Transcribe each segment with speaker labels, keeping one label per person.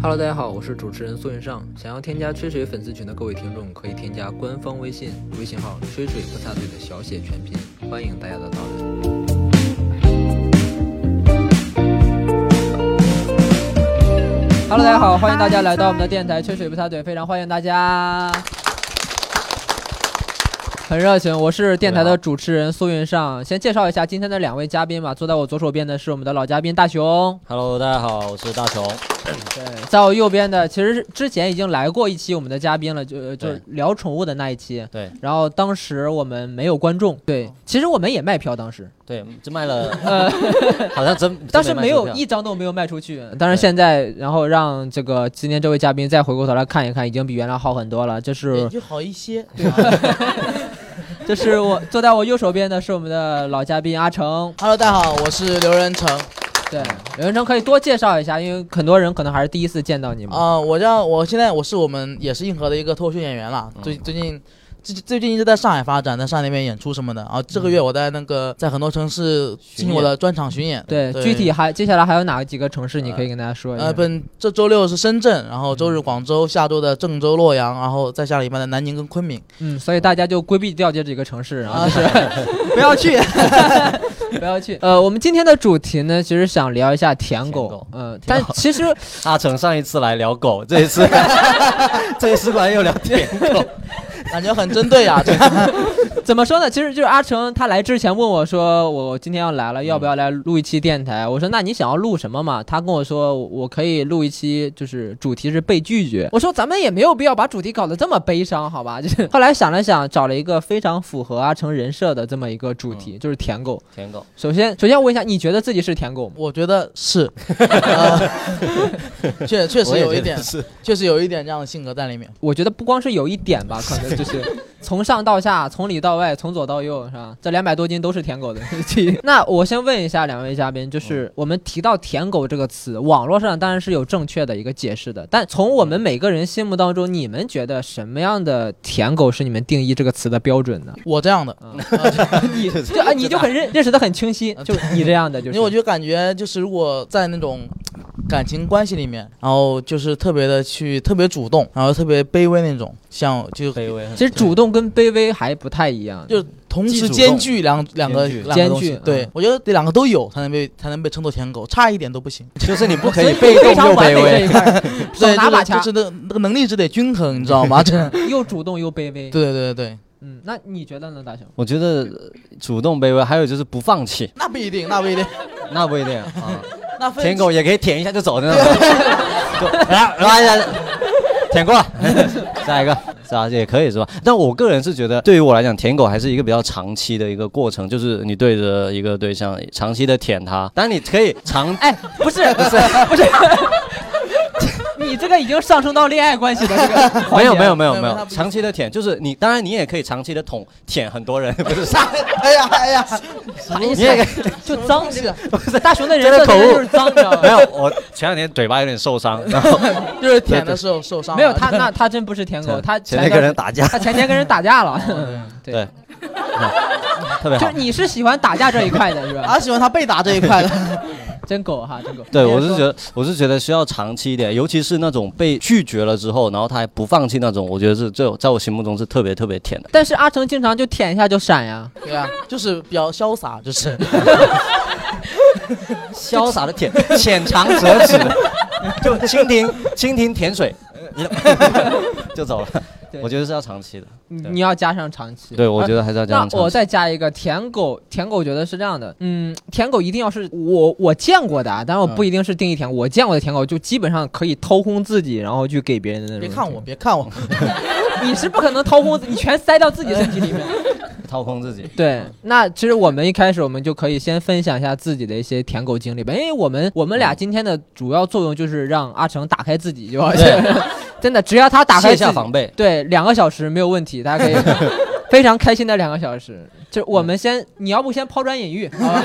Speaker 1: Hello，大家好，我是主持人苏云尚。想要添加吹水粉丝群的各位听众，可以添加官方微信，微信号“吹水不插嘴”的小写全拼，欢迎大家的到来。Hello，大家好，欢迎大家来到我们的电台《吹水不插嘴》，非常欢迎大家。很热情，我是电台的主持人苏云尚。先介绍一下今天的两位嘉宾吧。坐在我左手边的是我们的老嘉宾大熊，
Speaker 2: Hello，大家好，我是大熊。
Speaker 1: 对，在我右边的其实是之前已经来过一期我们的嘉宾了，就就
Speaker 2: 对
Speaker 1: 聊宠物的那一期。
Speaker 2: 对
Speaker 1: 然后当时我们没有观众，对，其实我们也卖票，当时，
Speaker 2: 对，这卖了，
Speaker 1: 呃，
Speaker 2: 好像真
Speaker 1: 当时没有一
Speaker 2: 一
Speaker 1: 张都没有卖出去。当然现在，然后让这个今天这位嘉宾再回过头来看一看，已经比原来好很多了。这 是
Speaker 2: 就好一些。
Speaker 1: 这是我坐在我右手边的是我们的老嘉宾阿成，
Speaker 3: Hello，大家好，我是刘仁成。
Speaker 1: 对，刘仁成可以多介绍一下，因为很多人可能还是第一次见到你嘛。
Speaker 3: 啊、我叫我现在我是我们也是硬核的一个脱口秀演员啦。最最近最最近一直在上海发展，在上海那边演出什么的。啊，这个月我在那个在很多城市进行我的专场巡演。
Speaker 1: 对，具体还接下来还有哪几个城市，你可以跟大家说一下。
Speaker 3: 呃，本这周六是深圳，然后周日广州，下周的郑州、洛阳，然后再下礼拜的南宁跟昆明。
Speaker 1: 嗯，所以大家就规避掉这几个城市，然后
Speaker 3: 啊，是 不要去。
Speaker 1: 不要去。呃，我们今天的主题呢，其实想聊一下舔
Speaker 2: 舔狗
Speaker 1: 嗯、
Speaker 2: 挺
Speaker 1: 但
Speaker 2: 好
Speaker 1: 其 实
Speaker 2: 阿成上一次来聊狗，这一次 这一次果然又聊舔狗。
Speaker 3: 感觉很针对呀、这个
Speaker 1: 怎么说呢？其实就是阿成他来之前问我说，我今天要来了，要不要来录一期电台？我说那你想要录什么嘛？他跟我说我我可以录一期，就是主题是被拒绝。我说咱们也没有必要把主题搞得这么悲伤，好吧？ 就是后来想了想，找了一个非常符合阿成人设的这么一个主题，就是舔狗。
Speaker 2: 舔狗，
Speaker 1: 首先，首先我问一下，你觉得自己是舔狗吗？
Speaker 3: 我觉得是，呃、确确
Speaker 2: 我
Speaker 3: 实
Speaker 2: 也
Speaker 3: 有一
Speaker 2: 觉得
Speaker 3: 点，
Speaker 2: 是。
Speaker 3: 确实有一点这样的性格在里面。
Speaker 1: 我觉得不光是有一点 吧，可能就是从上到下，从里到外，从左到右，是吧？这两百多斤都是舔狗 的。那我先问一下两位嘉宾，
Speaker 3: 嗯
Speaker 1: 就是我们提到“舔狗”这个词，网络上当然是有正确的一个解释的，但从我们每个人心目当中，你们觉得什么样的舔狗是你们定义这个词的标准呢？
Speaker 3: 我这样的，
Speaker 1: 啊，
Speaker 3: 呃
Speaker 1: 你 就啊，你就很认认识的很清 晰，就你这样的，就是
Speaker 3: 因为我就感觉就是如果在那种感情关系里面，然后就是特别的去特别主动，然后特别卑微那种，像就
Speaker 2: 卑微很。
Speaker 1: 其实主动跟卑微还不太一样。
Speaker 3: 就同
Speaker 2: 既主
Speaker 3: 时
Speaker 2: 动
Speaker 3: 兼具两两个
Speaker 2: 兼具
Speaker 3: 两个东西
Speaker 1: 兼具
Speaker 3: 对
Speaker 1: 嗯
Speaker 3: 我觉得得两个都有才能被才能被称作舔狗，差一点都不行。
Speaker 2: 就是你不可
Speaker 1: 所
Speaker 2: 以
Speaker 1: 以
Speaker 2: 被动
Speaker 1: 非常
Speaker 2: 又
Speaker 1: 完美
Speaker 2: 卑
Speaker 1: 这一
Speaker 2: 微。
Speaker 1: 块儿，手
Speaker 3: 对，
Speaker 1: 拿把
Speaker 3: 就
Speaker 1: 掐
Speaker 3: 是就，是那个那个能力只得均衡，你知道吗？这
Speaker 1: 又主动又卑微。
Speaker 3: 对对对对，
Speaker 1: 嗯，那你觉得呢，大雄？
Speaker 2: 我觉得呃主动卑微，还有就是不放弃，
Speaker 3: 那不一定，那不一 定，
Speaker 2: 那不一定啊。
Speaker 3: 那分
Speaker 2: 舔狗也可以舔一下就走的那 种，就然后然后一下舔过了， 下一个是吧？也可以是吧？但我个人是觉得，对于我来讲，舔狗还是一个比较长期的一个过程，就是你对着一个对象长期的舔它，当然你可以长
Speaker 1: 哎，不是不是不是， 你这个已经上升到恋爱关系的这 个环节了
Speaker 2: 没有没有没有
Speaker 3: 没有
Speaker 2: 没
Speaker 3: 他
Speaker 2: 有
Speaker 3: 不
Speaker 2: 长期的舔，就是你当然你也可以长期的捅舔很多人，不是啥？
Speaker 3: 哎呀哎呀，
Speaker 1: 啥意
Speaker 2: 你也可
Speaker 1: 思？啊
Speaker 2: 以
Speaker 1: 就脏这
Speaker 3: 这个
Speaker 1: 个。大熊的人
Speaker 2: 真
Speaker 1: 设
Speaker 2: 的口误
Speaker 1: 就是脏，你知道吗
Speaker 2: 没？有，我前两天嘴巴有点受伤，然后
Speaker 3: 就是舔的时候受伤了，
Speaker 1: 没有他，那他真不是舔狗，他
Speaker 2: 前
Speaker 1: 前
Speaker 2: 天
Speaker 1: 段
Speaker 2: 跟人打架，
Speaker 1: 他前天跟人打架 了。
Speaker 2: 对，特别
Speaker 1: 就
Speaker 2: 好。啊
Speaker 1: 你是喜欢打架这一块的是吧？
Speaker 3: 俺喜欢他被打这 一块的。
Speaker 1: 真狗哈，真狗。
Speaker 2: 对，
Speaker 1: 你也
Speaker 2: 我是
Speaker 1: 说
Speaker 2: 觉得，我是觉得需要长期一点，尤其是那种被拒绝了之后，然后他还不放弃那种，我觉得是这在我心目中是特别特别甜的。
Speaker 1: 但是阿成经常就舔一下就闪呀，
Speaker 3: 对啊，就是比较潇洒，就是。
Speaker 2: 潇洒 的舔，浅尝辄止的，就蜻蜓蜻蜓舔水，你就走了。
Speaker 1: 对
Speaker 2: 我觉得是要长期的，
Speaker 1: 你
Speaker 2: 对
Speaker 1: 你要加上长期。
Speaker 2: 对我觉得还是要这
Speaker 1: 那
Speaker 2: 样长
Speaker 1: 我
Speaker 2: 期。
Speaker 1: 再加一个舔狗，舔狗觉得是这样的，嗯，舔狗一定要是我我见过的，啊，但是我不一定是定义舔狗，我见过的舔狗就基本上可以掏空自己，然后去给别人的那种。
Speaker 3: 别看我，，别看我，
Speaker 1: 你是不可能掏空，你全塞到自己身体里面。
Speaker 2: 掏空自己，
Speaker 1: 对，那其实我们一开始我们就可以先分享一下自己的一些舔狗经历吧，因为我们我们俩今天的主要作用就是让阿成打开自己，就好像 真的只要他打开
Speaker 2: 卸
Speaker 1: 自己
Speaker 2: 下防备。
Speaker 1: 对，两个小时没有问题，大家 可以 非常开心的两个小时。就我们先，你要不先抛砖引玉，好吧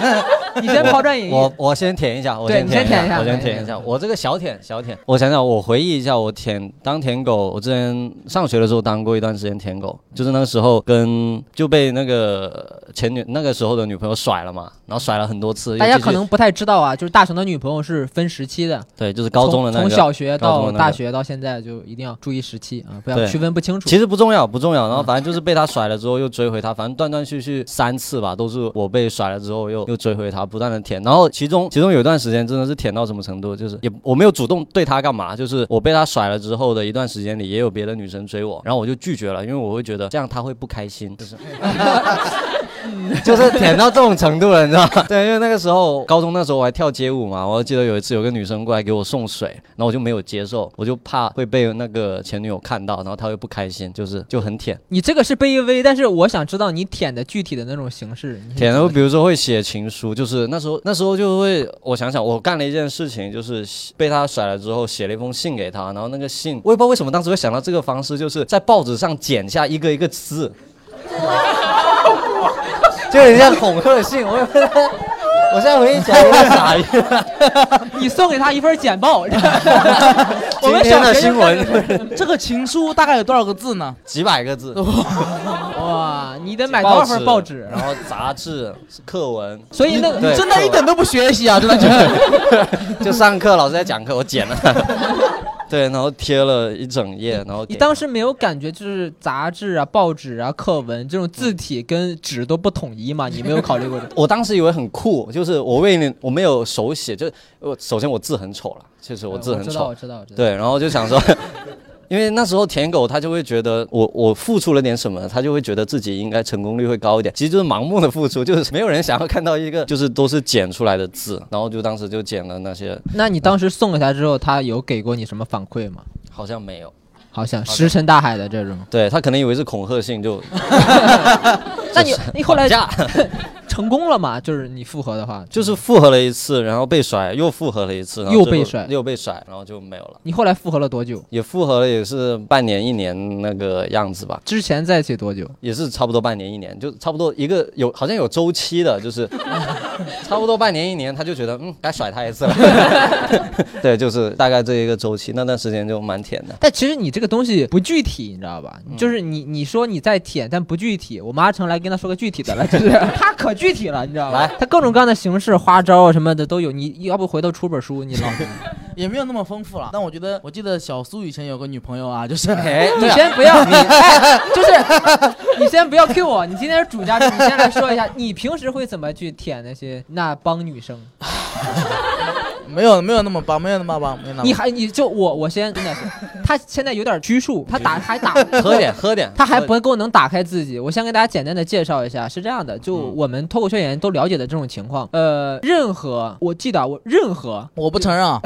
Speaker 1: 你先抛砖引玉。
Speaker 2: 我我先舔一下，我
Speaker 1: 对
Speaker 2: 先
Speaker 1: 你先
Speaker 2: 舔
Speaker 1: 舔一下
Speaker 2: 我先
Speaker 1: 哎
Speaker 2: 舔一
Speaker 1: 对
Speaker 2: 下。我这个小舔小舔，我想想，我回忆一下，我舔当舔狗，我之前上学的时候当过一段时间舔狗，就是那个时候跟就被那个前女那个时候的女朋友甩了嘛，然后甩了很多次。又
Speaker 1: 大家
Speaker 2: 继续
Speaker 1: 可能不太知道啊，就是大雄的女朋友是分时期的，
Speaker 2: 对，就是高中的那
Speaker 1: 从
Speaker 2: 个
Speaker 1: 从小学
Speaker 2: 高中
Speaker 1: 到
Speaker 2: 的那个
Speaker 1: 大学到现在，就一定要注意时期啊，不要
Speaker 2: 对
Speaker 1: 区分不清楚。
Speaker 2: 其实不重要，不重要。然后反正就是被他甩了之后又追回他，反正断断续续三次吧，都是我被甩了之后又又追回他，不断的舔。然后其中其中有一段时间真的是舔到什么程度，就是也我没有主动对他干嘛，就是我被他甩了之后的一段时间里，也有别的女生追我，然后我就拒绝了，因为我会觉得这样他会不开心，就是。 就是舔到这种程度了，你知道吗？ 对，因为那个时候高中那时候我还跳街舞嘛，我记得有一次有个女生过来给我送水，然后我就没有接受，我就怕会被那个前女友看到，然后她会不开心，就是就很舔。
Speaker 1: 你这个是卑微，但是我想知道你舔的具体的那种形式。你是
Speaker 2: 舔，
Speaker 1: 怎
Speaker 2: 然后
Speaker 1: 么
Speaker 2: 比如说会写情书，就是那时候那时候就会，我想想，我干了一件事情，就是被他甩了之后写了一封信给他，然后那个信我也不知道为什么当时会想到这个方式，就是在报纸上剪下一个一个字，就很像恐吓信。 我也不知道我现在回忆起来有点傻逼。
Speaker 1: 你送给他一份简 报，我
Speaker 2: 今
Speaker 1: 们
Speaker 2: 天
Speaker 1: 小
Speaker 2: 的
Speaker 1: 学
Speaker 2: 新
Speaker 1: 就干这个
Speaker 2: 闻
Speaker 3: 这个情书大概有多少个字呢？
Speaker 2: 几百个字，
Speaker 1: 哇，你得买多少份报纸？啊
Speaker 2: 然后杂志、课文，
Speaker 1: 所以那个
Speaker 2: 对
Speaker 3: 真的一点都不学 习啊！真的就是，
Speaker 2: 就上课老师在讲课，我剪了，对，然后贴了一整页，然后
Speaker 1: 你
Speaker 2: 给
Speaker 1: 当时没有感觉就是杂志啊、报纸啊、课文这种
Speaker 2: 嗯
Speaker 1: 字体跟纸都不统一吗？你没有考虑过这
Speaker 2: 我当时以为很酷，就是我为你，我没有手写，就是我首先我字很丑了，确 实我字很
Speaker 1: 知道，
Speaker 2: 丑
Speaker 1: 嗯我，知道，我知道。
Speaker 2: 对，然后就想说， 因为那时候舔狗他就会觉得我我付出了点什么，他就会觉得自己应该成功率会高一点，其实就是盲目的付出，就是没有人想要看到一个就是都是剪出来的字，然后就当时就剪了那些，
Speaker 1: 那你当时送给他之后，他有给过你什么反馈吗？
Speaker 2: 好像没有。
Speaker 1: 好像石沉大海的这种。
Speaker 2: 对他可能以为是恐吓信，就
Speaker 1: 那 你你后来
Speaker 2: 绑架
Speaker 1: 成功了吗？就是你复合的话，
Speaker 2: 就是复合了一次，然后被甩，又复合了一次，然后
Speaker 1: 又
Speaker 2: 最后
Speaker 1: 被甩
Speaker 2: 又被甩，然后就没有了。
Speaker 1: 你后来复合了多久？
Speaker 2: 也复合了，也是半年一年那个样子吧，
Speaker 1: 之前在一起多久？
Speaker 2: 也是差不多半年一年，就差不多一个有好像有周期的，就是 差不多半年一年，他就觉得嗯该甩他 一次了。对，就是大概这一个周期，那段时间就蛮甜 的。
Speaker 1: 但其实你这个东西不具体，你知道吧？就是你你说你在舔，但不具体。我们阿成来跟他说个具体 的来，就是他可具体了，你知道吧？
Speaker 2: 来
Speaker 1: 他各种各样的形式、花招啊什么的都有。你要不回头出本书，你老
Speaker 3: 也没有那么丰富了。但我觉得，我记得小苏以前有个女朋友啊，就 是
Speaker 2: 哎，
Speaker 1: 你
Speaker 2: 对啊
Speaker 1: 先不要，你、哎、就是你先不要 Q 我，你今天是主家你先来说一下，你平时会怎么去舔那些那帮女生？
Speaker 3: 没有没有那么棒，没有那么棒，没有那么棒。
Speaker 1: 你还你就我我先真的是，他现在有点 拘束，他打还打
Speaker 2: 喝点喝点，
Speaker 1: 他还
Speaker 2: 喝
Speaker 1: 不够能打开自己。我先给大家简单的介绍一下，是这样的，就
Speaker 2: 嗯
Speaker 1: 我们脱口秀演员都了解的这种情况。呃，任何我记得啊我任何
Speaker 3: 我不承认啊！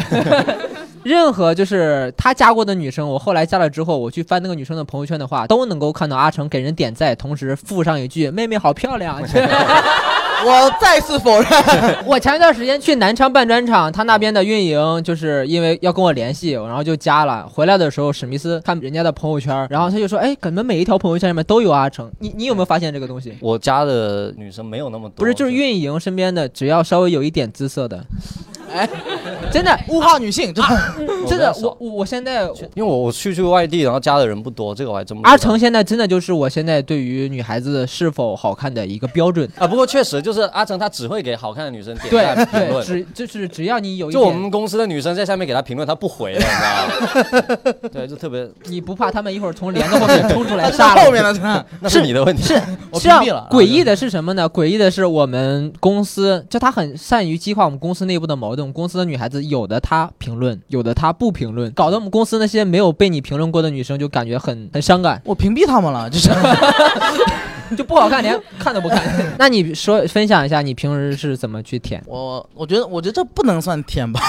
Speaker 1: 任何就是他加过的女生，我后来加了之后，我去翻那个女生的朋友圈的话，都能够看到阿成给人点赞，同时附上一句“妹妹好漂 亮”。
Speaker 3: 我再次否 认。
Speaker 1: 我前一段时间去南昌办专场，他那边的运营就是因为要跟我联系，然后就加了。回来的时候，史密斯看人家的朋友圈，然后他就说：“哎，怎么每一条朋友圈里面都有阿成？你你有没有发现这个东西？”
Speaker 2: 我家的女生没有那么多，
Speaker 1: 不是，就是运营身边的，只要稍微有一点姿色的，
Speaker 3: 哎，
Speaker 1: 真的，
Speaker 3: 物化女性，真的。
Speaker 2: 我
Speaker 1: 真的
Speaker 2: 比较，少
Speaker 1: 啊我我我现在
Speaker 2: 因为我我去去外地，然后家的人不多，这个我还真不知道
Speaker 1: 阿成现在真的就是我现在对于女孩子是否好看的一个标准。
Speaker 2: 啊，不过确实就是阿成他只会给好看的女生点
Speaker 1: 对
Speaker 2: 赞评
Speaker 1: 对，
Speaker 2: 论。
Speaker 1: 只就是只要你有一
Speaker 2: 就我
Speaker 1: 点，
Speaker 2: 们公司的女生在下面给他评论，他不回了，你 知道吗？对，就特别，
Speaker 1: 你不怕他们一会儿从帘子后面冲出来
Speaker 3: 但是
Speaker 1: 杀了
Speaker 3: 后
Speaker 1: 你？
Speaker 3: 面呢？真的，
Speaker 2: 那是你的问题。是，
Speaker 3: 我
Speaker 1: 是
Speaker 3: 屏
Speaker 1: 啊
Speaker 3: 蔽了。
Speaker 1: 哦诡异的是什么呢？诡异的是我们公司，就他很善于激化我们公司内部的矛盾。我们公司的女孩子有的她评论，有的她不评论，搞得我们公司那些没有被你评论过的女生就感觉很很伤感。
Speaker 3: 我屏蔽他们 了，就是
Speaker 1: 就不好看，连看都不看。 那你说分享一下你平时是怎么去舔？
Speaker 3: 我，我觉得，我觉得这不能算舔 吧。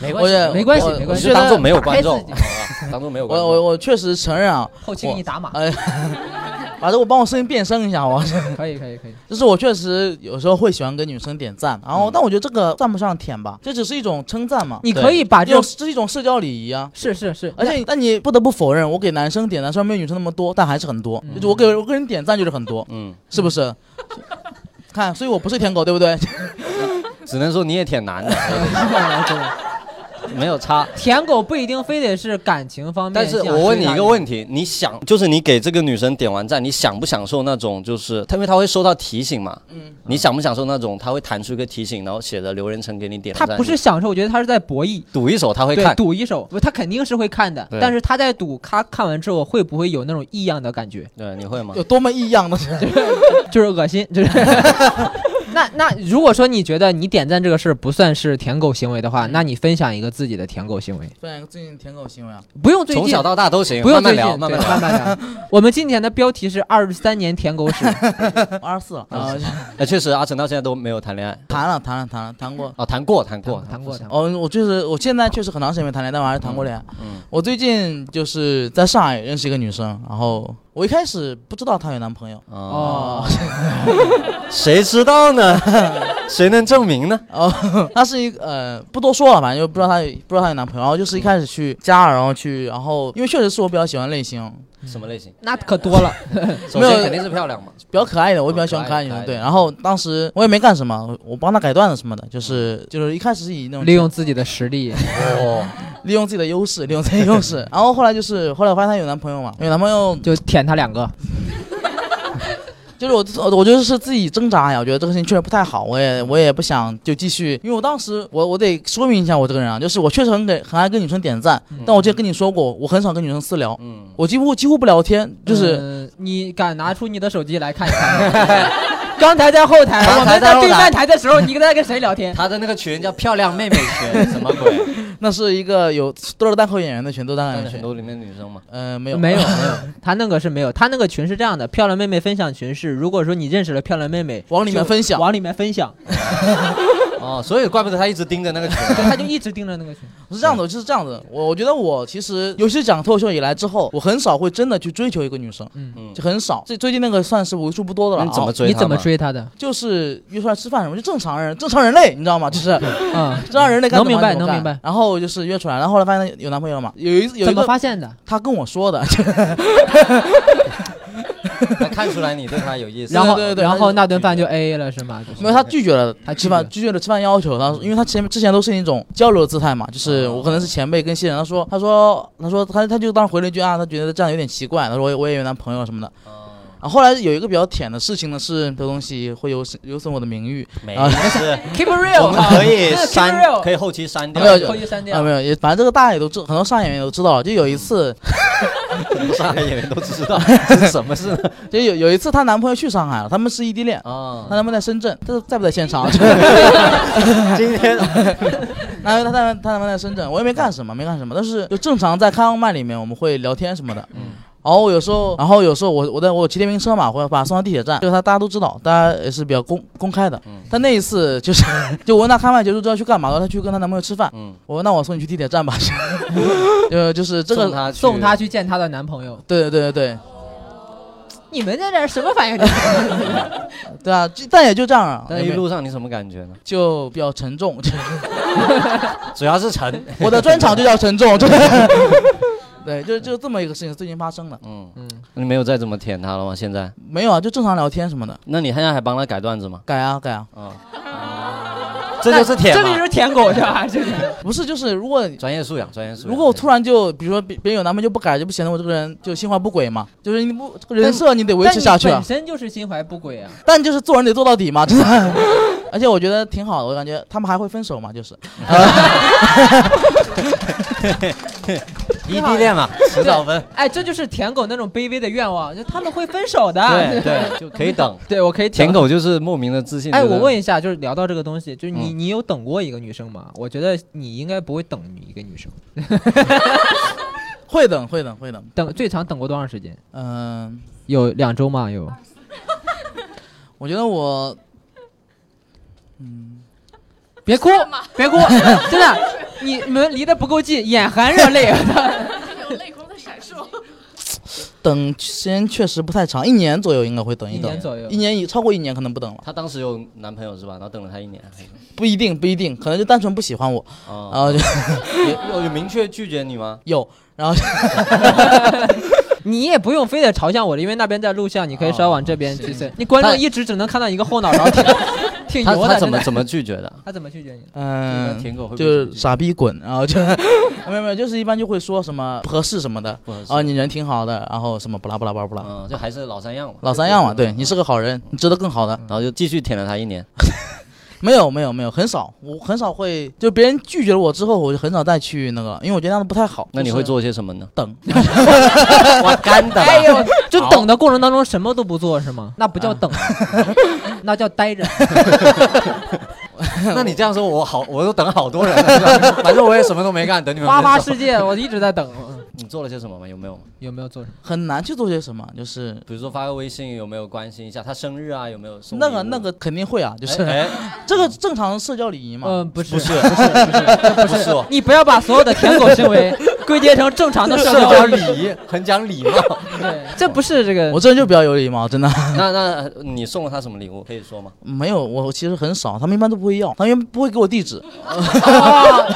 Speaker 2: 没
Speaker 3: 关系
Speaker 1: 没关系
Speaker 3: 我
Speaker 1: 没
Speaker 2: 我
Speaker 1: 关
Speaker 2: 们
Speaker 1: 系
Speaker 2: 就当做没有观
Speaker 1: 我
Speaker 2: 众，好
Speaker 1: 觉得
Speaker 2: 吧当做没有
Speaker 3: 我
Speaker 2: 观
Speaker 3: 我
Speaker 2: 众。
Speaker 3: 我确实承认啊，
Speaker 1: 后期
Speaker 3: 我
Speaker 1: 给你打码，
Speaker 3: 哎，反正我帮我声音变声一下，我
Speaker 1: 可以可以可 以。
Speaker 3: 就是我确实有时候会喜欢给女生点赞，然
Speaker 2: 嗯
Speaker 3: 后、但我觉得这个算不上舔吧，这只是一种称赞嘛，
Speaker 1: 你可以把
Speaker 3: 一
Speaker 1: 这
Speaker 3: 种
Speaker 1: 种
Speaker 3: 这是一种社交礼仪啊。
Speaker 1: 是是是，
Speaker 3: 而且，但你不得不否认，我给男生点赞虽然没有女生那么多，但还是很多。
Speaker 1: 嗯
Speaker 3: 就是我给我个人点赞就是很多，
Speaker 2: 嗯，
Speaker 3: 是不是？看，所以我不是舔狗，对不对？
Speaker 2: 只能说你也挺难的，
Speaker 1: 真的
Speaker 2: 没有差。
Speaker 1: 舔狗不一定非得是感情方面。
Speaker 2: 但是我问你一个问题，你想就是你给这个女生点完赞，你享不享受那种就是，她因为她会收到提醒嘛，
Speaker 3: 嗯，
Speaker 2: 你享不享受那种她会弹出一个提醒，然后写着刘仁成给你点
Speaker 1: 他
Speaker 2: 赞，
Speaker 1: 不是享受，我觉得他是在博弈，
Speaker 2: 赌一手她会
Speaker 1: 对，
Speaker 2: 看，
Speaker 1: 赌一手，不，他肯定是会看的
Speaker 2: 对，
Speaker 1: 但是他在赌，他看完之后会不会有那种异样的感觉，
Speaker 2: 对，你会吗
Speaker 3: 有？多么异样的 人，
Speaker 1: 就是恶心，就是。那那如果说你觉得你点赞这个事儿不算是舔狗行为的
Speaker 2: 嗯
Speaker 1: 话，那你分享一个自己的舔狗行为，
Speaker 3: 分享一个最近舔狗行为啊，
Speaker 1: 不用最
Speaker 2: 从
Speaker 1: 近
Speaker 2: 小到大都行，
Speaker 1: 不用
Speaker 2: 慢慢
Speaker 1: 最近
Speaker 2: 聊，慢慢
Speaker 1: 对
Speaker 2: 聊。
Speaker 1: 慢慢聊。我们今天的标题是二十三年舔狗 史，
Speaker 3: 我二十四了，然后就
Speaker 2: 哎，确实，阿成到现在都没有谈恋爱，
Speaker 3: 谈了谈了谈了谈过。
Speaker 2: 哦，谈过，谈过，
Speaker 1: 谈过谈过。
Speaker 3: 哦，我就是我现在确实很长时间没谈恋爱，但我还是谈过恋爱。
Speaker 2: 嗯
Speaker 3: 我最近就是在上海认识一个女生，然后我一开始不知道她有男朋友，
Speaker 2: 哦，
Speaker 1: 哦，
Speaker 2: 谁知道呢？ 谁能证明呢？
Speaker 3: 哦， 她是一个呃，不多说了，反正就不知道她有不知道她有男朋友，然后就是一开始去加，然后去，然后因为确实是我比较喜欢类型，
Speaker 2: 什么类型？
Speaker 1: 那可多 了。
Speaker 2: 首
Speaker 3: 没
Speaker 2: 先
Speaker 3: 有
Speaker 2: 肯定是漂亮嘛，哦
Speaker 3: 比较可爱一点，我比较喜欢可爱一
Speaker 2: 可爱
Speaker 3: 点，
Speaker 2: 可爱
Speaker 3: 对。然后当时我也没干什么，我我帮她改段子什么的，就是就是一开始是以那种
Speaker 1: 利用自己的实力，
Speaker 2: 哦，
Speaker 3: 利用自己的优势，利用自己的优势。然后后来就是后来我发现她有男朋友嘛，有男朋友
Speaker 1: 就舔他两 个。
Speaker 3: 就是我，我就是自己挣扎呀。我觉得这个事情确实不太好，我也我也不想就继续，因为我当时我我得说明一下我这个人啊，就是我确实很给很爱跟女生点赞，但我之前跟你说过，我很少跟女生私聊，
Speaker 2: 嗯，
Speaker 3: 我几乎几乎不聊天，就是、
Speaker 1: 嗯你敢拿出你的手机来看一 看？刚才在后台，
Speaker 2: 刚才
Speaker 1: 我们
Speaker 2: 在
Speaker 1: 在
Speaker 2: 后
Speaker 1: 对
Speaker 2: 台
Speaker 1: 面台的时候，你在跟谁聊天？
Speaker 2: 他的那个群 叫漂亮妹妹群，什么 鬼？
Speaker 3: 那是一个有都是单口演员的群，都是单口演
Speaker 2: 但是
Speaker 3: 员群
Speaker 2: 很，多里面女生嘛，
Speaker 3: 呃，没有
Speaker 1: 没有，没有， 他那个是没有，他那个群是这样的，漂亮妹妹分享群是，如果说你认识了漂亮妹妹，
Speaker 3: 往里面
Speaker 1: 就
Speaker 3: 分享
Speaker 1: 往里面分享，
Speaker 2: 哦，所以怪不得他一直盯着那 个群。
Speaker 1: 对，他就一直盯着那个群。
Speaker 3: 是这样的，就是这样的。我我觉得我其实，尤其是讲脱口秀以来之后，我很少会真的去追求一个女生，
Speaker 2: 嗯
Speaker 3: 就很少。最最近那个算是为数不多的了
Speaker 2: 那哦你
Speaker 3: 啊。
Speaker 2: 怎么追？
Speaker 1: 你怎么？追他的？
Speaker 3: 就是约出来吃饭什么，就正常人，正常人类，你知道吗？就是。
Speaker 1: 嗯，
Speaker 3: 这让人类该
Speaker 1: 能
Speaker 3: 怎么
Speaker 1: 明白
Speaker 3: 干怎
Speaker 1: 能
Speaker 3: 么干
Speaker 1: 明白。
Speaker 3: 然后就是约出来，然后后来发现有男朋友了嘛。有一有
Speaker 1: 怎么
Speaker 3: 一个
Speaker 1: 发现的？
Speaker 3: 他跟我说的，
Speaker 2: 他看出来你对他有意 思。
Speaker 1: 然后
Speaker 3: 对对对
Speaker 1: 然
Speaker 3: 他
Speaker 1: 后
Speaker 3: 就
Speaker 1: 那顿饭就 A A 了是吗？就是
Speaker 3: 没有他 拒绝了，
Speaker 1: 他拒
Speaker 3: 吃饭拒绝了吃饭要求。他说因为他前之前都是一种交流的姿态嘛，就是我可能是前辈跟新人，他说他说他说他他就当时回了一句啊，他觉得这样有点奇怪，他说我也我也有男朋友什么的。
Speaker 2: 哦
Speaker 3: 然后后来有一个比较舔的事情呢，是这东西会有损有损我的名誉
Speaker 2: 没
Speaker 3: 啊
Speaker 2: 事，
Speaker 1: keep it
Speaker 2: 我
Speaker 1: real，
Speaker 2: 们 可以
Speaker 1: keep it
Speaker 2: 删，可
Speaker 1: real，
Speaker 2: 以后期删掉
Speaker 3: 没。有就
Speaker 1: 后期删
Speaker 3: 啊，
Speaker 1: 掉
Speaker 3: 没。有，也反正这个大家也都知，很多上海演员也都知道了。就有一次，
Speaker 2: 很多上海演员都知 道这是什么事呢？
Speaker 3: 就有有一次她男朋友去上海了，他们是异地恋，
Speaker 1: 嗯
Speaker 2: 啊
Speaker 3: 她男朋友在深圳，这在不在现场？
Speaker 2: 今天
Speaker 3: 然后他他他他们在深圳，我也没干什么，没干什么，但是就正常在开放麦里面我们会聊天什么的。
Speaker 2: 嗯
Speaker 3: 然后有时候，然后有时候我我在我骑电瓶车嘛，我会把他送到地铁站，就是他大家都知道，大家也是比较公公开的。
Speaker 2: 嗯
Speaker 3: 但那一次就是 就我问他开麦结束之后要去干嘛，然后他去跟她男朋友吃饭。
Speaker 2: 嗯，
Speaker 3: 我说那我送你去地铁站吧， 呃就是这
Speaker 2: 送
Speaker 3: 个，
Speaker 2: 他去
Speaker 1: 送她去见她的男朋友，
Speaker 3: 对对对对
Speaker 1: 你们在这儿什么反应？
Speaker 3: 对对啊，就但也就这样啊，
Speaker 2: 那一路上你什么感觉呢？
Speaker 3: 就比较沉重， 就是
Speaker 2: 主要是 沉，
Speaker 3: 我的专场就叫沉重，就是 对，就就这么一个事情最近发生的，
Speaker 2: 嗯，
Speaker 1: 嗯，
Speaker 2: 你没有再怎么舔他了吗？现在？
Speaker 3: 没有啊，就正常聊天什么的，
Speaker 2: 那你现在还帮他改段子吗？
Speaker 3: 改啊改啊。
Speaker 2: 啊， 这就是舔
Speaker 1: 这
Speaker 2: 嘛
Speaker 1: 里是舔狗是吧？这个
Speaker 3: 不是，就是如果
Speaker 2: 专业素养，专业素养。
Speaker 3: 如果我突
Speaker 2: 然，
Speaker 3: 然就，比如说别别人有男朋友就不改，就不显得我这个人就心怀不轨嘛。就是你不这个人设你得维持下去
Speaker 1: 但
Speaker 3: 啊
Speaker 1: 你本，身就是心怀不轨啊。
Speaker 3: 但就是做人得做到底嘛，真 的。而且我觉得挺好的，我感觉他们还会分手嘛，就是。
Speaker 2: 异地恋 嘛，迟早分。
Speaker 1: 哎，这就是舔狗那种卑微的愿望，就他们会分手的。
Speaker 2: 对对，就可以等。
Speaker 1: 对，我可以
Speaker 2: 舔
Speaker 1: 等。
Speaker 2: 狗就是莫名的自信。
Speaker 1: 哎，
Speaker 2: 觉得
Speaker 1: 我问一下，就是聊到这个东西，就是你，
Speaker 2: 嗯
Speaker 1: 你有等过一个女生吗？我觉得你应该不会等一个女生，
Speaker 3: 会等会等会等，
Speaker 1: 等最长等过多长时间？
Speaker 3: 嗯、
Speaker 1: 有两周吗？有
Speaker 3: 我觉得我
Speaker 1: 别哭，别哭，真的，你你们离得不够近，眼含热泪。啊
Speaker 4: 有泪光在闪烁。
Speaker 3: 等时间确实不太长，一年左右应该会等
Speaker 1: 一
Speaker 3: 等，
Speaker 1: 年左右
Speaker 3: 一，年以超过一年可能不等了，
Speaker 2: 她当时有男朋友是吧？然后等了他一年。
Speaker 3: 不一定不一定，可能就单纯不喜欢我，然
Speaker 2: 哦，
Speaker 3: 后就
Speaker 2: 有有有明确拒绝你吗？
Speaker 3: 有，然后
Speaker 1: 你也不用非得朝向我，因为那边在录像，你可以稍微往这边去塞。你观众一直只能看到你一个后脑勺，挺 挺
Speaker 2: 哦
Speaker 1: 牛
Speaker 2: 他
Speaker 3: 啊
Speaker 1: 的。
Speaker 2: 他怎
Speaker 1: 真
Speaker 2: 么
Speaker 1: 的
Speaker 2: 怎么拒绝 的？
Speaker 1: 他怎么拒绝你？
Speaker 3: 嗯，
Speaker 2: 舔狗会不会
Speaker 3: 就是
Speaker 2: 拒绝
Speaker 3: 傻逼滚，然后就 没有没有，就是一般就会说什么不合适什么的
Speaker 2: 不合，适
Speaker 3: 啊，你人挺好的，然后什么不拉不拉不拉不拉，
Speaker 2: 嗯，就还是老三样嘛，嗯
Speaker 3: 老三样嘛，对你是个好人，你值得更好的。
Speaker 2: 然后就继续舔了他一年。
Speaker 3: 没有没有没有，很少，我很少会就别人拒绝了我之后，我就很少再去那个，因为我觉得那样不太好。
Speaker 2: 那你
Speaker 3: 就是
Speaker 2: 会做些什么呢？ 哎
Speaker 3: 等，
Speaker 2: 我干的吧，
Speaker 1: 哎 就等的过程当中什么都不做是吗？那不叫等， 那叫待 着。
Speaker 2: 那你这样说，我好，我都等好多 人了，反正我也什么都没干，等你们。
Speaker 1: 花花世，界，我一直在等。
Speaker 2: 你做了些什么吗？有没有？
Speaker 1: 有没有做什么？
Speaker 3: 很难去做些什么，就是
Speaker 2: 比如说发个微信，有没有关心一下他生日啊？有没有送
Speaker 3: 那个
Speaker 2: 礼物
Speaker 3: 那个肯定会啊，就是、
Speaker 2: 哎，
Speaker 3: 这个正常社交礼仪嘛。
Speaker 1: 嗯，不是，
Speaker 2: 不是，不是，哎 不是，不是，
Speaker 1: 你不要把所有的舔狗行 为归结成正常的社
Speaker 2: 社交
Speaker 1: 交礼仪。
Speaker 2: 礼仪很讲礼貌。
Speaker 1: 对，这不是这个
Speaker 3: 我。这人就比较有礼貌，真的
Speaker 2: 那那你送了他什么礼物？可以说吗？
Speaker 3: 没有我其实很少，他们一般都不会要，他们一般不会给我地址。
Speaker 1: 哦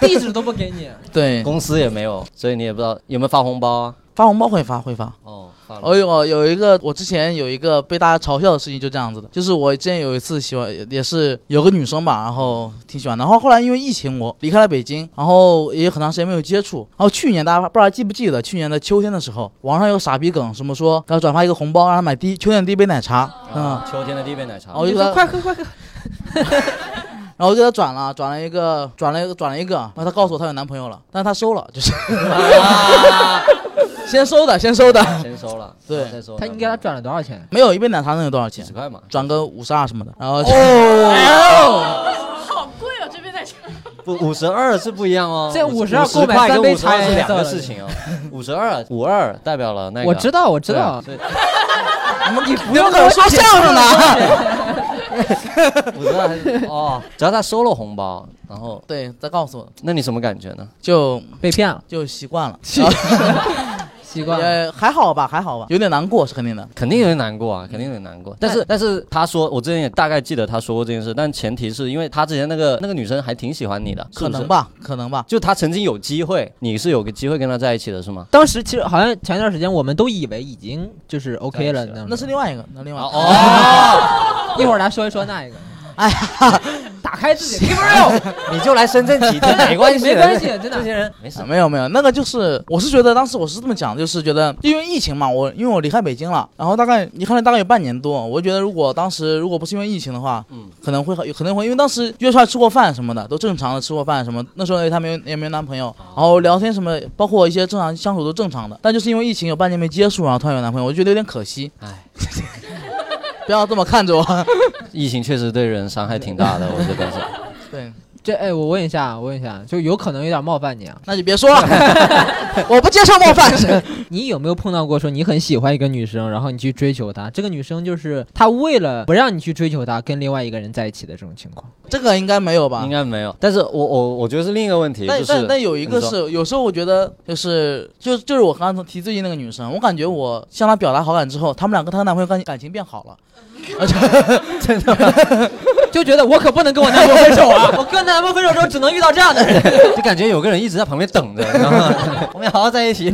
Speaker 1: 地址都不给你，
Speaker 3: 对，
Speaker 2: 公司也没有，所以你也不知道有没有发红包啊？
Speaker 3: 发红包会发会发。
Speaker 2: 哦，发了。
Speaker 3: 哦有有一个，我之前有一个被大家嘲笑的事情，就这样子的，就是我之前有一次喜欢，也是有个女生吧，然后挺喜欢的，然后后来因为疫情我离开了北京，然后也很长时间没有接触，然后去年大家不知道记不记得，去年的秋天的时候，网上有个傻逼梗，什么说给他转发一个红包，让他买第一秋天第一杯奶茶，嗯，
Speaker 2: 啊秋天的第一杯奶茶。
Speaker 3: 哦
Speaker 1: 哦你说快喝快喝，
Speaker 3: 然后我给他转了，转了一个，转了一个，转了一个，然后他告诉我她有男朋友了，但是她收了，就是
Speaker 2: 啊，
Speaker 3: 先收的，先收的，
Speaker 2: 先收了，
Speaker 3: 对
Speaker 2: 再收了。
Speaker 1: 他你给他转了多少钱？
Speaker 3: 没有一杯奶茶能有多少钱
Speaker 2: 几？哦十块嘛？哎
Speaker 3: 转个五十二什么的，然后就。
Speaker 4: 好贵哦，这杯奶茶。
Speaker 2: 不，五十二是不一样哦。
Speaker 1: 这52
Speaker 2: 50
Speaker 1: 购买三
Speaker 2: 块跟
Speaker 1: 杯
Speaker 2: 52
Speaker 1: 茶
Speaker 2: 是
Speaker 1: 颜
Speaker 2: 两
Speaker 1: 色
Speaker 2: 个
Speaker 1: 了
Speaker 2: 事情哦。五十二，五二代表了那个。
Speaker 1: 我知道我知
Speaker 2: 对啊
Speaker 1: 道，
Speaker 2: 所以
Speaker 3: 啊
Speaker 1: 你不用
Speaker 3: 跟我说相声呢。
Speaker 2: 五十二还是哦，只要他收了红包，然后
Speaker 3: 对，再告诉我，
Speaker 2: 那你什么感觉呢？
Speaker 3: 就
Speaker 1: 被骗了，
Speaker 3: 就习 惯了，
Speaker 1: 习惯了。
Speaker 3: 呃，还好吧，还好吧，有点难过是肯定的。
Speaker 2: 肯定有点难过啊，肯定有点难过。但是但是他说，我之前也大概记得他说过这件事，但前提是因为他之前那个那个女生还挺喜欢你的，
Speaker 3: 可
Speaker 2: 是不
Speaker 3: 能
Speaker 2: 是？
Speaker 3: 吧，可能吧。
Speaker 2: 就他曾经有机会，你是有个机会跟他在一起的，是吗？
Speaker 1: 当时其实好像前段时间我们都以为已经就是 OK 了，
Speaker 2: 在一起
Speaker 1: 那
Speaker 2: 了
Speaker 3: 那是另外一个，那另外一个。
Speaker 2: 哦，
Speaker 1: 一会儿来说一说那一个。
Speaker 3: 哎呀，
Speaker 1: 打开自己的 肉，
Speaker 2: 你就来深圳几天， 没关系的，
Speaker 1: 没关系，真
Speaker 2: 这些
Speaker 1: 的。
Speaker 2: 人没事。
Speaker 3: 没有没有，那个就是，我是觉得当时我是这么讲，就是觉得因为疫情嘛，我因为我离开北京了，然后大概离开了大概有半年多，我觉得如果当时如果不是因为疫情的话，
Speaker 2: 嗯
Speaker 3: 可能会可能会，因为当时约出来吃过饭什么的，都正常的吃过饭什么。那时候她没有也没有男朋友，然后聊天什么，包括一些正常相处都正常的。但就是因为疫情有半年没接触，然后突然有男朋友，我就觉得有点可惜。
Speaker 2: 唉，
Speaker 3: 不要这么看着我。
Speaker 2: 疫情确实对人伤害挺大的，我觉得是。
Speaker 3: 对，
Speaker 1: 这哎，我问一下，我问一下，啊就有可能有点冒犯你啊。
Speaker 3: 那就别说了， 我不接受冒犯。
Speaker 1: 你有没有碰到过说你很喜欢一个女生，然后你去追求她，这个女生就是她为了不让你去追求她，跟另外一个人在一起的这种情况？
Speaker 3: 这个应该没有吧
Speaker 2: 应？该没有。但是我我我觉得是另一个问题，
Speaker 3: 但
Speaker 2: 就是
Speaker 3: 但但有一个
Speaker 2: 你说
Speaker 3: 是，有时候我觉得就是就就是我刚刚提最近那个女生，我感觉我向她表达好感之后，他们两个她男朋友感感情变好 了，而且
Speaker 1: 就觉得我可不能跟我男朋友分手啊！我跟男朋友分手之后只能遇到这样的人。
Speaker 2: 就感觉有个人一直在旁边等着， 你知道吗？ 我们要好好在一起。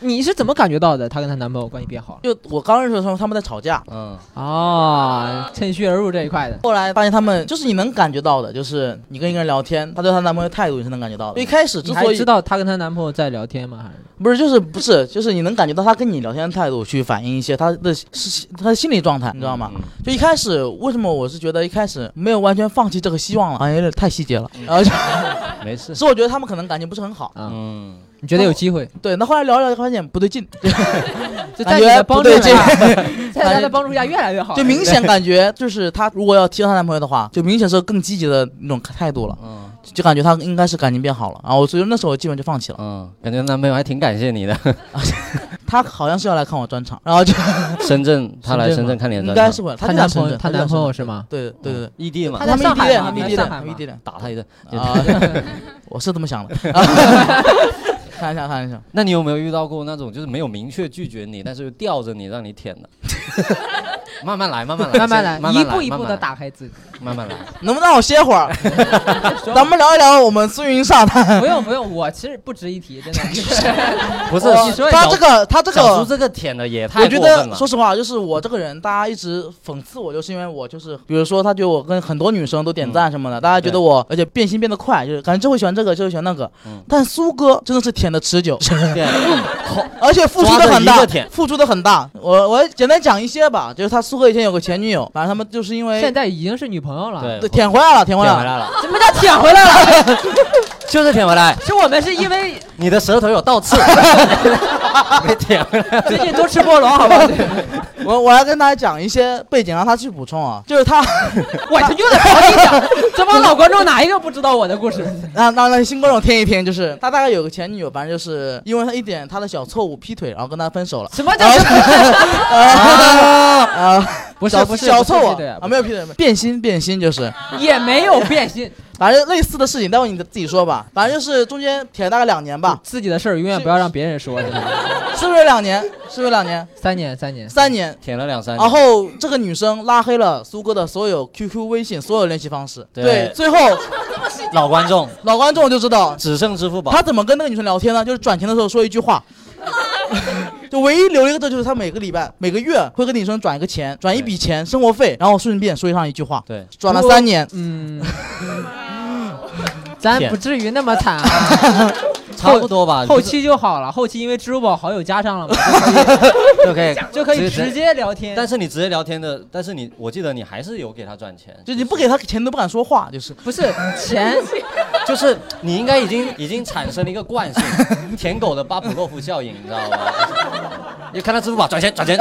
Speaker 1: 你是怎么感觉到的？她跟她男朋友关系变好了？
Speaker 3: 就我刚认识的时候他们在吵架，
Speaker 2: 嗯，
Speaker 3: 啊
Speaker 1: 哦，趁虚而入这一块的。
Speaker 3: 后来发现他们就是你能感觉到的，就是你跟一个人聊天，她对她男朋友态度你是能感觉到的。一开始之
Speaker 1: 你
Speaker 3: 所
Speaker 1: 还
Speaker 3: 以
Speaker 1: 知道她跟她男朋友在聊天吗？还是
Speaker 3: 不是，就是不是，就是你能感觉到他跟你聊天的态度去反映一些他的是他的心理状态，你知道吗？
Speaker 2: 嗯
Speaker 3: 就一开始为什么我是觉得一开始没有完全放弃这个希望了，好像有点太细节了，然后就
Speaker 2: 没事。
Speaker 3: 是我觉得他们可能感情不是很好。
Speaker 1: 啊？
Speaker 2: 嗯，
Speaker 1: 你觉得有机 会？
Speaker 3: 对，那后来聊一聊就发现不对劲，
Speaker 1: 就在
Speaker 3: 感
Speaker 1: 你
Speaker 3: 觉
Speaker 1: 的
Speaker 3: 不
Speaker 1: 帮助
Speaker 3: 对
Speaker 1: 下，
Speaker 3: 劲，
Speaker 1: 在 他的帮助下越来越 好。
Speaker 3: 就明显感觉就是他如果要提到她男朋友的话，就明显是更积极的那种态度了，
Speaker 2: 嗯
Speaker 3: 就感觉他应该是感情变好了。然后所以那时候我基本就放弃了。
Speaker 2: 嗯，感觉男朋友还挺感谢你的。
Speaker 3: 他好像是要来看我专场，然后就
Speaker 2: 深圳，他来深圳看你的
Speaker 3: 应
Speaker 2: 专
Speaker 3: 该
Speaker 2: 场，嗯
Speaker 3: 是会，
Speaker 1: 她
Speaker 3: 就在
Speaker 1: 男
Speaker 3: 深
Speaker 1: 朋友，
Speaker 3: 圳
Speaker 1: 她
Speaker 3: 就在
Speaker 1: 男朋友
Speaker 3: 深
Speaker 1: 是吗？
Speaker 3: 圳对对对对。
Speaker 2: 异地嘛
Speaker 1: 他，在
Speaker 3: 们
Speaker 1: 上
Speaker 3: 异地
Speaker 1: 海
Speaker 3: 恋，
Speaker 1: 吗
Speaker 3: 他们异
Speaker 1: 在
Speaker 3: 地
Speaker 1: 上
Speaker 3: 恋，
Speaker 1: 海
Speaker 3: 他们异
Speaker 1: 吗
Speaker 3: 地恋
Speaker 2: 打他一顿。
Speaker 3: 啊，我是这么想的。 看一下，看一下，
Speaker 2: 那你有没有遇到过那种就是没有明确拒绝你，但是又吊着你让你舔的？ 慢慢来，慢慢来，
Speaker 1: 慢慢来，
Speaker 2: 慢慢
Speaker 1: 一
Speaker 2: 来
Speaker 1: 步一步的
Speaker 2: 慢慢来
Speaker 1: 打开自己。
Speaker 2: 慢慢来。
Speaker 3: 能不能让我歇 会儿？咱们聊一聊我们苏云上探。
Speaker 1: 不用不用，我其实不值一提，真的。
Speaker 2: 不是
Speaker 1: 你说
Speaker 3: 哦他
Speaker 2: 小
Speaker 3: 这个，他这
Speaker 2: 小
Speaker 3: 个
Speaker 2: 叔，这个舔的也太
Speaker 3: 我觉
Speaker 2: 过分
Speaker 3: 得
Speaker 2: 了
Speaker 3: 说。实话，就是我这个人，大家一直讽刺我，就是因为我就是，比如说他觉得我跟很多女生都点赞什么的，大家觉得我而且变心变得快，就是感觉这会喜欢这个，这会喜欢那个。
Speaker 2: 嗯嗯
Speaker 3: 但苏哥真的是舔的持久，
Speaker 2: 对
Speaker 3: 而且付出
Speaker 2: 抓
Speaker 3: 的
Speaker 2: 着
Speaker 3: 很
Speaker 2: 一
Speaker 3: 大
Speaker 2: 个舔，
Speaker 3: 付出的很大。我我简单讲一些吧，就是他苏哥以前有个前女友，反正他们就是因为
Speaker 1: 现在已经是女朋友了，
Speaker 2: 对，
Speaker 3: 对舔回来了，舔回
Speaker 2: 舔
Speaker 3: 来
Speaker 2: 回
Speaker 3: 了。
Speaker 2: 来了，
Speaker 1: 什么叫舔回来了？
Speaker 2: 就是舔回来。
Speaker 1: 是我们是因为
Speaker 2: 你的舌头有倒刺，被舔回来
Speaker 1: 最
Speaker 2: 了。
Speaker 1: 近多吃菠萝，好吧？
Speaker 3: 我我要跟大家讲一些背景，让他去补充啊，就是他。
Speaker 1: 我他又在跑你讲，这帮老观众哪一个不知道我的故事？
Speaker 3: 那那那新观众听一听，就是他大概有个前女友，反正就是因为他一点他的小错误劈腿，然后跟他分手了。
Speaker 1: 什么叫是？
Speaker 3: 啊啊！
Speaker 1: 不是
Speaker 3: 小
Speaker 1: 不是
Speaker 3: 小错误
Speaker 1: 不是的
Speaker 3: 啊，没有劈腿，变心变心就是，
Speaker 1: 也没有变心，
Speaker 3: 反正类似的事情，待会你自己说吧。反正就是中间舔了大概两年吧，
Speaker 1: 自己的事儿永远不要让别人说。真的
Speaker 3: 是不是两年？是不是两年？
Speaker 1: 三年三年，
Speaker 3: 三年。
Speaker 2: 舔了两三
Speaker 3: 然
Speaker 2: 年，
Speaker 3: 后这个女生拉黑了苏哥的所有 QQ、微信所有联系方式。
Speaker 2: 对
Speaker 3: 对，最后
Speaker 2: 老观众
Speaker 3: 老观众就知 道
Speaker 2: 只剩支付宝
Speaker 3: 他。怎么跟那个女生聊天呢？就是转钱的时候说一句话，就唯一留一个字，就是他每个礼拜、每个月会跟女生转一个钱，转一笔钱，生活费，然后顺便说上一句话，
Speaker 2: 对，
Speaker 3: 转了三年。
Speaker 1: 嗯，咱不至于那么惨啊。
Speaker 2: 差不多吧。
Speaker 1: 后
Speaker 2: 就是
Speaker 1: 期啊就好了，后期因为支付宝好友加上了嘛，
Speaker 2: 就可以，
Speaker 1: 就可以直。接聊天。
Speaker 2: 但是你直接聊天的，但是你我记得你还是有给他赚钱，
Speaker 3: 就你不给他钱都不敢说话，就是
Speaker 1: 不是钱，
Speaker 2: 就是你应该已经已经产生了一个惯性，舔狗的巴甫洛夫效应，你知道吗？你看他支付宝转钱转钱，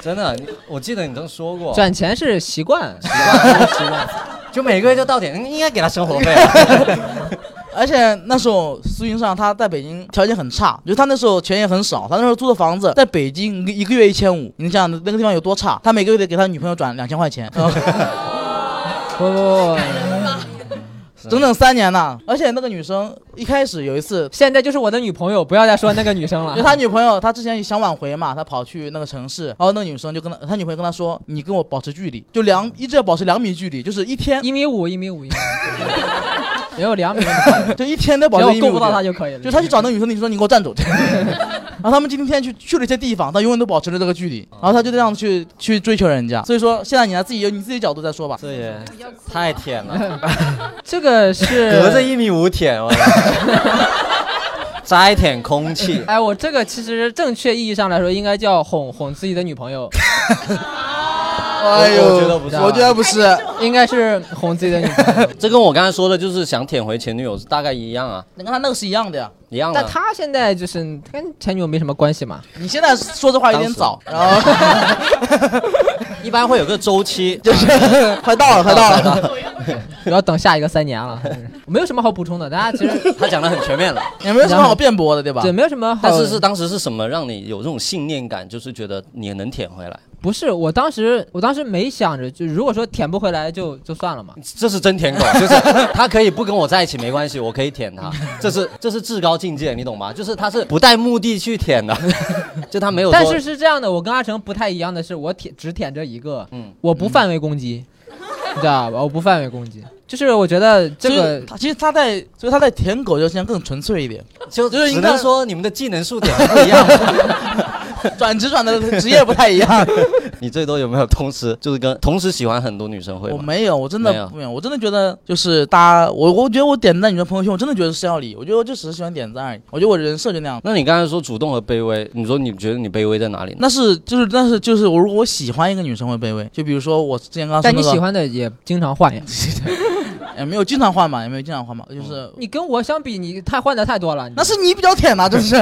Speaker 2: 真的，你我记得你都说过，
Speaker 1: 赚钱是习惯，
Speaker 2: 十万，就每个月就到点，应该给他生活费啊。
Speaker 3: 而且那时候苏云上他在北京条件很差，就他那时候钱也很少，他那时候租的房子在北京一个一个月一千五，你想那个地方有多差？他每个月得给他女朋友转两千 块钱，
Speaker 1: 不不 不，
Speaker 3: 整整三年呐。而且那个女生一开始有 一次
Speaker 1: 现在就是我的女朋友，不要再说那个女生了
Speaker 3: 就。他女朋友，他之前想挽回嘛，他跑去那个城市，然后那个女生就跟他，他女朋友跟他说：“你跟我保持距离，就两一直要保持两米距离，就是一天
Speaker 1: 一米五，一米五，一米 五，没有两米，
Speaker 3: 就一天都
Speaker 1: 只
Speaker 3: 保
Speaker 1: 要
Speaker 3: 持一米
Speaker 1: 够
Speaker 3: 五
Speaker 1: 不到他。”就可以了。
Speaker 3: 就他去找那个女生，那女生说你给我站住。 然后他们今天去去了一些地方，他永远都保持着这个距离，然后他就这样去去追求人家。所以说现在你拿自己有你自己角度再说吧。
Speaker 2: 这也太舔了，
Speaker 1: 这个 是
Speaker 2: 隔着一米五舔，我的 摘舔空气。
Speaker 1: 哎，我这个其实正确意义上来说，应该叫哄哄自己的女朋友，
Speaker 3: 哎
Speaker 2: 我觉得不是
Speaker 3: 我觉得不是，
Speaker 1: 应该是哄自己的女 朋友。
Speaker 2: 这跟我刚才说的，就是想舔回前女友是大概一样啊，
Speaker 3: 你跟他那个是一样的呀。
Speaker 2: 一样
Speaker 1: 但
Speaker 2: 的。
Speaker 1: 他现在就是跟前女友没什么关系嘛，
Speaker 3: 你现在说这话有点早，然后
Speaker 2: 一般会有个周期，
Speaker 3: 就是 快到了，快到了。
Speaker 1: 主要等下一个三年了，没有什么好补充的。大家其 实
Speaker 2: 他讲的很全面了。
Speaker 3: 也没有什 么好辩驳的，对吧
Speaker 1: 对？没有什么好，
Speaker 2: 但是是当时是什么让你有这种信念感，就是觉得你能舔回来？
Speaker 1: 不是？我当时我当时没想着，就如果说舔不回来就就算了嘛。
Speaker 2: 这是真舔狗，啊就是他可以不跟我在一起没关系，我可以舔他，这是这是至高境界，你懂吗？就是他是不带目的去舔的， 就他没有说。
Speaker 1: 但是是这样的，我跟阿成不太一样的是，我舔只舔这一个，
Speaker 2: 嗯，
Speaker 1: 我不范围攻击，你知道吧？我不范围攻击，就是我觉得这
Speaker 3: 所以
Speaker 1: 个
Speaker 3: 他其实他在，所以他在舔狗这上更纯粹一点，
Speaker 2: 就
Speaker 3: 就是
Speaker 2: 只
Speaker 3: 应该
Speaker 2: 能说你们的技能数点不一样。
Speaker 3: 转职转的职业不太一样。
Speaker 2: 你最多有没有同时就是跟同时喜欢很多女生会
Speaker 3: 我
Speaker 2: 吗？
Speaker 3: 没有，我真
Speaker 2: 没有
Speaker 3: 的没有，我真的觉得就是大家，我我觉得我点赞你的朋友圈，我真的觉得是要理，我觉得我就只是喜欢点赞而已，我觉得我人设就那样。
Speaker 2: 那你刚才说主动和卑微，你说你觉得你卑微在哪里呢？
Speaker 3: 那是就是但是就是我如果我喜欢一个女生会卑微，就比如说我之前刚刚说
Speaker 1: 但
Speaker 3: 那
Speaker 1: 你
Speaker 3: 个
Speaker 1: 喜欢的也经常换呀。
Speaker 3: 也没有经常换嘛，也没有经常换嘛，就是。
Speaker 2: 嗯
Speaker 1: 你跟我相比，你太换的太多了。你
Speaker 3: 那是你比较舔 呐、真是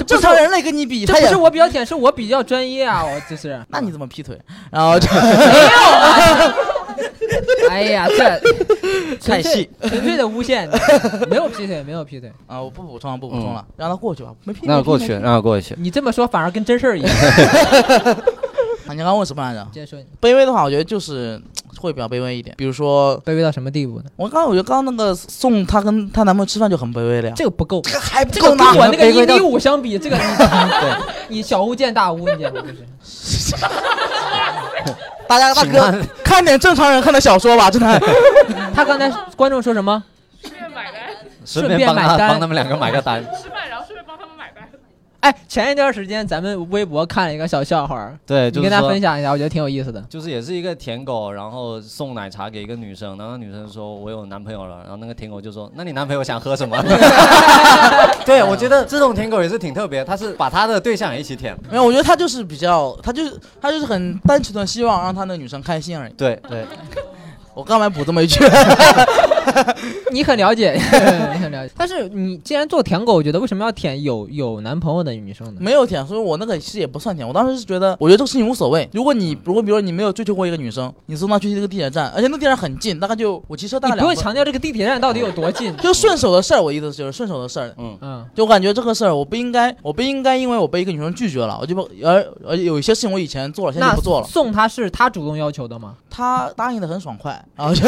Speaker 3: 就正常人类跟你比，
Speaker 1: 这
Speaker 3: 他
Speaker 1: 不
Speaker 3: 也。
Speaker 1: 是我比较舔，是我比较专业啊，我这是
Speaker 3: 那你怎么劈腿？然后 就
Speaker 1: 哎呀，这
Speaker 2: 太细，
Speaker 1: 纯粹纯粹的诬陷，没有劈腿，没有劈腿。
Speaker 3: 啊，我不补充了，不补充了， 让他过去吧，没劈。
Speaker 2: 嗯那
Speaker 3: 没劈
Speaker 2: 过去，。
Speaker 3: 没
Speaker 2: 让他过去。
Speaker 1: 你这么说反而跟真事儿一样。
Speaker 3: 劈啊你刚刚问什么来着？
Speaker 1: 接着说，你
Speaker 3: 卑微的话，我觉得就是会比较卑微一点。比如说，
Speaker 1: 卑微到什么地步呢？
Speaker 3: 我刚我觉得刚刚那个送她跟她男朋友吃饭就很卑微了呀，
Speaker 1: 这个不够，
Speaker 3: 这还不
Speaker 1: 这个
Speaker 3: 够
Speaker 1: 跟
Speaker 3: 呢。
Speaker 1: 我那个
Speaker 2: 卑
Speaker 1: 一
Speaker 2: 微到
Speaker 1: 米五相比，这个你你小巫见大巫，你简直就是。
Speaker 3: 大家大
Speaker 2: 请
Speaker 3: 哥
Speaker 2: 看
Speaker 3: 看点正常人看的小说吧，真的。
Speaker 1: 他刚才观众说什么？
Speaker 4: 顺便买单，
Speaker 2: 顺便
Speaker 1: 顺便
Speaker 2: 帮
Speaker 1: 买
Speaker 2: 他
Speaker 1: 单
Speaker 2: 帮他们两个买个单。
Speaker 4: 吃饭然后顺便帮他们买单。
Speaker 1: 哎，前一段时间咱们微博看了一个小笑话儿，
Speaker 2: 对，
Speaker 1: 你
Speaker 2: 就是
Speaker 1: 跟大家
Speaker 2: 说
Speaker 1: 分享一下，我觉得挺有意思的。
Speaker 2: 就是也是一个舔狗，然后送奶茶给一个女生，然后那女生说我有男朋友了，然后那个舔狗就说那你男朋友想喝什么？ 对，我觉得这种舔狗也是挺特别，他是把他的对象也一起舔。
Speaker 3: 没有，我觉得他就是比较，他就是他就是很单纯的希望让他那女生开心而已。
Speaker 2: 对，
Speaker 3: 对，我刚才补这么一句，
Speaker 1: 你很了解，你很了解。但是你既然做舔狗，我觉得为什么要舔有有男朋友的女生呢？
Speaker 3: 没有舔，所以我那个其实也不算舔。我当时是觉得，我觉得这个事情无所谓。如果你如果比如说你没有追求过一个女生，你送她去这个地铁站，而且那地铁站很近，大概就我骑车大
Speaker 1: 你
Speaker 3: 概
Speaker 1: 不
Speaker 3: 两
Speaker 1: 用
Speaker 3: 分，
Speaker 1: 强调这个地铁站到底有多近。
Speaker 3: 就顺手的事儿。我意思就是顺手的事儿。
Speaker 2: 嗯，
Speaker 1: 嗯，
Speaker 3: 就我感觉这个事儿，我不应该，我不应该因为我被一个女生拒绝了，我就不而而有一些事情我以前做了，现在
Speaker 1: 那
Speaker 3: 就不做了。
Speaker 1: 送他是他主动要求的吗？
Speaker 3: 她答应的很 爽快，然后就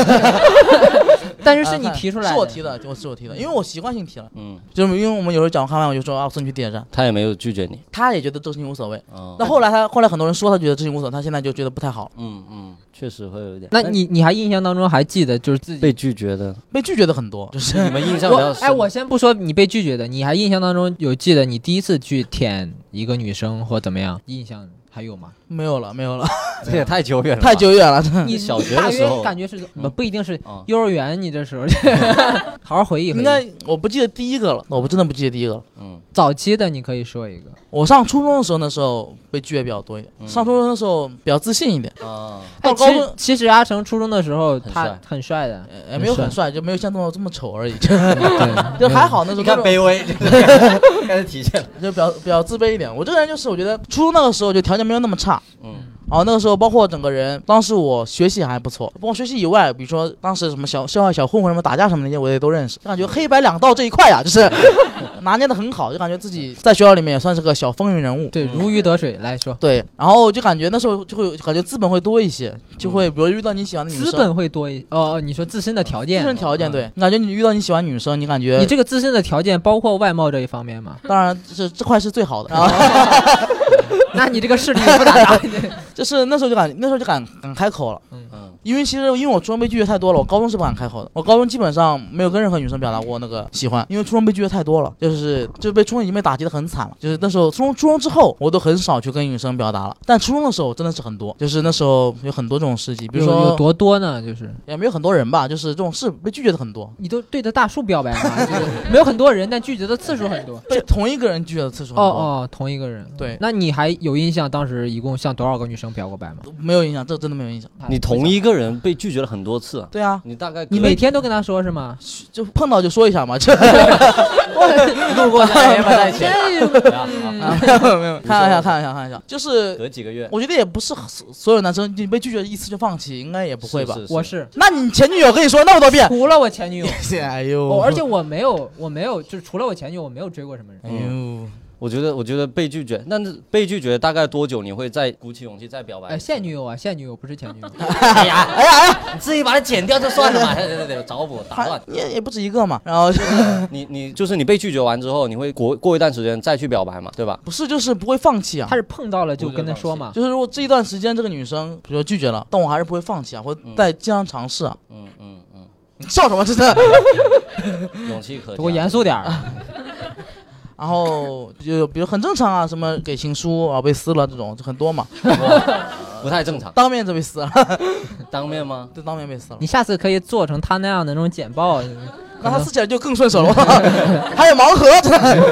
Speaker 1: 但是 呃是你提出来的，
Speaker 3: 是我提的，我是我提的，因为我习惯性提了，
Speaker 2: 嗯，
Speaker 3: 就是因为我们有时候讲开完我就说啊，我送你去地铁站，
Speaker 2: 他也没有拒绝你。
Speaker 3: 她也觉得这个事情无所谓。
Speaker 2: 哦
Speaker 3: 那后来她后来很多人说她觉得这事情无所谓，她现在就觉得不太好了。
Speaker 2: 嗯嗯，确实会有一点。
Speaker 1: 那你你还印象当中还记得就是自己
Speaker 2: 被拒绝的，
Speaker 3: 被拒绝的很多，就是
Speaker 2: 你们印象比较
Speaker 1: 我
Speaker 2: 深。
Speaker 1: 哎，我先不说你被拒绝的，你还印象当中有记得你第一次去舔一个女生或怎么样？印象还有吗？
Speaker 3: 没有了，没有了，
Speaker 2: 这也太久远了吧，
Speaker 3: 太久远了。真的
Speaker 1: 你
Speaker 2: 小学的
Speaker 1: 大
Speaker 2: 时候
Speaker 1: 约感觉是不
Speaker 2: 嗯
Speaker 1: 不一定是
Speaker 2: 啊。
Speaker 1: 幼儿园，你这时候 好好回忆回忆。
Speaker 3: 应该我不记得第一个了，我不真的不记得第一个了。
Speaker 2: 嗯，
Speaker 1: 早期的你可以说一个，
Speaker 3: 我上初中的时候，那时候被拒绝比较多一点。
Speaker 2: 嗯
Speaker 3: 上初中的时候比较自信一点，
Speaker 2: 啊，
Speaker 1: 哎，
Speaker 3: 到
Speaker 1: 其
Speaker 3: 高中
Speaker 1: 实其实阿成初中的时候
Speaker 2: 很
Speaker 1: 他
Speaker 2: 帅
Speaker 1: 很帅的，
Speaker 3: 呃没有很帅，就没有像这么这么丑而已， 就
Speaker 1: 对，
Speaker 3: 就还好那时候
Speaker 2: 你看
Speaker 3: 那种
Speaker 2: 卑微，开始体现了。
Speaker 3: 就比较比较自卑一点。我这个人就是，我觉得初中那个时候就条件没有那么差。
Speaker 2: 嗯
Speaker 3: 然后那个时候，包括整个人，当时我学习还不错，包括学习以外，比如说当时什么小校外小混混什么打架什么那些，我也都认识。感觉黑白两道这一块呀、就是 拿捏的很好，就感觉自己在学校里面也算是个小风云人物。
Speaker 1: 对，如鱼得水。来说，
Speaker 3: 对，然后就感觉那时候就会感觉资本会多一些，就会比如遇到你喜欢的女生，
Speaker 1: 资本会多一哦，哦你说自身的条
Speaker 3: 自
Speaker 1: 件嗯
Speaker 3: 身，条件对，你感觉你遇到你喜欢的女生，你感觉
Speaker 1: 你这个自身的条件包括外貌这一方面吗？哦
Speaker 3: 当然是这块是 最好的，
Speaker 1: 啊
Speaker 3: 然后
Speaker 1: 那你这个视力不咋 地。
Speaker 3: 就是那时候就敢那时候就敢敢开口了，
Speaker 2: 嗯
Speaker 3: 因为其实因为我初中被拒绝太多了，我高中是不敢开口的，我高中基本上没有跟任何女生表达过那个喜欢，因为初中被拒绝太多了，就是就被初中已经被打击的很惨了，就是那时候初中初中之后我都很少去跟女生表达了，但初中的时候真的是很多，就是那时候有很多这种事迹，比
Speaker 1: 有
Speaker 3: 如说
Speaker 1: 有多多呢？就是
Speaker 3: 也没有很多人吧，就是这种事被拒绝的很多，
Speaker 1: 你都对着大树表白吗？就是没有很多人，但拒绝的次数很多。
Speaker 3: 被同一个人拒绝的次数 很
Speaker 1: 哦
Speaker 3: 多。
Speaker 1: 哦，同一个人。
Speaker 3: 对
Speaker 1: 那你还有印象当时一共向多少个女生表过白吗？
Speaker 3: 没有印象，这真的没有印象。
Speaker 2: 你同一个人被拒绝了很多次啊，
Speaker 3: 对啊，
Speaker 2: 你大概
Speaker 1: 你
Speaker 2: 隔
Speaker 1: 每天都跟她说是 吗？
Speaker 3: 就碰到就说一下嘛， 就
Speaker 1: 嗯
Speaker 2: 路过那边在一起，
Speaker 3: 啊没有没有没有，开玩笑开玩笑开玩笑，就是
Speaker 2: 隔几个月
Speaker 3: 我觉得也不是所所有男生你被拒绝一次就放弃，应该也不会吧？
Speaker 1: 我是
Speaker 3: 那你前女友跟你说那么多遍，
Speaker 1: 除了我前女友， 哦
Speaker 3: 哎 呦
Speaker 1: 我而且我没有，我没有，就是除了我前女友，我没有追过什么人。
Speaker 3: 哎呦，
Speaker 2: 我觉得，我觉得被拒绝，但是被拒绝大概多久你会再鼓起勇气再表白？
Speaker 1: 哎，现女友啊，现女友不是前女友。
Speaker 2: 哎呀，哎呀，哎呀，你自己把它剪掉就算了嘛。对对对，找补打
Speaker 3: 他
Speaker 2: 乱。
Speaker 3: 也也不止一个嘛，然后就
Speaker 2: 你你就是你被拒绝完之后，你会过过一段时间再去表白嘛，对吧
Speaker 3: ？不是就是不会放弃啊
Speaker 1: 他。是碰到了就跟她说嘛。
Speaker 3: 就是如果这一段时间这个女生比如说拒绝了，但我还是不会放弃啊，会再经常尝试啊。
Speaker 2: 嗯嗯嗯，
Speaker 3: 你笑什么？这是。
Speaker 2: 勇气可
Speaker 1: 给我
Speaker 2: 嘉
Speaker 1: 严肃点儿，
Speaker 2: 啊
Speaker 3: 然后就比如很正常啊，什么给情书啊被撕了这种就很多嘛，
Speaker 2: 不太正常，
Speaker 3: 当面就被撕了，
Speaker 2: 当面吗？
Speaker 3: 对，当面被撕了
Speaker 1: 你。下次可以做成他那样的那种简报。
Speaker 3: 那他撕起来就更 顺手了，还有盲盒，真的。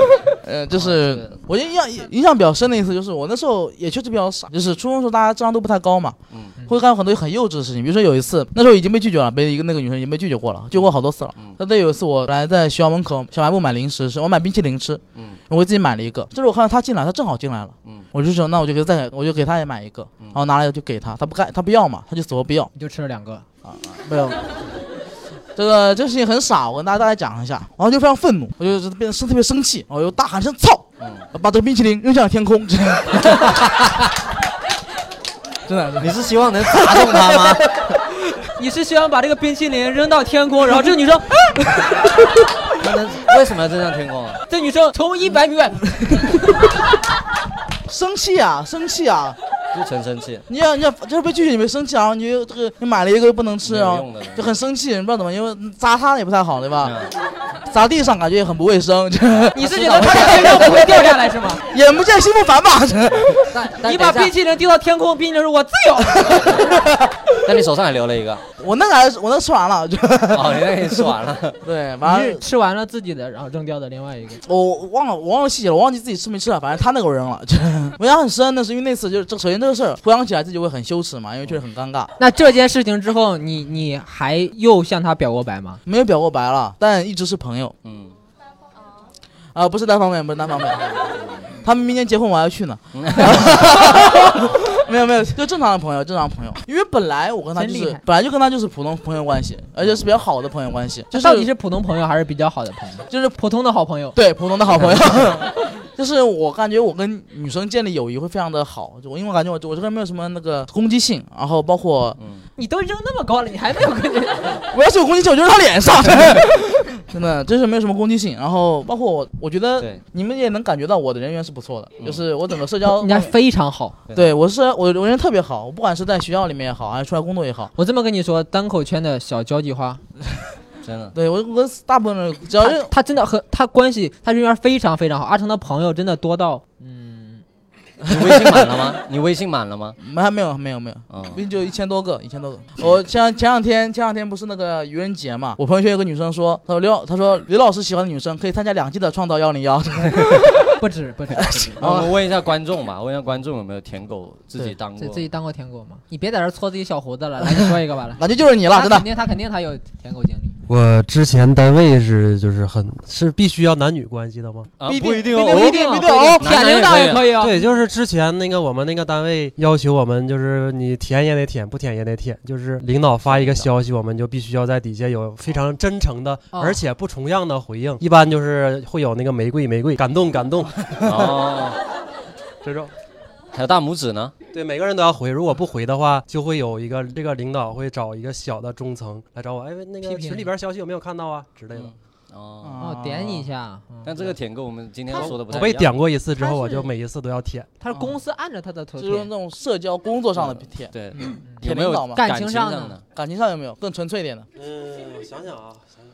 Speaker 3: 呃，就是我印象印象比较深的一次，就是我那时候也确实比较傻，就是初中的时候大家智商都不太高嘛，
Speaker 2: 嗯
Speaker 3: 会干很多很幼稚的事情。比如说有一次，那时候已经被拒绝了，被一个那个女生已经被拒绝过了，拒绝过好多次了
Speaker 2: 嗯。
Speaker 3: 但那有一次我本来在学校门口小卖部买零食吃，我买冰淇淋吃，
Speaker 2: 嗯
Speaker 3: 我自己买了一个。这时候我看到他进来，他正好进来了，
Speaker 2: 嗯
Speaker 3: 我就说那我就给再我就给他也买一个，
Speaker 2: 嗯
Speaker 3: 然后拿来就给他，他不干他不要嘛，他就死活不要，
Speaker 1: 你就吃了两个，
Speaker 3: 没有。这个这个事情很傻，我跟大家大概讲一下，然后就非常愤怒，我就变得生特别生气，我就大喊声“操
Speaker 2: 嗯，”，
Speaker 3: 把这个冰淇淋扔向了天空。 真的，真的
Speaker 2: 你是希望能砸中他吗？
Speaker 1: 你是希望把这个冰淇淋扔到天空，然后这个女 生，
Speaker 2: 他能为什么要这样天空啊？
Speaker 1: 这 女生从一百米外
Speaker 3: 生气啊，生气啊！
Speaker 2: 就很生气。
Speaker 3: 你要你要就是被拒绝，你没生气，然后你又这个你买了一个又不能吃，
Speaker 2: 没有
Speaker 3: 然后
Speaker 2: 用的嗯东西
Speaker 3: 就很生气，你不知道怎么，因为砸它也不太好，对吧？砸地上感觉也很不卫生， 这
Speaker 1: 你是觉得他的天空不会掉下来是吗？
Speaker 3: 眼不见心不烦吧？这
Speaker 2: 但 但
Speaker 1: 你把
Speaker 2: 等一
Speaker 1: 冰
Speaker 2: 下
Speaker 1: 淇淋丢到天空，冰淇淋说：“我自由。
Speaker 2: 但你手上还留了一个，
Speaker 3: 我那个还是我那个吃完了，就
Speaker 2: 哦，你那个吃 完了。
Speaker 3: 对，”完
Speaker 1: 你
Speaker 3: 了
Speaker 1: 是吃完了自己的，然后扔掉的另外一个。
Speaker 3: 我忘了，我忘了细节了，我忘记自己吃没吃了，反正他那个我扔了， 就我印象很深，那是因为那次就是这首先这个事儿，回想起来自己会很羞耻嘛，因为确实很尴尬，
Speaker 1: 那这件事情之后，你你还又向他表过白吗？
Speaker 3: 没有表过白了，但一直是朋友
Speaker 2: 嗯，
Speaker 3: 啊、不是单方面，不是单方面，他们明年结婚我还要去 呢，没有没有，就正常的朋友，正常朋友，因为本来我跟他就
Speaker 1: 真厉
Speaker 3: 是
Speaker 1: 害
Speaker 3: 本来就跟他就是普通朋友关系，而且是比较好的朋友关系，就
Speaker 1: 就是到底是普通朋友还是比较好的朋友？
Speaker 3: 就是
Speaker 1: 普通的好朋友。
Speaker 3: 对，普通的好朋友。 就是我感觉我跟女生建立友谊会非常的好，就我因为我感觉我我这个人没有什么那个攻击性，然后包括
Speaker 1: 你都扔那么高了，你还没有跟你
Speaker 3: 我要是有攻击性，我就扔他 脸上， 真的真是没有什么攻击性。然后包括我，我觉得
Speaker 2: 对嗯
Speaker 3: 你们也能感觉到我的人缘是不错的，就是我整个社交
Speaker 1: 人，家非常好。
Speaker 3: 对我是我我人特别好，我不管是在学校里面也好，还是出来工作也好，
Speaker 1: 我这么跟你说，单口圈的小交际花，
Speaker 2: 嗯真的。
Speaker 3: 对我我跟大部分人只要
Speaker 1: 他
Speaker 3: 认
Speaker 1: 他真的和他关系，他人缘非常非常好。阿成的朋友真的多到，嗯，
Speaker 2: 你微信满了吗？你微信满了吗？
Speaker 3: 没还没有没有没有，
Speaker 2: 嗯
Speaker 3: 毕竟就一千多个，一千多个。我前前两天前两天不是那个愚人节嘛，我朋友圈有个女生说，她说刘她说刘老师喜欢的女生可以参加两季的创造幺零幺，。
Speaker 1: 不止不止，
Speaker 2: 那我们问一下观众吧，问一下观众有没有舔狗自己当
Speaker 1: 自
Speaker 2: 过？
Speaker 1: 自己当过舔狗吗？你别在这儿搓自己小胡子了，来，你说一个吧，来
Speaker 3: 感觉就是你了，真
Speaker 1: 他
Speaker 3: 的
Speaker 1: 肯。定他肯定他有舔狗经历。
Speaker 5: 我之前单位是就是很是必须要男女关系的吗？
Speaker 2: 啊
Speaker 3: 必定
Speaker 2: 不一定
Speaker 3: 必定
Speaker 2: 哦。
Speaker 3: 必定必定
Speaker 1: 哦
Speaker 3: 哦，
Speaker 2: 男
Speaker 1: 舔
Speaker 2: 的也
Speaker 1: 领导
Speaker 2: 可以
Speaker 1: 也可以啊。
Speaker 5: 对，就是之前那个我们那个单位要求我们就是你舔也得舔，不舔也得舔，就是领导发一个消息，我们就必须要在底下有非常真诚的
Speaker 1: 哦
Speaker 5: 而且不重样的回应，一般就是会有那个玫瑰玫瑰感动感动
Speaker 2: 哦，
Speaker 5: 这种。
Speaker 2: 还有大拇指呢？
Speaker 5: 对，每个人都要回，如果不回的话，就会有一个这个领导会找一个小的中层来找我，哎，那
Speaker 1: 批
Speaker 5: 个
Speaker 1: 评
Speaker 5: 群里边消息有没有看到啊之类的。
Speaker 2: 嗯哦，
Speaker 1: 哦，点你一。下。嗯
Speaker 2: 但这个舔狗我们今天说的不太
Speaker 5: 我
Speaker 2: 一样。
Speaker 5: 被点过一次之
Speaker 1: 他
Speaker 5: 后，
Speaker 1: 是
Speaker 5: 我就每一次都要舔。
Speaker 1: 他是公司按着他的头
Speaker 3: 就是那
Speaker 1: 贴，
Speaker 3: 种社交工作上的舔，
Speaker 2: 嗯对，有
Speaker 3: 舔
Speaker 2: 没
Speaker 3: 领导
Speaker 2: 有
Speaker 3: 嘛，
Speaker 1: 干
Speaker 2: 情
Speaker 1: 情
Speaker 2: 上
Speaker 1: 上
Speaker 2: 的？
Speaker 3: 感情上有没有更纯粹一点的？
Speaker 5: 嗯，我想想啊，想想。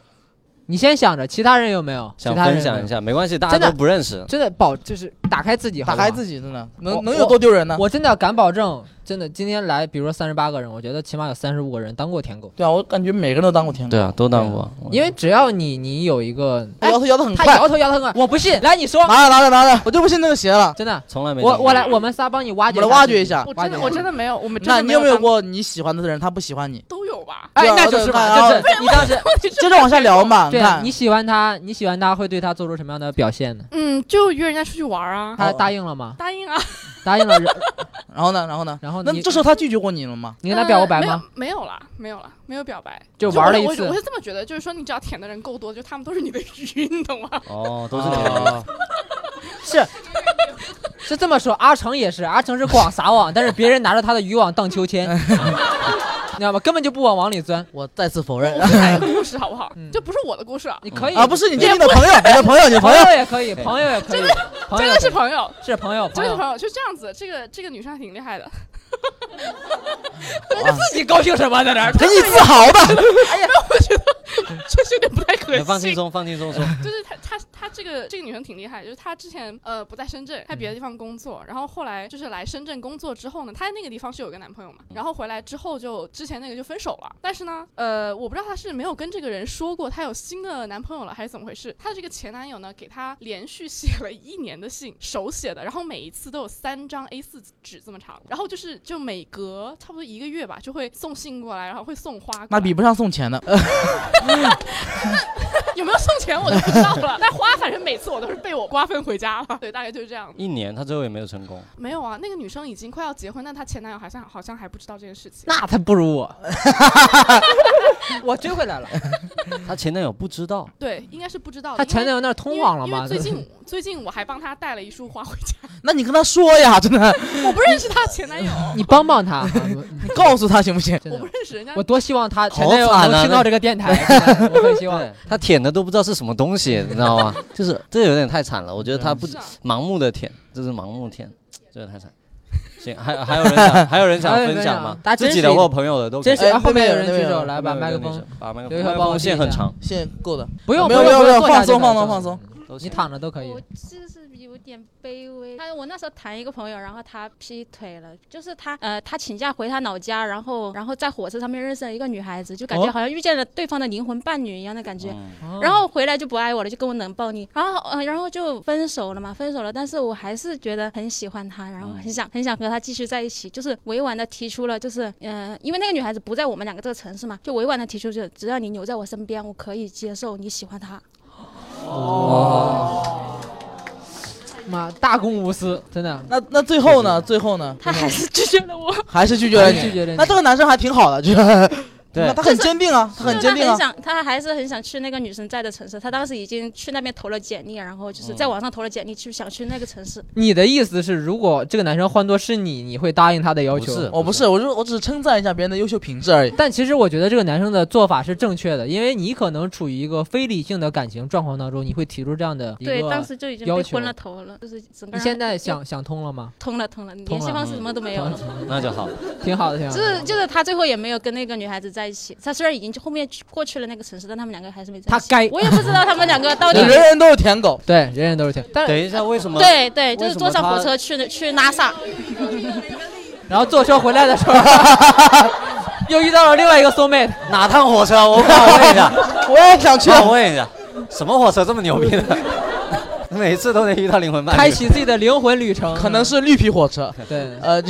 Speaker 1: 你先想着，其他人有没有？其
Speaker 2: 想
Speaker 1: 他人
Speaker 2: 分
Speaker 1: 有没
Speaker 2: 享
Speaker 1: 有
Speaker 2: 一。下，没关系，大家都不认识。
Speaker 1: 真的保就是打开自己，
Speaker 3: 打开
Speaker 1: 己。
Speaker 3: 自己，真的能
Speaker 1: 我
Speaker 3: 能有多丢人呢？
Speaker 1: 我真的敢保证，真的今天来，比如说三十八个人，我觉得起码有三十五个人当过舔狗，
Speaker 3: 对啊，我感觉每个人都当过舔狗
Speaker 2: 对，啊，都当过。
Speaker 1: 因为只要你你有一个，哎
Speaker 3: 摇，头摇得很
Speaker 1: 他
Speaker 3: 快，
Speaker 1: 摇头摇得很快，我不信，来你说，
Speaker 3: 拿着拿着拿着，我就不信那个邪了。
Speaker 1: 真的，
Speaker 2: 从来没当
Speaker 1: 我
Speaker 2: 过。
Speaker 1: 我来，我们仨帮你挖掘，
Speaker 3: 我来挖掘一下
Speaker 4: 我
Speaker 1: 挖
Speaker 4: 真
Speaker 1: 掘
Speaker 4: 的
Speaker 1: 一
Speaker 4: 我
Speaker 1: 下
Speaker 4: 真的没有，我们真
Speaker 3: 那
Speaker 4: 的
Speaker 3: 你有没有
Speaker 4: 当
Speaker 3: 过你喜欢的人他不喜欢 你？
Speaker 4: 都有吧？
Speaker 1: 哎
Speaker 3: 对啊，
Speaker 1: 那就是
Speaker 3: 对啊
Speaker 1: 嘛，就
Speaker 3: 然后
Speaker 1: 是你当时，
Speaker 3: 接着往下聊嘛，啊你
Speaker 1: 对啊
Speaker 3: 看
Speaker 1: 你喜欢他，你喜欢他会对他做出什么样的表现呢？
Speaker 4: 嗯，就约人家出去玩啊，
Speaker 1: 他
Speaker 3: 好
Speaker 1: 答应了吗？
Speaker 4: 答应啊。
Speaker 1: 答应了，然
Speaker 3: 然后呢，然后呢？
Speaker 1: 然后
Speaker 3: 那
Speaker 1: 你
Speaker 3: 这时候他拒绝过你了吗？
Speaker 1: 你跟他表过白
Speaker 4: 呃
Speaker 1: 吗？？
Speaker 4: 没有没有啦，没有啦，没有表白，
Speaker 1: 就玩了一
Speaker 4: 我
Speaker 1: 次
Speaker 4: 我我是这么觉得，就是说你只要舔的人够多，就他们都是你的鱼，你懂吗？
Speaker 2: 哦，都是舔 狗。
Speaker 3: 啊 是
Speaker 1: 是这么说，阿成也是，阿成是广撒 网，但是别人拿着他的渔网荡秋千，你知道吗？根本就不往网里钻。
Speaker 3: 我再次否认
Speaker 4: 讲一个哎故事好不好
Speaker 1: 嗯？
Speaker 4: 这不是我的故事啊，
Speaker 1: 你可以
Speaker 3: 啊！不是你，这是你的朋友，你的朋友，你的朋
Speaker 1: 朋
Speaker 3: 友哎
Speaker 1: 友也可以，朋友也可以，朋
Speaker 4: 真
Speaker 1: 友也
Speaker 4: 的
Speaker 1: 可
Speaker 4: 是
Speaker 1: 以
Speaker 4: 朋友，
Speaker 1: 是朋友，啊
Speaker 4: 真
Speaker 1: 朋
Speaker 4: 的是
Speaker 1: 友
Speaker 4: 朋友，就这样子。这个这个女生还挺厉害的，
Speaker 1: 自己高兴什么在这儿？
Speaker 3: 给你自豪的。
Speaker 4: 确实有点不太可
Speaker 2: 哎放轻
Speaker 4: 信。
Speaker 2: 松，放轻 松说。
Speaker 4: 就是她她她这个这个女生挺厉害，就是她之前呃不在深圳，在别的地方工作，然后后来就是来深圳工作之后呢，她在那个地方是有一个男朋友嘛，
Speaker 2: 嗯
Speaker 4: 然后回来之后就之前那个就分手了，但是呢，呃，我不知道她是没有跟这个人说过她有新的男朋友了，还是怎么回事？她的这个前男友呢，给她连续写了一年的信，手写的，然后每一次都有三张 A4 纸这么长，然后就是就每隔差不多一个月吧，就会送信过来，然后会送花过来。
Speaker 3: 那比不上送钱的，呃
Speaker 4: 有没有送钱我就不知道了，但花反正每次我都是被我瓜分回家了。对，大概就是这样。
Speaker 2: 一年，他最后也没有成功。
Speaker 4: 没有啊，那个女生已经快要结婚，但她前男友好像好像还不知道这件事情。
Speaker 1: 那他不如 我，我追回来了。嗯
Speaker 2: 他前男友不知道。
Speaker 4: 对，应该是不知道的。
Speaker 1: 他前男
Speaker 4: 友
Speaker 1: 友那儿通网了
Speaker 4: 因为
Speaker 1: 吗？
Speaker 4: 最近最近我还帮他带了一束花回家，
Speaker 3: 那你跟他说呀，真 的，
Speaker 4: 我不认识他前男友，
Speaker 1: 你帮帮 他，嗯
Speaker 3: 你告诉他行不行？
Speaker 1: 真
Speaker 4: 我
Speaker 1: 的
Speaker 4: 不。认识人家
Speaker 1: 我。多希望他
Speaker 2: 好
Speaker 1: 前男友
Speaker 2: 惨啊
Speaker 1: 能听到这个电台，真的我很希望
Speaker 3: 哎
Speaker 2: 对。他舔的都不知道是什么东西， 你知道吗？
Speaker 1: 嗯
Speaker 2: 就是这有点太惨了，我觉得他不
Speaker 4: 是啊，
Speaker 2: 盲目的舔，这是盲目舔，这个太惨。行，还还有人 想还有人想
Speaker 1: 还有人
Speaker 2: 分享吗
Speaker 1: 分享大？家
Speaker 2: 自己
Speaker 1: 真
Speaker 2: 的
Speaker 1: 是
Speaker 2: 或朋友的都可以
Speaker 1: 真。是啊
Speaker 3: 哎
Speaker 1: 后面有
Speaker 3: 那边有
Speaker 1: 人举
Speaker 3: 那边有
Speaker 1: 手来把麦克风，，
Speaker 2: 把麦克
Speaker 1: 刘一
Speaker 2: 风，麦
Speaker 1: 赫
Speaker 2: 克
Speaker 1: 帮我
Speaker 2: 风线
Speaker 1: 递一
Speaker 2: 很
Speaker 1: 下
Speaker 2: 长，
Speaker 3: 现在够的，
Speaker 1: 不用
Speaker 3: 没
Speaker 1: 不
Speaker 3: 有
Speaker 1: 用
Speaker 3: 没有
Speaker 1: 不用，
Speaker 3: 没有
Speaker 1: 坐下
Speaker 3: 放松
Speaker 1: 就可以
Speaker 3: 放松放松，
Speaker 2: 都
Speaker 1: 你
Speaker 2: 行
Speaker 1: 躺着都可以
Speaker 6: 我。就是有点卑微。他我那时候谈一个朋友，然后他劈腿了，就是他呃，他请假回他老家，然后然后在火车上面认识了一个女孩子，就感觉
Speaker 1: 哦
Speaker 6: 好像遇见了对方的灵魂伴侣一样的感觉。
Speaker 2: 嗯
Speaker 6: 然后回来就不爱我了，就跟我冷暴力，然后呃，然后就分手了嘛，分手了。但是我还是觉得很喜欢他，然
Speaker 1: 嗯
Speaker 6: 后很想很想和他继续在一起，就是委婉的提出了，就是呃，因为那个女孩子不在我们两个这个城市嘛，就委婉的提出，就是只要你留在我身边，我可以接受你喜欢他。
Speaker 1: 妈，大公无私，真的。
Speaker 3: 那那最后呢？最后呢？
Speaker 6: 他还是拒绝了我，
Speaker 3: 还是拒绝了
Speaker 1: 拒
Speaker 3: 你。
Speaker 1: 绝了你
Speaker 3: 那这个男生还挺好的，就是
Speaker 2: 对
Speaker 3: 那他很坚定啊，他很
Speaker 6: 就
Speaker 3: 坚
Speaker 6: 他
Speaker 3: 定
Speaker 6: 很
Speaker 3: 啊。
Speaker 6: 想，他还是很想去那个女生在的城市。他当时已经去那边投了简历，啊然后就是在网上投了简历，去想去那个城市。
Speaker 1: 你的意思是，如果这个男生换做是你，你会答应他的要求？
Speaker 2: 不是
Speaker 3: 我不是，我就我只是称赞一下别人的优秀品质而已。
Speaker 1: 但其实我觉得这个男生的做法是正确的，因为你可能处于一个非理性的感情状况当中，你会提出这样的一个。
Speaker 6: 对，当时就已经
Speaker 1: 要
Speaker 6: 被
Speaker 1: 求
Speaker 6: 昏了头了，就是整个
Speaker 1: 你
Speaker 6: 人
Speaker 1: 现在想想通了吗？
Speaker 6: 通了通了，联
Speaker 1: 通
Speaker 6: 系
Speaker 1: 了
Speaker 6: 方式什么都没有了。
Speaker 2: 那就 好。
Speaker 1: 挺好的，挺好
Speaker 6: 就
Speaker 1: 的。
Speaker 6: 是就是他最后也没有跟那个女孩子在一起，他虽然已经后面去过去了那个城市，但他们两个还是没在
Speaker 1: 他
Speaker 6: 一起。
Speaker 1: 该
Speaker 6: 我也不知道他们两个到底
Speaker 3: 人人都有舔狗，
Speaker 1: 对，人人都是挺。但
Speaker 2: 等
Speaker 1: 是，
Speaker 2: 一下，为什么？
Speaker 6: 对对，就是
Speaker 2: 为什么
Speaker 6: 坐上
Speaker 2: 他
Speaker 6: 火车去的去拉萨，
Speaker 1: 然后坐车回来的 时候，又遇到了另外一个 soul mate。
Speaker 2: 哪趟火车？我访问一下，
Speaker 3: 我也想去。啊
Speaker 2: 访问一下，什么火车这么牛逼 的？每次都能遇到灵魂伴侣。
Speaker 1: 开启自己的灵魂旅程，
Speaker 3: 可能是绿皮火 车，
Speaker 1: 对。
Speaker 3: 呃，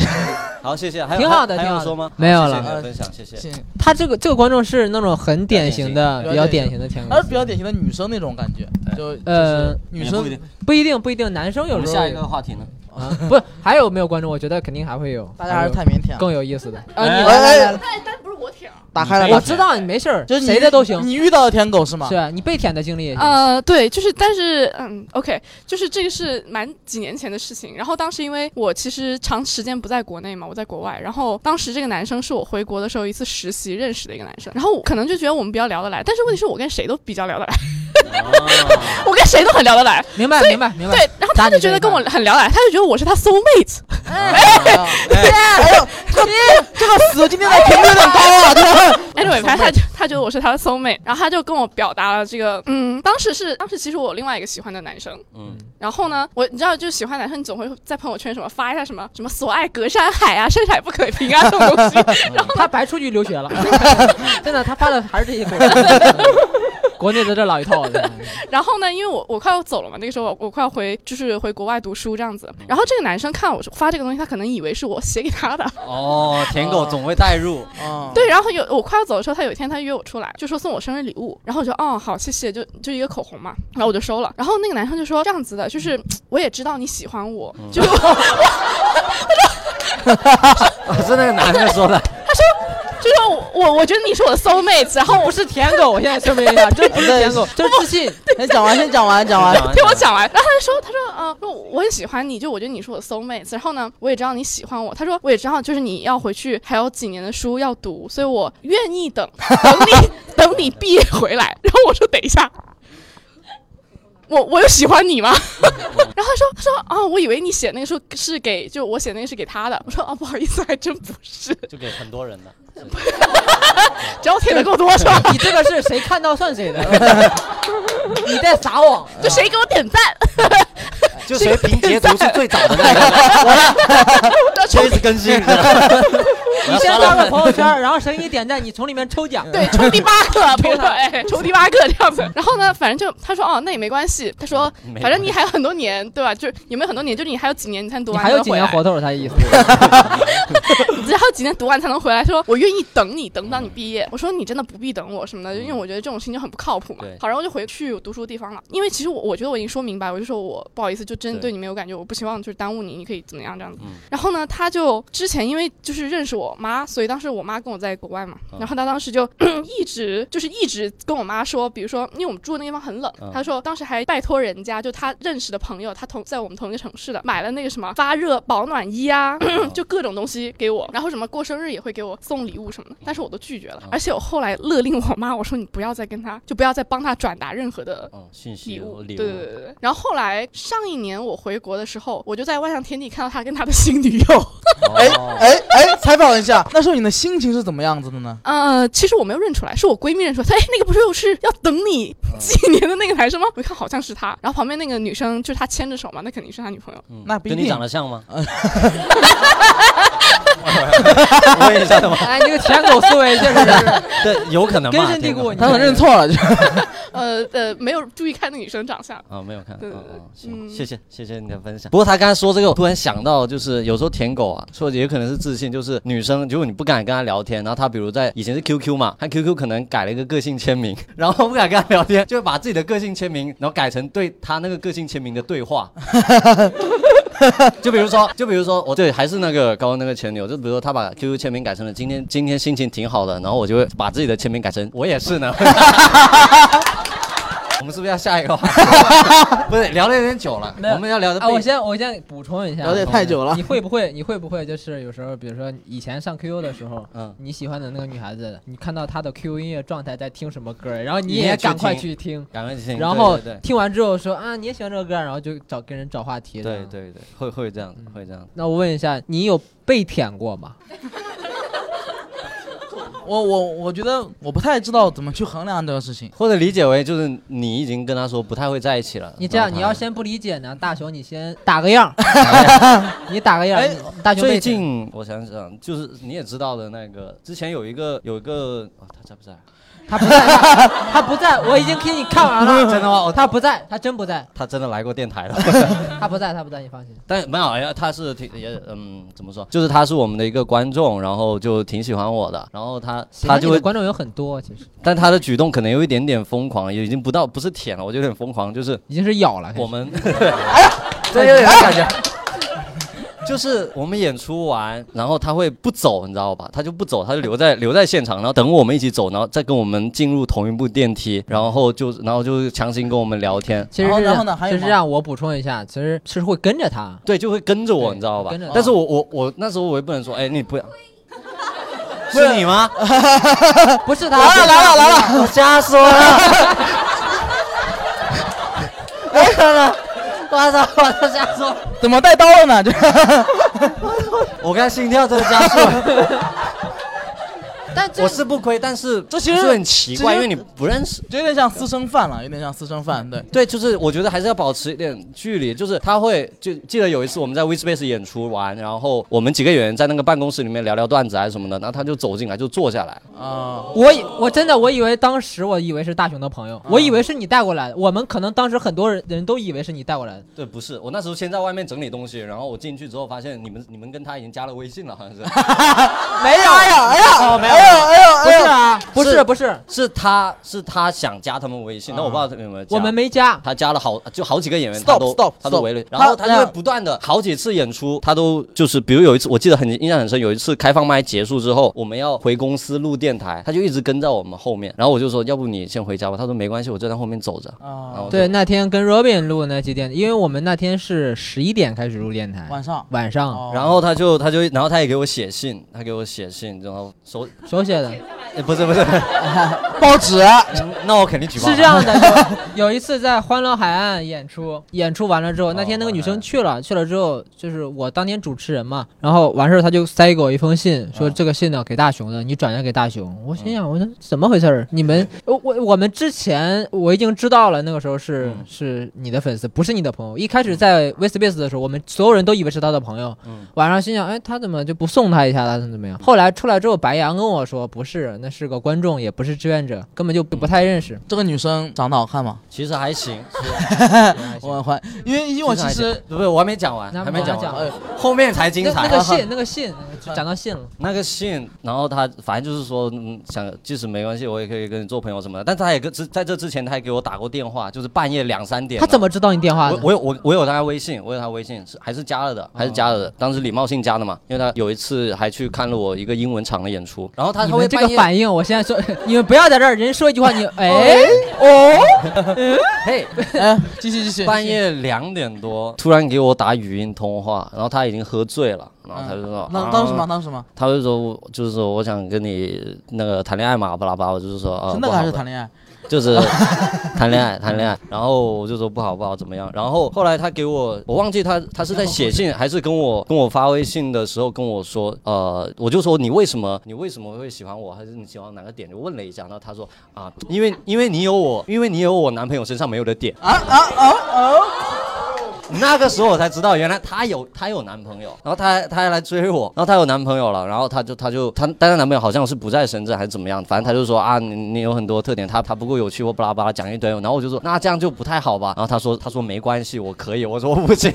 Speaker 2: 好，谢谢。还有
Speaker 1: 挺好的
Speaker 2: 还
Speaker 1: 挺好
Speaker 2: 有要
Speaker 1: 的
Speaker 2: 说吗？
Speaker 1: 没有
Speaker 2: 好谢谢
Speaker 1: 了
Speaker 2: 你的分享，谢谢。
Speaker 3: 行
Speaker 1: 他这个这个观众是那种很典型的、比
Speaker 3: 比
Speaker 1: 较
Speaker 3: 较
Speaker 1: 典
Speaker 3: 典
Speaker 1: 型的舔狗
Speaker 3: 呃而，比较典型的女生那种感觉，就
Speaker 1: 呃，
Speaker 2: 也
Speaker 3: 女生
Speaker 2: 不一定
Speaker 1: 不一定不一定，男生
Speaker 2: 我
Speaker 1: 有
Speaker 2: 们
Speaker 1: 时
Speaker 2: 下
Speaker 1: 候
Speaker 2: 一个话题呢？
Speaker 1: 啊， 不是还有没有观众？我觉得肯定还会有，
Speaker 3: 大家还是太腼腆了。
Speaker 1: 更有意思的啊，
Speaker 2: 哎
Speaker 1: 你来来来来，
Speaker 4: 但但不是我舔啊，
Speaker 3: 打开了，
Speaker 1: 我
Speaker 3: 打开
Speaker 1: 知道你没事儿，
Speaker 3: 哎就是你
Speaker 1: 谁的都行，
Speaker 3: 你遇到的舔狗是吗？
Speaker 1: 是你被舔的经历也行。
Speaker 4: 呃，对，就是，但是，嗯，OK，就是这个是蛮几年前的事情。然后当时因为我其实长时间不在国内嘛，我在国外。然后当时这个男生是我回国的时候一次实习认识的一个男生。然后我可能就觉得我们比较聊得来，但是问题是我跟谁都比较聊得来，
Speaker 2: 哦
Speaker 4: 我跟谁都很聊得来。
Speaker 1: 明白明白明
Speaker 4: 对
Speaker 1: 白，，
Speaker 4: 然后他就觉得跟我很聊得来，他就觉得我是他 soul mate。
Speaker 3: 啊哎呦，这个这个死今天的频率有点高 啊！这个
Speaker 4: anyway，反正他就他觉得我是他的 soul mate，然后他就跟我表达了这个，嗯，当时是当时其实我有另外一个喜欢的男生，
Speaker 2: 嗯，
Speaker 4: 然后呢，我你知道，就喜欢男生，你总会在朋友圈什么发一下什么什么所爱隔山海啊，山海不可平啊这种东西。
Speaker 1: 嗯他白出去留学了， 真的，他发的还是这些口音，国内的这老一套啊的。
Speaker 4: 然后呢，因为我我快要走了嘛，那个时候我我快要回就是回国外读书这样子。然后这个男生看我发这个东西，他可能以为是我写给他的，
Speaker 2: 哦，舔狗总会带入，
Speaker 3: 啊，
Speaker 4: 对。然后有我快要走的时候，他有一天他约我出来，就说送我生日礼物，然后我就哦好谢谢，就就一个口红嘛，然后我就收了。然后那个男生就说这样子的，就是我也知道你喜欢我，就
Speaker 2: 哦是那个男的说的。
Speaker 4: 就说我我我觉得你是我的 soul mate，然后我
Speaker 1: 不是舔狗，我现在声明一下，这不是舔狗，这是自信。
Speaker 3: 先哎讲完，先讲完，讲完。
Speaker 4: 听嗯我讲完，然后他就说，他说，呃，说我很喜欢你，就我觉得你是我的 soul mate，然后呢，我也知道你喜欢我，他说我也知道，就是你要回去还有几年的书要读，所以我愿意等等你 等你毕业回来。然后我说等一下，我我有喜欢你吗？ 然后他说他说啊，我以为你写那个书是给就我写那个是给他的，我说啊不好意思，还真不是，
Speaker 2: 就给很多人的。
Speaker 4: 只要舔的够多是 吧？
Speaker 1: 你这个是谁看到算谁的，你在撒网。
Speaker 4: 就谁给我点赞，
Speaker 2: 就谁评截图是最早的那 个，我要随时更新。
Speaker 1: 你
Speaker 2: 你
Speaker 1: 先发个朋友圈，然后谁给你点赞，你从里面抽奖。
Speaker 4: 对，抽第八个，别说哎，抽第八个这样子。然后呢，反正就他说哦，那也没关系。他说
Speaker 1: 嗯
Speaker 2: 没
Speaker 4: 反正你还有很多年，对吧？就是有没有很多年，就是你还有几年你才能读
Speaker 1: 你
Speaker 4: 完，
Speaker 1: 还有几年活
Speaker 4: 活，
Speaker 1: 头，他的意思。
Speaker 4: 你还有几年读完才能回来。说 嗯我愿意等你，等到你毕业。我说你真的不必等我什么的，因为我觉得这种事情就很不靠谱嘛
Speaker 2: 对。
Speaker 4: 好，然后我就回去读书地方了。因为其实我我觉得我已经说明白，我就说我不好意思，就真的
Speaker 2: 对
Speaker 4: 对你没有感觉，我不希望就是耽误你，你可以怎么样这样子。
Speaker 2: 嗯
Speaker 4: 然后呢，他就之前因为就是认识我，我妈，所以当时我妈跟我在国外嘛
Speaker 2: 嗯，
Speaker 4: 然后她当时就 一直就是一直跟我妈说，比如说因为我们住的那地方很冷
Speaker 2: 嗯，
Speaker 4: 她说当时还拜托人家，就她认识的朋友，她同在我们同一个城市的，买了那个什么发热保暖衣啊， 就各种东西给我，然后什么过生日也会给我送礼物什么的，但是我都拒绝了
Speaker 2: 嗯。
Speaker 4: 而且我后来勒令我妈，我说你不要再跟 她，就不要再帮她转达任何的
Speaker 2: 嗯，信息
Speaker 4: 礼物，
Speaker 2: 礼
Speaker 4: 对
Speaker 2: 物，哦
Speaker 4: 对对对对。然后后来上一年我回国的时候，我就在万象天地看到他跟他的新女友。
Speaker 2: 哦
Speaker 3: 哎哎，采访一下，那时候你的心情是怎么样子的呢？
Speaker 4: 呃，其实我没有认出来，是我闺蜜认出来。她哎，那个不就是要等你几年的那个男生吗？我一看好像是他。然后旁边那个女生就是他牵着手嘛，那肯定是他女朋友。
Speaker 2: 嗯
Speaker 3: 那不一
Speaker 2: 跟你
Speaker 3: 定
Speaker 2: 长得像 吗？ 问一下的吗？
Speaker 1: 哎，那个舔狗思维确实是
Speaker 2: 对，有可能
Speaker 1: 根
Speaker 2: 嘛？
Speaker 1: 深蒂
Speaker 2: 天
Speaker 1: 固。
Speaker 2: 哪
Speaker 1: 你
Speaker 3: 他可能认错了，就
Speaker 4: 呃呃，没有注意看那女生长 相。
Speaker 2: 啊，没有看，
Speaker 4: 对对
Speaker 2: 嗯
Speaker 4: 对
Speaker 2: 嗯，行，
Speaker 4: 嗯
Speaker 2: 谢谢谢谢你的分享。不过他刚才说这个，我突然想到，就是有时候舔狗啊，说也可能是自信，就是女生如果你不敢跟她聊天，然后她比如在以前是 QQ 嘛，她 QQ 可能改了一个个性签名， 然后不敢跟她聊天，就会把自己的个性签名，然后改成对她那个个性签名的对话。 就比如说，就比如说，我对还是那个刚刚那个前女友，就比如说她把 QQ 签名改成了今天今天心情挺好的，然后我就会把自己的签名改成我也是呢。我们是不是要下一个话题？ 不是聊的有点久了，
Speaker 1: 没有
Speaker 2: 我们要聊的
Speaker 1: 啊，我先我先补充一下，
Speaker 3: 聊得也太久了
Speaker 1: 你。会不会你会不会就是有时候，比如说以前上 QQ 的时候，
Speaker 2: 嗯
Speaker 1: 你喜欢的那个女孩子，你看到她的 QQ 音乐状态在听什么歌，然后你
Speaker 2: 你也
Speaker 1: 也
Speaker 2: 去
Speaker 1: 赶快
Speaker 2: 听
Speaker 1: 去听，
Speaker 2: 感恩情，
Speaker 1: 然后
Speaker 2: 对对
Speaker 1: 听完之后说啊你也喜欢这个歌，然后就找跟人找话题。
Speaker 2: 对对。对对，会会这样
Speaker 1: 嗯
Speaker 2: 会这样。
Speaker 1: 那我问一下，你有被舔过吗？
Speaker 3: 我我我觉得我不太知道怎么去衡量这个事 情。
Speaker 2: 或者理解为就是你已经跟他说不太会在一起了。
Speaker 1: 你这样，
Speaker 2: 然后
Speaker 1: 你
Speaker 2: 他
Speaker 1: 要先不理解呢，大熊，你先打个样儿， 你打个样儿。
Speaker 2: 哎
Speaker 1: 你大熊
Speaker 2: 最
Speaker 1: 被舔
Speaker 2: 近我想想，就是你也知道的那个，之前有一个有一个啊，他在不在？
Speaker 1: 他不在，他他不在，我已经给你看完了。
Speaker 2: 真的 吗我
Speaker 1: 他不在，他真不在，
Speaker 2: 他真的来过电 台了。
Speaker 1: 他不在，他不在，你放心。
Speaker 2: 但没有，哎呀，他是挺也嗯，怎么说？就是他是我们的一个观众，然后就挺喜欢我的，然后他
Speaker 1: 喜欢
Speaker 2: 他
Speaker 1: 你
Speaker 2: 就
Speaker 1: 的
Speaker 2: 会，
Speaker 1: 观众有很多，其实
Speaker 2: 但他的举动可能有一点点疯狂，也已经不到不是舔了，我就有点疯狂，就是
Speaker 1: 已经是咬了。
Speaker 2: 我们， 哎呀，这 有点感觉。就是我们演出完，然后他会不走，你知道吧？他就不走，他就留在留在现场，然后等我们一起走，然后再跟我们进入同一部电梯，然后就然后就强行跟我们聊 天，
Speaker 1: 其实
Speaker 3: 然后
Speaker 1: 是
Speaker 3: 然后呢还有
Speaker 1: 其实
Speaker 3: 吗
Speaker 1: 让我补充一下，其实是会跟着他。
Speaker 2: 对，就会跟着我，
Speaker 1: 对
Speaker 2: 你知道吧
Speaker 1: 跟着他？
Speaker 2: 但是我我我那时候我也不能说，哎，你不要，是你吗？
Speaker 3: 啊
Speaker 1: 不是他，
Speaker 2: 来了来了来了， 我瞎说了。来了来了，我操！我瞎说，
Speaker 3: 怎么带刀了呢？这
Speaker 2: 我刚才心跳真的加速了。
Speaker 1: 但这
Speaker 2: 我是不亏，但是
Speaker 3: 这其实
Speaker 2: 是很奇怪，
Speaker 3: 其
Speaker 2: 因为
Speaker 3: 实
Speaker 2: 你不认识。
Speaker 3: 有点像私生饭了，有点像私生饭。对，
Speaker 2: 对，就是我觉得还是要保持一点距离。就是他会就记得有一次我们在 WeSpace 演出完，然后我们几个演员在那个办公室里面聊聊段子还是啊什么的，然后他就走进来就坐下来，
Speaker 3: 啊、
Speaker 1: 我以我真的我以为当时我以为是大熊的朋友，我以
Speaker 3: 嗯
Speaker 1: 为是你带过来的。我们可能当时很多人人都以为是你带过 来的。
Speaker 2: 对，不是，我那时候先在外面整理东西，然后我进去之后发现你们你们跟他已经加了微信了，好像是，
Speaker 1: 没有，
Speaker 3: 哎呀，哎呀，
Speaker 2: 哦没有
Speaker 3: 哎呀，哎呀，
Speaker 1: 不
Speaker 3: 哎
Speaker 1: 是
Speaker 3: 呀，
Speaker 1: 啊，不
Speaker 2: 是
Speaker 1: 是不是，
Speaker 2: 是他是他想加他们微信，但我不知道他们有没有加。
Speaker 1: 我们没加。
Speaker 2: 他加了好就好几个演员，
Speaker 3: Stop,
Speaker 2: 他都
Speaker 3: stop,
Speaker 2: 他都
Speaker 3: stop
Speaker 2: 围了，
Speaker 3: 他
Speaker 2: 然后他就
Speaker 3: 他
Speaker 2: 会不断的好几次演出，他都就是比如有一次我记得很印象很深，有一次开放麦结束之后，我们要回公司录电台，他就一直跟在我们后面，然后我就说要不你先回家吧，他说没关系，我就在后面走着。然后
Speaker 3: 啊
Speaker 2: 我，就
Speaker 1: 对，那天跟 Robin 录那期电台，因为我们那天是十一点开始录电台，
Speaker 3: 晚上，
Speaker 1: 晚上
Speaker 3: 哦
Speaker 2: 嗯然后他就他就然后他也给我写信，他给我写信，然后手
Speaker 1: 手写的，
Speaker 2: 哎不是不是，
Speaker 3: 报纸，
Speaker 2: 那我肯定举报他。
Speaker 1: 是这样的， 有有一次在欢乐海岸演出，演出完了之后，那天那个女
Speaker 2: 哦
Speaker 1: 生去了，去了之后就是我当天主持人嘛，然后完事儿她就塞给我一封信，说
Speaker 2: 嗯
Speaker 1: 这个信呢给大熊的，你转交给大熊。我心想，我说怎么回事儿？你们我我我们之前我已经知道了，那个时候是
Speaker 2: 嗯
Speaker 1: 是你的粉丝，不是你的朋友。一开始在 w e s t b a s e 的时候，我们所有人都以为是他的朋友
Speaker 2: 嗯，
Speaker 1: 晚上心想，哎，他怎么就不送他一下，他怎么怎么样？后来出来之后，白羊跟我说，不是，那是个观众，也不是志愿者，根本就不
Speaker 2: 嗯
Speaker 1: 不太认识。
Speaker 3: 这个女生长得好看吗？
Speaker 2: 其实还行，
Speaker 3: 我还因为因为我其
Speaker 2: 还
Speaker 3: 实
Speaker 2: 行不是我还没讲完，
Speaker 1: 那
Speaker 2: 还没讲
Speaker 1: 马上讲，
Speaker 2: 完
Speaker 3: 哎
Speaker 2: 后面才精
Speaker 1: 那
Speaker 2: 彩。
Speaker 1: 那个信，那个信，就讲到信了。
Speaker 2: 那个信，然后他反正就是说，嗯，想即使没关系，我也可以跟你做朋友什么的。但他也跟之在这之前，他还给我打过电话，就是半夜两三点。
Speaker 1: 他怎么知道你电话
Speaker 2: 我
Speaker 1: 的？
Speaker 2: 我有我我有他微信，我有他微信是还是加了的，还是加了的。当时礼貌性加的嘛，因为他有一次还去看了我一个英文场的演出，然后他
Speaker 1: 你
Speaker 2: 他会
Speaker 1: 们这个
Speaker 2: 半夜
Speaker 1: 反应，我现在说，你们不要在这儿，人说一句话， 你哎哦，
Speaker 2: 嘿，
Speaker 3: 哎，继续继续。
Speaker 2: 半夜两点多突然给我打语音通话，然后他已经喝醉了，然后他就说、
Speaker 3: 哦那
Speaker 2: 啊
Speaker 3: 嗯当时什么？？当时什么？
Speaker 2: 他就说我就是说我想跟你那个谈恋爱嘛，巴拉巴拉，我就是说啊，
Speaker 3: 是
Speaker 2: 呃
Speaker 3: 那个还是
Speaker 2: 不好
Speaker 3: 谈恋爱？
Speaker 2: 就是谈恋爱，谈恋爱，然后我就说不好不好怎么样，然后后来他给我，我忘记他他是在写信还是跟我跟我发微信的时候跟我说，呃，我就说你为什么你为什么会喜欢我，还是你喜欢哪个点，就问了一下，然后他说啊，因为因为你有我，因为你有我男朋友身上没有的点，
Speaker 3: 啊啊啊啊！
Speaker 2: 那个时候我才知道，原来她有她有男朋友，然后她还她还来追我，然后她有男朋友了，然后她就她就她但她男朋友好像是不在深圳还是怎么样，反正她就说啊你你有很多特点，她她不够有趣，我巴拉巴拉讲一堆，然后我就说那这样就不太好吧，然后她说她说没关系，我可以，我说我不 行，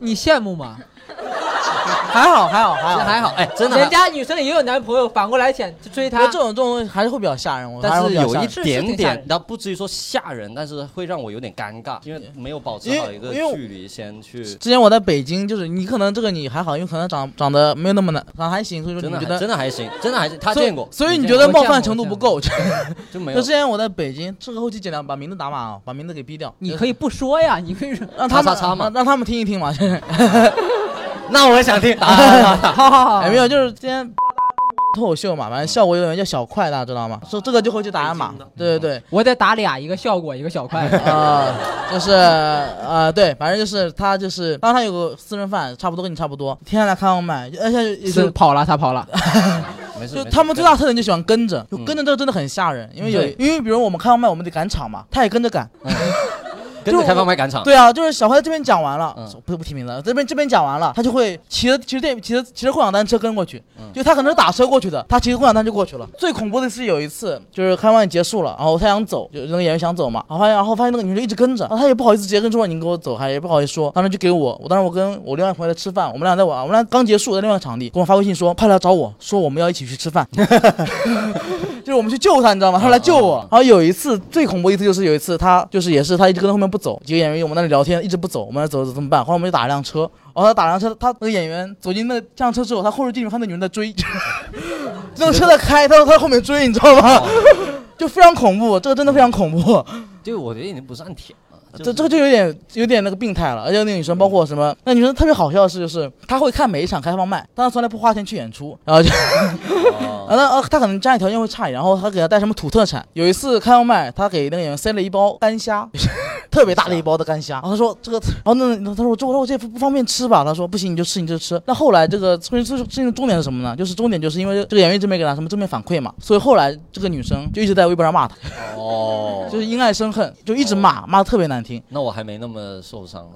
Speaker 1: 你羡慕吗？
Speaker 3: 还好还好还好
Speaker 1: 还好，
Speaker 2: 哎真的
Speaker 1: 人家女生也有男朋友，反过来想追
Speaker 3: 不过
Speaker 1: 他
Speaker 3: 这。种这种东西还是会比较吓人，我还
Speaker 2: 但
Speaker 3: 会
Speaker 2: 是
Speaker 3: 比较
Speaker 2: 有
Speaker 3: 吓
Speaker 2: 一
Speaker 3: 人
Speaker 1: 是是
Speaker 2: 点
Speaker 1: 挺吓人
Speaker 2: 点，但不至于说吓人，但是会让我有点尴尬，因为没有保持
Speaker 3: 因为
Speaker 2: 好一个
Speaker 3: 因为
Speaker 2: 距离先去。
Speaker 3: 之前我在北京，就是你可能这个你还好，因为可能长长得没有那么难，长得还行，所以说
Speaker 2: 真
Speaker 3: 你
Speaker 2: 的
Speaker 3: 觉
Speaker 2: 还
Speaker 3: 得
Speaker 2: 真的还行，真的还行，他
Speaker 3: 所以
Speaker 2: 见过，
Speaker 3: 所以你
Speaker 2: 见
Speaker 3: 觉
Speaker 2: 过
Speaker 3: 得
Speaker 1: 我
Speaker 3: 冒
Speaker 1: 见过
Speaker 3: 犯程度不够？就
Speaker 2: 就没有
Speaker 3: 就之前我在北京，这个后期剪掉，把名字打码哦，把名字给逼掉，
Speaker 1: 你可以不说呀，你可以说。
Speaker 3: 让他们
Speaker 2: 叉叉叉嘛
Speaker 3: 让让他们听一听嘛。 就是
Speaker 2: 那我也想 听，
Speaker 1: 好好好
Speaker 2: 啊
Speaker 3: 哎，，没有，就是今天脱口秀嘛，反正效果有点叫小快，大家知道吗？说这个就后期打个
Speaker 2: 嗯
Speaker 3: 码，对对
Speaker 1: 我得打俩，一个效果，一个小 快。
Speaker 3: 对， 啊，就是呃，对，反正就是他就是，当时他有个私人饭，差不多跟你差不多，天天来看我买，而且也
Speaker 1: 是
Speaker 3: 就
Speaker 1: 跑了，他跑了。
Speaker 2: 没事没
Speaker 3: 就
Speaker 2: 事
Speaker 3: 他们最大特点就喜欢跟着，就
Speaker 2: 嗯
Speaker 3: 跟着这个真的很吓人，因为有
Speaker 2: 对
Speaker 3: 因为比如我们开完麦，我们得赶场嘛，他也跟着赶。
Speaker 2: 跟着开放麦赶场，
Speaker 3: 对啊，就是小辉这边讲完了，
Speaker 2: 嗯
Speaker 3: 不不提名字，这边这边讲完了，他就会骑着骑着电骑着骑着共享单车跟过去，
Speaker 2: 嗯
Speaker 3: 就他可能是打车过去的，他骑着共享单车过去了。最恐怖的是有一次，就是开完结束了，然后他想走，就那个演员想走嘛，然后发现然后发现那个女生一直跟着，然后他也不好意思直接跟说你跟我走，还也不好意思说，当时就给我，我当时我跟我另外一个朋友在吃饭，我们俩在玩，我们俩刚结束在另外一个场地，给我发微信说快来找我说我们要一起去吃饭，就是我们去救他，你知道吗？他来救我
Speaker 2: 嗯嗯。
Speaker 3: 然后有一次最恐怖的一次就是有一次他就是也是他一直跟在后面不走，几个演员我们在那里聊天一直不走，我们在走走怎么办？后来我们就打了辆车，然后他打辆车，他那个演员走进那辆车之后，他后视镜里面看那女人在追， 那个车在开，他说他在后面追，你知道吗？就非常恐怖，这个真的非常恐怖，
Speaker 2: 就我觉得已经不算舔了，就
Speaker 3: 这
Speaker 2: 是
Speaker 3: 这个就有点有点那个病态了。而且那个女生包括什么，那女生特别好笑的是，就是她会看每一场开放麦，但她从来不花钱去演出，然后就
Speaker 2: 哦
Speaker 3: 啊，那呃，他可能家里条件会差一点，然后他给他带什么土特产。有一次开外卖，他给那个演员塞了一包干虾， 特别大的一包的干虾。然后他说这个，然后那那他说我这我说我这不方便吃吧？他说不行，你就吃你就吃。那后来这个关于这事情的重点是什么呢？就是重点就是因为这个演员一直没给他什么正面反馈嘛，所以后来这个女生就一直在微博上骂他，
Speaker 2: 哦，
Speaker 3: 就是因爱生恨，就一直骂，骂的特别难听。
Speaker 2: 那我还没那么受伤，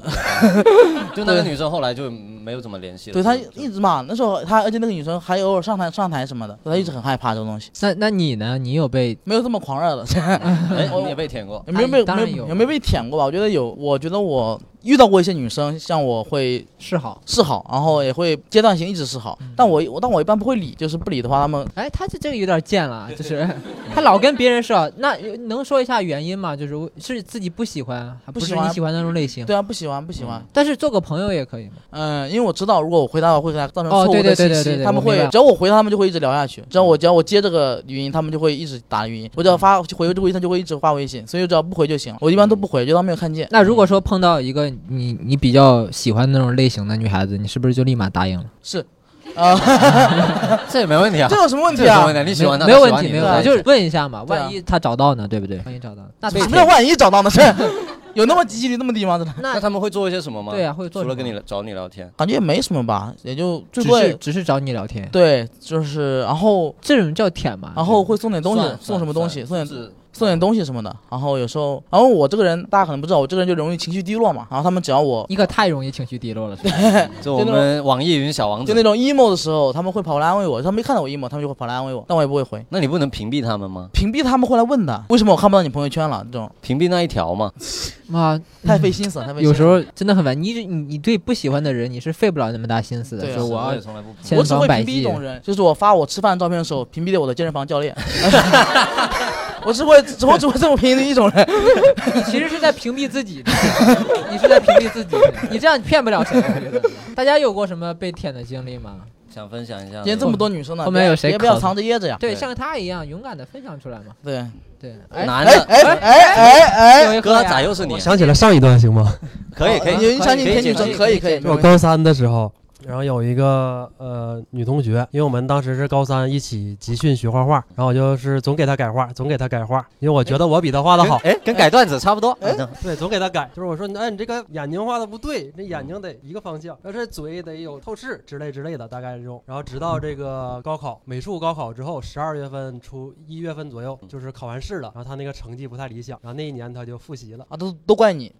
Speaker 2: 就那个女生后来就没有怎么联系了。
Speaker 3: 对他
Speaker 2: 就
Speaker 3: 一直骂，那时候他而且那个女生还偶尔上台上台什么的，他一直很害怕这个东西，
Speaker 1: 那那你呢？你有被
Speaker 3: 没有这么狂热的。
Speaker 2: 哎，你也被舔过，
Speaker 3: 有没有
Speaker 1: 哎
Speaker 3: 被有
Speaker 1: 当
Speaker 3: 没
Speaker 1: 然
Speaker 3: 有
Speaker 1: 有
Speaker 3: 有没有被舔过吧？我觉得有，我觉得我遇到过一些女生，像我会
Speaker 1: 示好？
Speaker 3: 示好，然后也会阶段性一直示好，
Speaker 1: 嗯
Speaker 3: 但我我但我一般不会理，就是不理的话，他们
Speaker 1: 哎，他这这个有点贱 了，就是他老跟别人示好。那能说一下原因吗？就是为是自己不喜欢，还不
Speaker 3: 不喜
Speaker 1: 是
Speaker 3: 欢
Speaker 1: 你喜欢那种类型。
Speaker 3: 对啊不喜欢不喜欢，
Speaker 1: 但是做个朋友也可以嘛。
Speaker 3: 嗯、因为我知道如果我回答我会给他造成
Speaker 1: 哦
Speaker 3: 错误
Speaker 1: 对对
Speaker 3: 的信
Speaker 1: 对对对
Speaker 3: 息，
Speaker 1: 对
Speaker 3: 他们
Speaker 1: 我
Speaker 3: 会
Speaker 1: 明白
Speaker 3: 只要我回他们就会一直聊下去，只要我只要我接这个语音，他们就会一直打语音，我只要
Speaker 1: 嗯
Speaker 3: 发回这个微信，他就会一直发微信，所以我只要不回就行，我一般都不回，就当没有看见。
Speaker 1: 那如果说碰到一个你你比较喜欢那种类型的女孩子，你是不是就立马答应了？
Speaker 3: 是，啊、
Speaker 2: 这也没问题啊
Speaker 3: 这，有什么问
Speaker 2: 这
Speaker 3: 题
Speaker 2: 有什 么
Speaker 3: 啊
Speaker 2: 问？题？你喜欢他，
Speaker 1: 没有
Speaker 2: 他
Speaker 1: 问
Speaker 2: 喜欢
Speaker 1: 题，
Speaker 2: 你
Speaker 1: 没有
Speaker 3: 对
Speaker 1: 问
Speaker 3: 吧
Speaker 1: 题，就是问一下嘛，
Speaker 3: 对啊
Speaker 1: 万一他找到呢，对不对？万一找到，那
Speaker 2: 被
Speaker 3: 什
Speaker 1: 怎
Speaker 3: 么
Speaker 1: 么
Speaker 3: 叫万一找到呢？是 有那么积极率那么低吗？真的？
Speaker 2: 那他们会做一些什么吗？
Speaker 1: 对啊，会做什
Speaker 2: 除了
Speaker 1: 么
Speaker 2: 跟你找你聊天，
Speaker 3: 感觉也没什么吧，也就
Speaker 1: 只
Speaker 3: 最
Speaker 1: 是
Speaker 3: 贵。
Speaker 1: 只是找你聊天，
Speaker 3: 对，就是然后
Speaker 1: 这种叫舔嘛？
Speaker 3: 然后会送点东西
Speaker 2: 啊算，
Speaker 3: 送什么东西？送
Speaker 2: 算
Speaker 3: 点
Speaker 2: 是
Speaker 3: 送点东西什么的。然后有时候，然后我这个人大家可能不知道，我这个人就容易情绪低落嘛。然后他们只要我
Speaker 1: 你可太容易情绪低落了，是吧？
Speaker 2: 就我们网易云小王
Speaker 3: 就
Speaker 2: 子
Speaker 3: 那。种 emo 的时候，他们会跑来安慰我，他们没看到我 emo，他们就会跑来安慰我，但我也不会回。
Speaker 2: 那你不能屏蔽他们吗？
Speaker 3: 屏蔽他们会来问的，为什么我看不到你朋友圈了？这种
Speaker 2: 屏蔽那一条嘛。
Speaker 1: 妈，
Speaker 3: 太费心思了，太费
Speaker 1: 有
Speaker 3: 心思了。
Speaker 1: 时候真的很烦。你你你对不喜欢的人，你是费不了那么大心思的。
Speaker 3: 对啊
Speaker 1: 说我要
Speaker 2: 从来不屏蔽
Speaker 1: 千
Speaker 3: 我只
Speaker 1: 方
Speaker 3: 会
Speaker 1: 百
Speaker 3: 屏蔽一
Speaker 1: 计，
Speaker 3: 种人，就是我发我吃饭的照片的时候，屏蔽了我的健身房教练。 我只会，只我只会这么屏蔽一种人。
Speaker 1: 你其实是在屏蔽自己， 你是在屏蔽自己，你这样骗不了谁。我觉得大家有过什么被舔的经历吗？
Speaker 2: 想分享一下。
Speaker 3: 今天这么多女生呢，
Speaker 1: 后面有谁
Speaker 3: 也不要
Speaker 1: 咳
Speaker 3: 藏着掖着呀。
Speaker 1: 对，
Speaker 2: 对
Speaker 1: 像他一样勇敢的分享出来嘛。
Speaker 3: 对，
Speaker 1: 对，哎，
Speaker 2: 男
Speaker 3: 哎
Speaker 2: 的，
Speaker 3: 哎哎哎哎，
Speaker 1: 有一
Speaker 2: 哥
Speaker 1: 呀
Speaker 2: 咋又是你
Speaker 5: 我？想起了上一段行吗？
Speaker 2: 可以可
Speaker 3: 啊有
Speaker 2: 以，
Speaker 3: 人相信
Speaker 2: 可以
Speaker 3: 天
Speaker 2: 可以
Speaker 3: 女
Speaker 2: 可
Speaker 3: 神
Speaker 2: 以
Speaker 3: 哦可以可以，没
Speaker 5: 我
Speaker 3: 问题
Speaker 5: 高三的时候，然后有一个呃女同学，因为我们当时是高三一起集训学画画，然后我就是总给她改画，总给她改画，因为我觉得我比她画的好，
Speaker 2: 哎，跟改段子差不多。
Speaker 5: 对，总给她改。就是我说，哎，你这个眼睛画的不对，这眼睛得一个方向，要是嘴得有透视之类之类的，大概这种。然后直到这个高考，美术高考之后，十二月份初一月份左右，就是考完试了，然后她那个成绩不太理想，然后那一年她就复习了。
Speaker 3: 啊，都都怪你。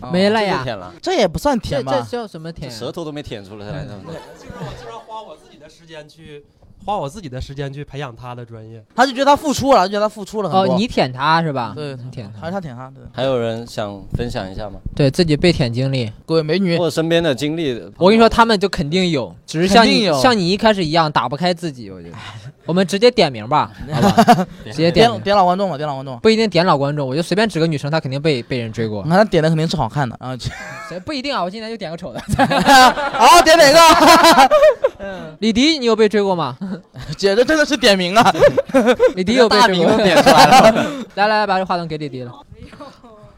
Speaker 3: 啊
Speaker 1: 没了
Speaker 2: 呀，
Speaker 1: 呀
Speaker 2: 就舔了，
Speaker 3: 这也不算
Speaker 1: 哦这
Speaker 3: 甜
Speaker 1: 这
Speaker 3: 吧？
Speaker 1: 叫什么舔？嗯
Speaker 2: 舌头都没舔出来。
Speaker 5: 就是我经常花我自己的时间去。花我自己的时间去培养她的专业，
Speaker 3: 他就觉得他付出了，就觉得他付出了很
Speaker 1: 哦，
Speaker 3: 多。
Speaker 1: 你舔他是吧？
Speaker 3: 对
Speaker 1: 你舔
Speaker 3: 还
Speaker 1: 他
Speaker 3: 是，他舔他，对。
Speaker 2: 还有人想分享一下吗？
Speaker 1: 对自己被舔经历，
Speaker 3: 各位美女，
Speaker 2: 或者身边的经历？
Speaker 1: 我跟你说，，他们就肯定有，只是像
Speaker 3: 肯定
Speaker 1: 你
Speaker 3: 有
Speaker 1: 像你一开始一样打不开自己。我觉得， 我们直接点名 吧，好吧，直接点
Speaker 3: 点
Speaker 1: 名，
Speaker 3: 点老观众了，点老观众了。
Speaker 1: 不一定点老观众，我就随便指个女生，她肯定被被人追过
Speaker 3: 你。看他点的肯定是好看的，然啊后就
Speaker 1: 谁不一定啊，我今天就点个丑的。
Speaker 3: 好点哪个？
Speaker 1: 哦 李迪，你有被追过吗？
Speaker 3: 姐，这真的是点名 啊！
Speaker 1: 李迪有被
Speaker 2: 大
Speaker 1: 追
Speaker 2: 名
Speaker 1: 过
Speaker 2: 都
Speaker 1: 吗。
Speaker 2: 点出来了。
Speaker 1: 来来来，把这话筒给李迪了。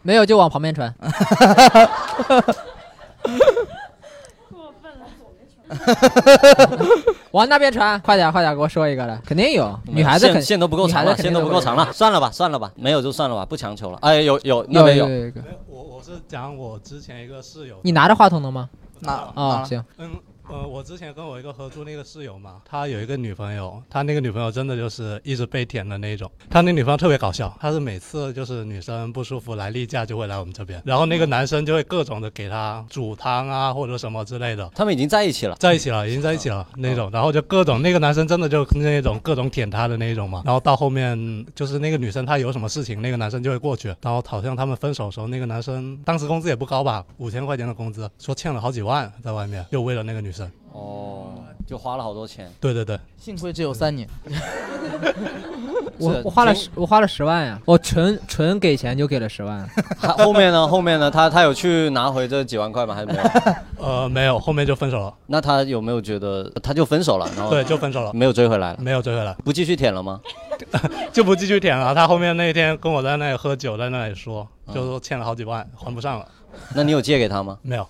Speaker 1: 没有，就往旁边 传。往那边传，快点快点，给我说一个来，肯定有，女孩子
Speaker 2: 线
Speaker 1: 肯
Speaker 2: 线都不够长
Speaker 1: 女孩
Speaker 2: 了，
Speaker 1: 子肯
Speaker 2: 线
Speaker 1: 定
Speaker 2: 都不够长了，算了吧，算了吧，没有就算了吧，不强求了。哎，有有那边
Speaker 1: 有
Speaker 2: 有，
Speaker 1: 有一个，
Speaker 7: 我我是讲我之前一个室友，
Speaker 1: 你拿着话筒的吗？
Speaker 3: 哪
Speaker 1: 啊、
Speaker 3: 哪
Speaker 1: 行，
Speaker 7: 嗯呃，我之前跟我一个合租那个室友嘛，他有一个女朋友，他那个女朋友真的就是一直被舔的那种。他那女朋友特别搞笑，他是每次就是女生不舒服来例假就会来我们这边，然后那个男生就会各种的给她煮汤啊或者什么之类的。
Speaker 2: 他们已经在一起了。
Speaker 7: 在一起了，已经在一起了那种，然后就各种那个男生真的就那种各种舔她的那一种嘛，然后到后面就是那个女生她有什么事情，那个男生就会过去，然后好像他们分手的时候，那个男生当时工资也不高吧，五千块钱的工资，说欠了好几万在外面，又为了那个女生，
Speaker 2: 哦，就花了好多钱。
Speaker 7: 对对对，
Speaker 3: 幸亏只有三年，
Speaker 1: 我
Speaker 2: 是
Speaker 1: 我花了
Speaker 2: 听
Speaker 1: 十我花了十万呀，我纯纯给钱就给了十万，
Speaker 2: 他后面呢？后面呢？他他有去拿回这几万块吗？还 是没有？
Speaker 7: 呃，没有，后面就分手了，
Speaker 2: 那他有没有觉得呃他就分手了？然后
Speaker 7: 对，就分手了。
Speaker 2: 没有追回来了，
Speaker 7: 没有追回来，
Speaker 2: 不继续舔了吗？
Speaker 7: 就不继续舔了。他后面那一天跟我在那里喝酒，在那里说，就说欠了好几万，还不上了。
Speaker 2: 那你有借给他吗？
Speaker 7: 没有，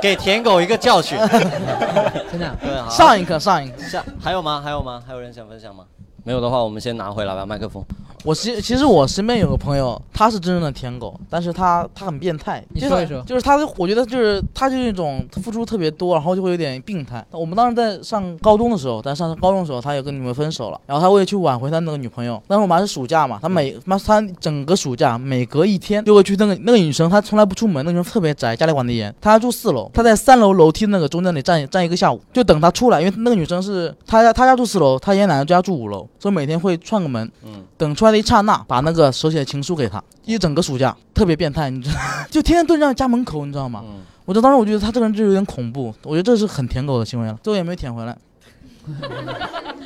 Speaker 2: 给舔狗一个教训。
Speaker 1: 真的。 啊
Speaker 2: 对，好
Speaker 3: 上一课上一课。
Speaker 2: 下还有吗？还有吗？还有人想分享吗？没有的话，我们先拿回来吧，麦克风。
Speaker 3: 我其其实我身边有个朋友，他是真正的舔狗，但是他他很变态。
Speaker 1: 你
Speaker 3: 就是
Speaker 1: 说一说
Speaker 3: 就是他，我觉得就是他就是那种付出特别多，然后就会有点病态。我们当时在上高中的时候，在上高中的时候，他也跟女朋友分手了，然后他为了去挽回他那个女朋友，但是我们还是暑假嘛，他每妈他整个暑假每隔一天就会去那个那个女生，她从来不出门，那个女生特别宅，家里管得严，她住四楼，她在三楼楼梯那个中间得站站一个下午，就等她出来，因为那个女生是她家她家住四楼，她爷爷奶奶家住五楼，所以每天会串个门，
Speaker 2: 嗯，
Speaker 3: 等出来的一刹那，把那个手写的情书
Speaker 2: 哦
Speaker 3: 给他，一整个暑假特别变态，你知道， 就天天蹲在家门口，你知道吗？
Speaker 2: 嗯
Speaker 3: 我就当时我觉得他这个人就有点恐怖，我觉得这是很舔狗的行为了，最后也没舔回来。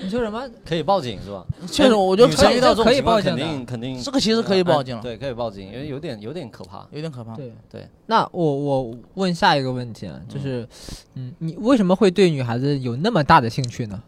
Speaker 1: 你说什么？
Speaker 2: 可以报警是吧？
Speaker 3: 确实，我觉得
Speaker 2: 女
Speaker 3: 可
Speaker 2: 生遇
Speaker 3: 以，
Speaker 2: 到这种
Speaker 1: 可以
Speaker 2: 情况
Speaker 1: 报警
Speaker 2: 肯
Speaker 1: 的
Speaker 2: 定肯定哎
Speaker 3: 这个其实可以报警了，
Speaker 2: 对，可以报警，因为有点有点可怕。
Speaker 3: 有点可怕。
Speaker 1: 对
Speaker 2: 啊对。
Speaker 1: 那我我问下一个问题，啊，嗯就是，嗯，你为什么会对女孩子有那么大的兴趣呢？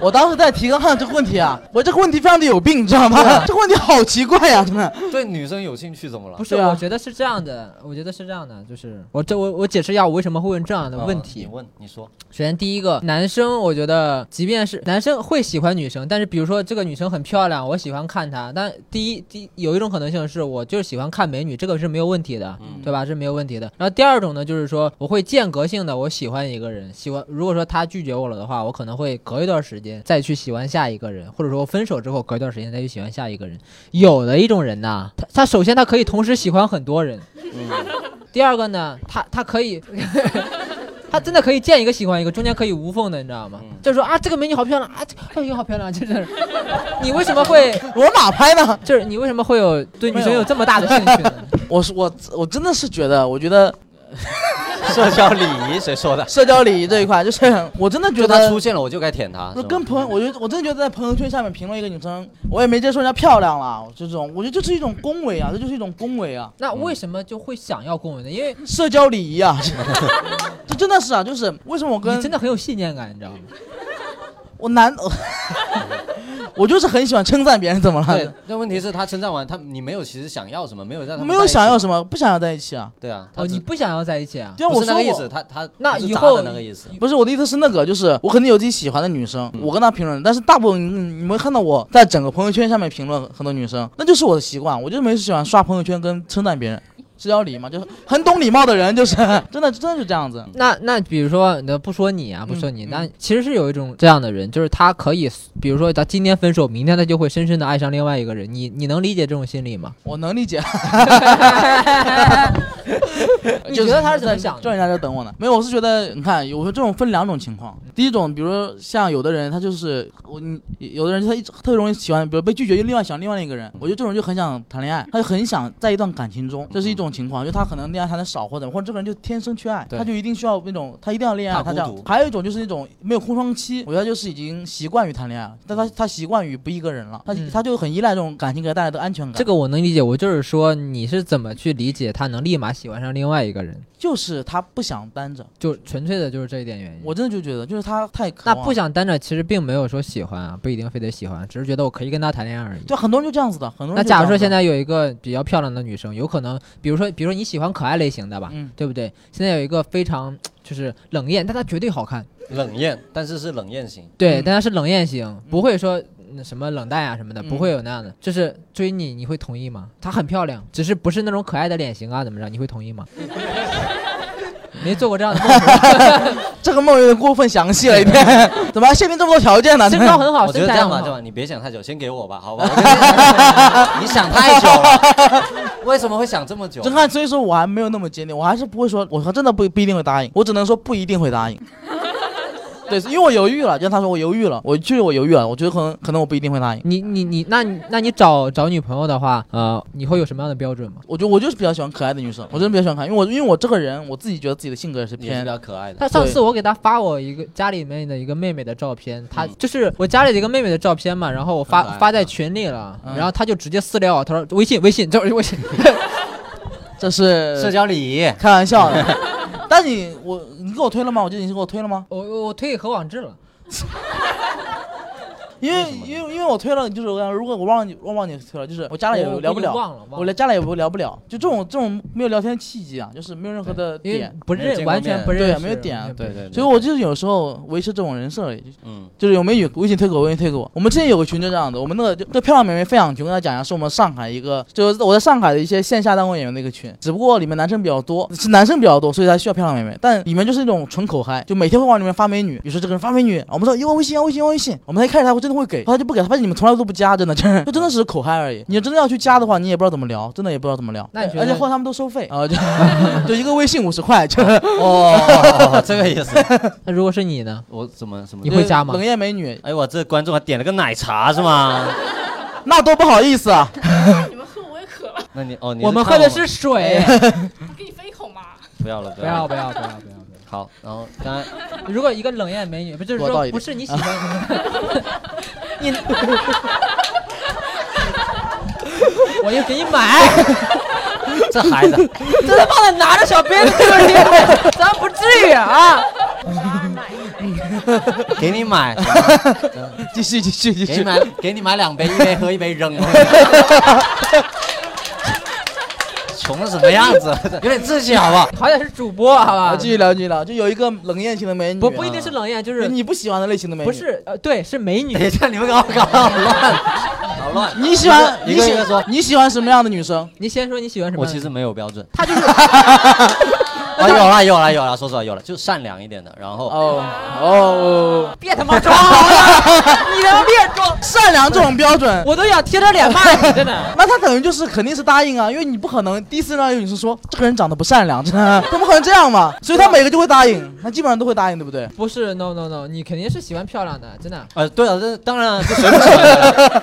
Speaker 3: 我当时在提纲上这个问题啊，我这个问题非常的有病，你知道吗？
Speaker 2: 啊
Speaker 3: 这个问题好奇怪啊呀、真的。
Speaker 2: 对女生有兴趣怎么了
Speaker 1: 不？是，
Speaker 3: 对啊
Speaker 1: 我觉得是这样的，我觉得是这样的，就是我这我我解释一下我为什么会问这样的哦问题。
Speaker 2: 你问你说，
Speaker 1: 首先第一个，男生我觉得即便是男生会喜欢女生，但是比如说这个女生很漂亮，我喜欢看她，但第一第一有一种可能性是我就是喜欢看美女，这个是没有问题的，
Speaker 2: 嗯
Speaker 1: 对吧？是没有问题的。然后第二种呢，就是说我会间隔性的我喜欢一个人，喜欢如果说他拒绝我了的话，我可能会隔一段时间再去喜欢下一个人，或者说我分手之后隔一段时间再去喜欢下一个人。有的一种人呐，他他首先他可以同时喜欢很多人，第二个呢，他他可以。 他真的可以见一个喜欢一个，中间可以无缝的，你知道吗？
Speaker 2: 嗯
Speaker 1: 就是说啊，这个美女好漂亮啊，这个哎呦好漂亮，就是 你为什么会
Speaker 3: 我哪拍呢？
Speaker 1: 就是你为什么会有对女
Speaker 3: 没
Speaker 1: 生
Speaker 3: 有
Speaker 1: 有这么大的兴趣呢？
Speaker 3: 我是我我真的是觉得，我觉得
Speaker 2: 社交礼仪谁说的？
Speaker 3: 社交礼仪这一块，就是我真的觉
Speaker 2: 就他
Speaker 3: 得
Speaker 2: 出现了，我就该舔他。
Speaker 3: 我
Speaker 2: 是吧嗯
Speaker 3: 跟朋友，我就我真的觉得在朋友圈下面评论一个女生，我也没直接说人家漂亮啦，就这种，我觉得这是一种恭维啊，这就是一种恭维啊，
Speaker 1: 那为什么就会想要共文呢？因为
Speaker 3: 社交礼仪啊， 这真的是啊，就是为什么我跟
Speaker 1: 你真的很有信念感，你知道吗？
Speaker 3: 我男， 我就是很喜欢称赞别人，怎么
Speaker 2: 对
Speaker 3: 了？，
Speaker 2: 但问题是他称赞完他，你没有其实想要什么，没有让他们
Speaker 3: 没有想要
Speaker 2: 么。
Speaker 3: 什么，不想要在一起啊。
Speaker 2: 对啊，他
Speaker 1: 哦，
Speaker 2: 只
Speaker 1: 你不想要在一起啊？
Speaker 3: 对啊，
Speaker 2: 不
Speaker 3: 我
Speaker 2: 是
Speaker 3: 说
Speaker 2: 那个意
Speaker 3: 我
Speaker 2: 思，他他
Speaker 1: 那
Speaker 2: 不是
Speaker 1: 以
Speaker 2: 渣
Speaker 1: 后
Speaker 2: 的那个意思。
Speaker 3: 不是我的意思是那个，就是我肯定有自己喜欢的女生，我跟她评论，但是大部分你你们看到我在整个朋友圈下面评论很多女生，那就是我的习惯，我就没事喜欢刷朋友圈跟称赞别人，社交礼仪嘛，就是很懂礼貌的人，就是真的真的是这样子。
Speaker 1: 那那比如说，那不说你啊，不说你，那其实是有一种这样的人，就是他可以，比如说他今天分手，明天他就会深深的爱上另外一个人。你你能理解这种心理吗？
Speaker 3: 我能理解，
Speaker 1: 你觉得他是怎么想
Speaker 3: 这
Speaker 1: 的？
Speaker 3: 人家在等我呢。没有，我是觉得，你看，我说这种分两种情况。第一种，比如说像有的人，他就是我，你有的人他一直特别容易喜欢，比如被拒绝，又另外想另外一个人。我觉得这种人就很想谈恋爱，他就很想在一段感情中，这是一种情况，就他可能恋爱谈的少或者或者这个人就天生缺爱，
Speaker 2: 对
Speaker 3: 他就一定需要那种他一定要恋爱，
Speaker 2: 怕
Speaker 3: 他
Speaker 2: 孤
Speaker 3: 这样
Speaker 2: 独。
Speaker 3: 还有一种就是那种没有空窗期，我觉得就是已经习惯于谈恋爱，但
Speaker 2: 嗯
Speaker 3: 他他习惯于不一个人了，他
Speaker 1: 嗯
Speaker 3: 他就很依赖这种感情给他带来的安全感。
Speaker 1: 这个我能理解，我就是说你是怎么去理解他能立马喜欢上另外一个人，
Speaker 3: 就是他不想单着，
Speaker 2: 嗯
Speaker 1: 就纯粹的就是这一点原因。
Speaker 3: 我真的就觉得就是他太渴
Speaker 1: 那
Speaker 3: 望
Speaker 1: 不想单着，其实并没有说喜欢啊，不一定非得喜欢，只是觉得我可以跟他谈恋爱而已。
Speaker 3: 对，很多人就这样子的，
Speaker 2: 嗯
Speaker 3: 很多人。
Speaker 1: 那假如说现，在有一个比较漂亮的女生，有可能，比如说，比如说你喜欢可爱类型的吧，
Speaker 3: 嗯
Speaker 1: 对不对？现在有一个非常就是冷艳，但她绝对好看，
Speaker 2: 冷艳，但是是冷艳型。
Speaker 1: 对，
Speaker 3: 嗯
Speaker 1: 但她是冷艳型，不会说嗯什么冷淡啊什么的，
Speaker 3: 嗯
Speaker 1: 不会有那样的。就是追你，你会同意吗？她很漂亮，只是不是那种可爱的脸型啊，怎么着？你会同意 吗？没做过这样的梦是吧，
Speaker 3: 这个梦有点过分详细了一 点，怎么还限定这么多条件呢？
Speaker 1: 身高很好，
Speaker 2: 我觉
Speaker 1: 身
Speaker 2: 得这
Speaker 1: 材
Speaker 2: 样
Speaker 1: 很
Speaker 2: 吧，这
Speaker 1: 好
Speaker 2: 样。吧，你别想太久，先给我吧，好吧？我 先你想太久了，为什么会想这么久？
Speaker 3: 真看，所以说我还没有那么坚定，我还是不会说，我还真的不不一定会答应，我只能说不一定会 答应。对，因为我犹豫了，就像他说我犹豫了，我确实我犹豫了，我觉得可能可能我不一定会答应。
Speaker 1: 你你你，那你那你找找女朋友的话，呃，你会有什么样的标准吗？
Speaker 3: 我觉得我就是比较喜欢可爱的女生，我真的比较喜欢可爱，因为我因为我这个人我自己觉得自己的性格也是
Speaker 2: 也
Speaker 1: 嗯
Speaker 2: 是比
Speaker 3: 偏
Speaker 2: 较可爱的。
Speaker 1: 他上次我给他发我一个家里面的一个妹妹的照片，他
Speaker 2: 嗯
Speaker 1: 就是我家里的一个妹妹的照片嘛，然后我
Speaker 2: 很可
Speaker 1: 发
Speaker 2: 爱
Speaker 1: 发在群里了，
Speaker 3: 嗯
Speaker 1: 然后他就直接私聊我，他说微信微信，这微 信，
Speaker 3: 这是
Speaker 2: 社交礼仪，
Speaker 3: 开玩 笑的。但你我你给我推了吗？我记得你是给我推了吗？
Speaker 1: 我我我推给何广智了，
Speaker 2: 为什么呢
Speaker 3: 因为因为因为我推了，就是我想如果我忘了你忘忘你推了，就是我家里
Speaker 1: 我
Speaker 3: 也
Speaker 1: 我
Speaker 3: 聊不
Speaker 1: 已经
Speaker 3: 了。
Speaker 1: 忘了忘
Speaker 3: 我
Speaker 1: 了，
Speaker 3: 连家里也不聊不了，就这种这种没有聊天契机啊，就是没有任何的
Speaker 1: 因为
Speaker 3: 点，
Speaker 1: 不
Speaker 2: 没有
Speaker 1: 认
Speaker 2: 见
Speaker 1: 完
Speaker 2: 过
Speaker 1: 全
Speaker 2: 面
Speaker 1: 不认
Speaker 3: 对
Speaker 1: 识，
Speaker 3: 没有点啊
Speaker 1: 完全不
Speaker 2: 对
Speaker 1: 认识
Speaker 2: 对对。
Speaker 3: 所以我就是有时候维持这种人设，
Speaker 2: 嗯，
Speaker 3: 就是有美女微信推给我，微信推给我。我们之前有个群就这样的，我们那个就这漂亮美眉分享群，跟大家讲一下，是我们上海一个，就是我在上海的一些线下单位演员的一个群，只不过里面男生比较多，是男生比较多，所以才需要漂亮美眉，但里面就是那种纯口嗨，就每天会往里面发美女，比如说这个人发美女，我们说哎要微信要微信要微信，我们才开始他会真的会给，后来就不给，发现你们从来都不加，真的真的就真的是口嗨而已。你真的要去加的话，你也不知道怎么聊，真的也不知道怎么聊，
Speaker 1: 那你觉
Speaker 3: 而且
Speaker 1: 得
Speaker 3: 后来他们都收费啊，就就一个微信五十块，就
Speaker 1: 呃
Speaker 2: 哦，这个意思。
Speaker 1: 那如果是你呢？
Speaker 2: 我怎么什么
Speaker 1: 你？会加吗
Speaker 3: 冷艳美女，
Speaker 2: 哎，我这观众还点了个奶茶 是吗？
Speaker 3: 那 多不好意思啊。
Speaker 4: 哎你们喝我也渴了，
Speaker 2: 那你哦，你
Speaker 1: 我们
Speaker 2: 看
Speaker 1: 喝的
Speaker 2: 吗
Speaker 1: 是水，
Speaker 4: 我给你分一口嘛。
Speaker 2: 不要了，不
Speaker 1: 不
Speaker 2: 要
Speaker 1: 要
Speaker 2: 了。
Speaker 1: 不要不要不要。
Speaker 2: 好，然后刚才
Speaker 1: 如果一个冷艳美女，不就是
Speaker 3: 我倒
Speaker 1: 说
Speaker 3: 一点
Speaker 1: 不是你喜欢， 你，我就给你买，
Speaker 2: 这孩子，
Speaker 1: 这他 妈的拿着小鞭子对着你，咱不至于啊！
Speaker 2: 给你买，
Speaker 3: 继续继续继
Speaker 2: 给你
Speaker 3: 续，
Speaker 2: 买，给你买两杯，一杯喝，一杯扔。穷成什么样子？啊有点志气好不 好？
Speaker 1: 好歹是主播，好
Speaker 2: 啊
Speaker 1: 吧？
Speaker 3: 啊继续聊继续聊，就有一个冷艳型的美女，
Speaker 1: 不不一定是冷艳，就
Speaker 3: 就是你不喜欢的类型的美女，
Speaker 1: 不是呃对是美 女
Speaker 2: 等一下，你们搞搞好乱，好乱。
Speaker 3: 你 喜欢
Speaker 2: 一
Speaker 3: 你
Speaker 2: 个
Speaker 3: 喜
Speaker 2: 一个说
Speaker 3: 你喜欢什么样的女生？
Speaker 1: 你先说你喜欢什么
Speaker 2: 我
Speaker 1: 样的？
Speaker 2: 其实没有标准
Speaker 1: 他 就是
Speaker 2: 啊，有了有了有了，说实话有了，就善良一点的，然后
Speaker 3: 哦哦，
Speaker 1: 别他妈装了，你他妈别装，
Speaker 3: 善良这种标准，
Speaker 1: 我都想贴着脸骂你着呢。
Speaker 3: 那他等于就是肯定是答应啊，因为你不可能第一次让一个女生说这个人长得不善良， 真的，怎么可能这样嘛？所以他每个就会答应，他基本上都会答应，对不对？
Speaker 1: 不是，no no no，你肯定是喜欢漂亮的，真的。
Speaker 2: 呃，对啊，这当然啊这谁不喜欢漂亮？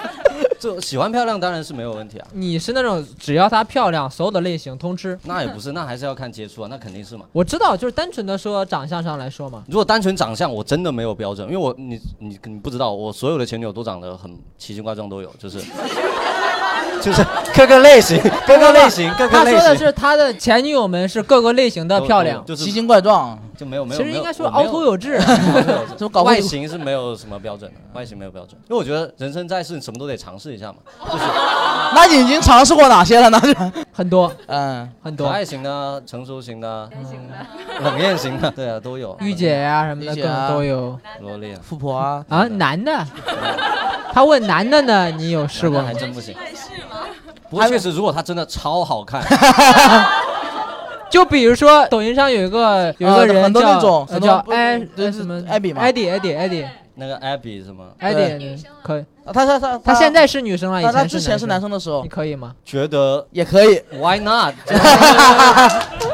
Speaker 2: 就喜欢漂亮当然是没有问题啊。
Speaker 1: 你是那种只要她漂亮，所有的类型通吃。
Speaker 2: 那也不是，那还是要看接触啊，那肯定是嘛。
Speaker 1: 我知道，就是单纯的说长相上来说嘛，
Speaker 2: 如果单纯长相，我真的没有标准，因为我你你你不知道，我所有的前女友都长得很奇形怪状，都有，就是就是各个类型，各个类型，各个
Speaker 1: 他
Speaker 2: 类
Speaker 1: 说
Speaker 2: 型。
Speaker 1: 的是他的前女友们是各个类型的漂亮
Speaker 2: 都，就是
Speaker 3: 奇形怪状，
Speaker 2: 就没有没有。
Speaker 1: 其实应该说
Speaker 2: 我没
Speaker 1: 凹
Speaker 2: 有
Speaker 1: 凸有 致。
Speaker 3: 怎么搞不
Speaker 2: 外
Speaker 3: 懂？
Speaker 2: 形是没有什么标准的，
Speaker 1: 嗯
Speaker 2: 外形没有标准，因为我觉得人生在世，你什么都得尝试一下嘛。
Speaker 3: 那你已经尝试过哪些了 呢？
Speaker 1: 很多
Speaker 3: 嗯，
Speaker 1: 很
Speaker 2: 可
Speaker 1: 多，
Speaker 2: 爱型的、成熟型的、冷艳型的，对啊，都有。
Speaker 1: 御姐呀、什么的各
Speaker 3: 御姐啊
Speaker 1: 种都有
Speaker 2: 萝莉啊，
Speaker 3: 富婆啊，
Speaker 1: 啊。男的，他问男的呢，你有试过
Speaker 2: 那
Speaker 1: 吗
Speaker 2: 还？真不行。不过确实，如果她真的超好 看，
Speaker 1: 就比如说抖音上有一个有一个人
Speaker 3: 很多
Speaker 1: 叫、
Speaker 3: 那种
Speaker 1: 呃
Speaker 3: 很多
Speaker 1: 叫
Speaker 3: 不
Speaker 1: 艾
Speaker 3: 对
Speaker 1: 呃
Speaker 3: 是
Speaker 1: 什么
Speaker 3: 艾比吗
Speaker 1: 艾迪艾迪艾迪
Speaker 2: 那个 Abby 是吗？
Speaker 1: 艾
Speaker 3: 对
Speaker 1: 迪，可以。
Speaker 3: 啊他他他
Speaker 1: 他现在是女生了，以
Speaker 3: 他他
Speaker 1: 前
Speaker 3: 之前是男
Speaker 1: 男
Speaker 3: 生的时
Speaker 1: 你
Speaker 3: 候
Speaker 1: 可以吗？
Speaker 2: 觉得
Speaker 3: 也可以，
Speaker 2: Why not？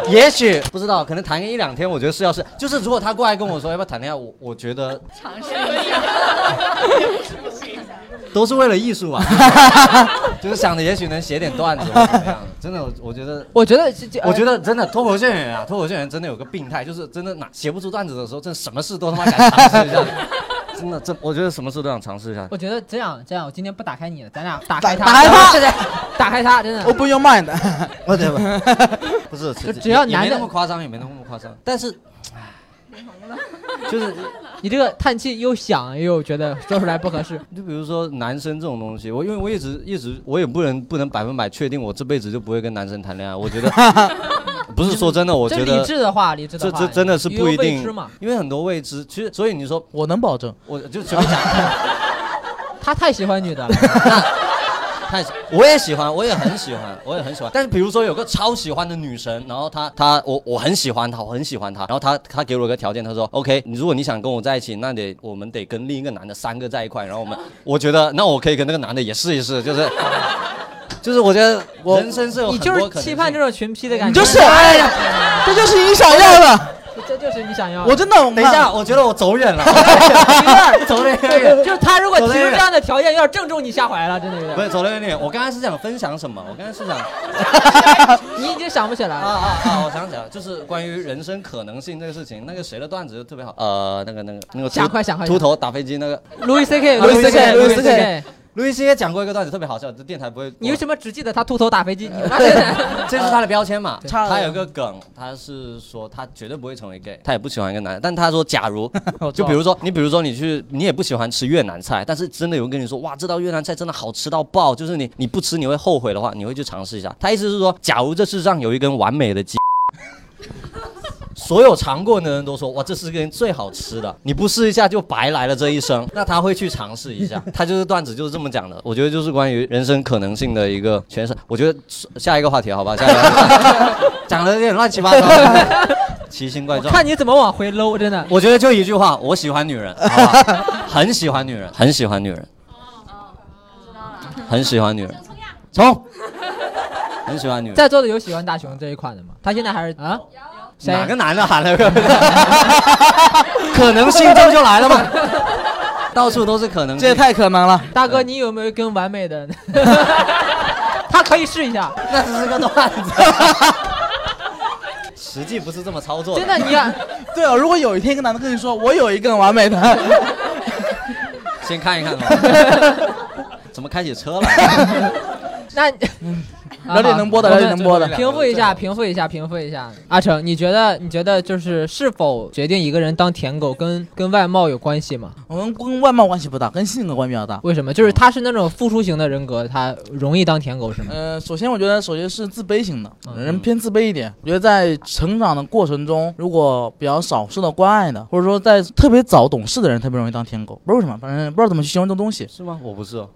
Speaker 2: 也许不知道，可能谈个一两天，我觉得是要是，就是如果他过来跟我说要不要谈恋爱，我我觉得尝试一下，都是为了艺术啊， 就是想着也许能写点段子或者怎么样的，真的，我我觉得。
Speaker 1: 我觉得这这，
Speaker 2: 我觉
Speaker 1: 得
Speaker 2: 得真的脱口秀演员啊，脱口秀演员真的有个病态，就是真的拿写不出段子的时候，真的什么事都他妈敢尝试一下， 真的，这我觉得什么事都想尝试一下。
Speaker 1: 哎我觉得这样这样，我今天不打开你了，咱俩打
Speaker 3: 打
Speaker 1: 开
Speaker 3: 打开他
Speaker 1: 他，打开他，真的。
Speaker 3: ，Open your mind，
Speaker 2: 不对吧？不是，其实
Speaker 1: 只要
Speaker 2: 也
Speaker 1: 男
Speaker 2: 也
Speaker 1: 的
Speaker 2: 没那么夸张，也没那么夸张， 但是，唉，就是
Speaker 1: 你这个叹气又响又觉得说出来不合适，
Speaker 2: 就比如说男生这种东西，我因为我一直一直我也不能不能百分百确定我这辈子就不会跟男生谈恋爱，我觉得不是说真的，我
Speaker 1: 这
Speaker 2: 觉
Speaker 1: 理
Speaker 2: 得。
Speaker 1: 智的话，理智的
Speaker 2: 这
Speaker 1: 话，
Speaker 2: 这真的是
Speaker 1: 你
Speaker 2: 不
Speaker 1: 有
Speaker 2: 一
Speaker 1: 未
Speaker 2: 定
Speaker 1: 知嘛，
Speaker 2: 因为很多未知。其实，所以你说，
Speaker 3: 我能保证，
Speaker 2: 我就随 便讲，
Speaker 1: 他太喜欢女的了，
Speaker 2: 太喜，我也喜欢，我也很喜 欢，我也很喜欢。但是比如说有个超喜欢的女神，然后她她我我很喜欢她，我很喜欢她，然后她她给我一个条件，她说 OK，你如果你想跟我在一起，那得我们得跟另一个男的三个在一块，然后我们我觉得那我可以跟那个男的也试一试，就是。 就是我觉得
Speaker 3: 我
Speaker 2: 人生是有
Speaker 1: 你
Speaker 2: 很
Speaker 1: 就
Speaker 2: 多可能性嗯
Speaker 1: 是期盼这种群批的感
Speaker 3: 你
Speaker 1: 觉，
Speaker 3: 就是，哎呀， 这就是你想要的，
Speaker 1: 这就是你想要的。
Speaker 3: 我真的，
Speaker 2: 等一下，我觉得我走远了，走得有点远，
Speaker 1: 就是他如果提出这样的条件，有点正中你下怀了，真的有
Speaker 2: 不
Speaker 1: 点。
Speaker 2: 是走得有点远。我刚才是想分享什么？我刚才是想
Speaker 1: 你已经想不起来
Speaker 2: 啊
Speaker 1: 了。
Speaker 2: 啊啊！我想起来了，就是关于人生可能性这个事情，那个谁的段子就特别好。呃，那个那个那个秃
Speaker 1: 想快想快
Speaker 2: 秃头打飞机那个，
Speaker 1: Louis C K，
Speaker 2: Louis CK
Speaker 1: Louis
Speaker 2: Louis
Speaker 1: K，
Speaker 2: 路易斯也讲过一个段子特别好笑，这电台不会。
Speaker 1: 你为什么只记得他秃头打飞机？ 你妈
Speaker 2: 对
Speaker 1: 的，
Speaker 2: 这是他的标签嘛？
Speaker 3: 差了
Speaker 2: 他有个梗，他是说他绝对不会成为 gay，他也不喜欢一个男的。但他说，假如就 比如说你，比如说你去，你也不喜欢吃越南菜，但是真的有人跟你说，哇，这道越南菜真的好吃到爆，就是你你不吃你会后悔的话，你会去尝试一下。他意思是说，假如这世上有一根完美的鸡。 所有尝过的人都说，哇，这是根最好吃的，你不试一下就白来了这一生。那他会去尝试一下，他就是段子就是这么讲的。我觉得就是关于人生可能性的一个诠释。我觉得下一个话题好吧，下一个话题 讲的有点乱七八糟，奇形怪
Speaker 1: 我
Speaker 2: 状。
Speaker 1: 看你怎么往回搂，真的。
Speaker 2: 我觉得就一句话，我喜欢女 人，好吧，很喜欢女人，很喜欢女人，
Speaker 1: 哦
Speaker 2: 很喜欢女人，冲，很喜欢女人。
Speaker 1: 在座的有喜欢大熊这一款的吗？他现在还是啊？谁
Speaker 2: 哪个男的 喊了个？可能性这不就来 了吗？到处都是可能
Speaker 3: 这也
Speaker 2: 性。
Speaker 3: 太可能了，
Speaker 1: 大哥，你有没有跟完美 的？ 他可以试一下，
Speaker 2: 那只是个段子，实际不是这么操 作
Speaker 1: 真的，你 要
Speaker 3: 对啊，如果有一天一个男的跟你说我有一个完美 的，
Speaker 2: 先看一看吧。怎么开起车了？
Speaker 1: 那
Speaker 3: 聊点能播的，
Speaker 1: 好
Speaker 3: 聊点能播的。
Speaker 1: 平复一下，平复一下，平复一下。阿成，你觉得你觉得就是是否决定一个人当舔狗跟跟外貌有关系吗？
Speaker 3: 我们跟外貌关系不大，跟性格关系比较大。
Speaker 1: 为什么？就是他是那种付出型的人格，他容易当舔狗是吗？
Speaker 3: 呃，首先我觉得，首先是自卑型的
Speaker 1: 嗯
Speaker 3: 人偏自卑一点。我觉得在成长的过程中，如果比较少受到关爱的，或者说在特别早懂事的人，特别容易当舔狗。不知道为什么，反正不知道怎么去形容这东西。
Speaker 2: 是吗？我不是哦，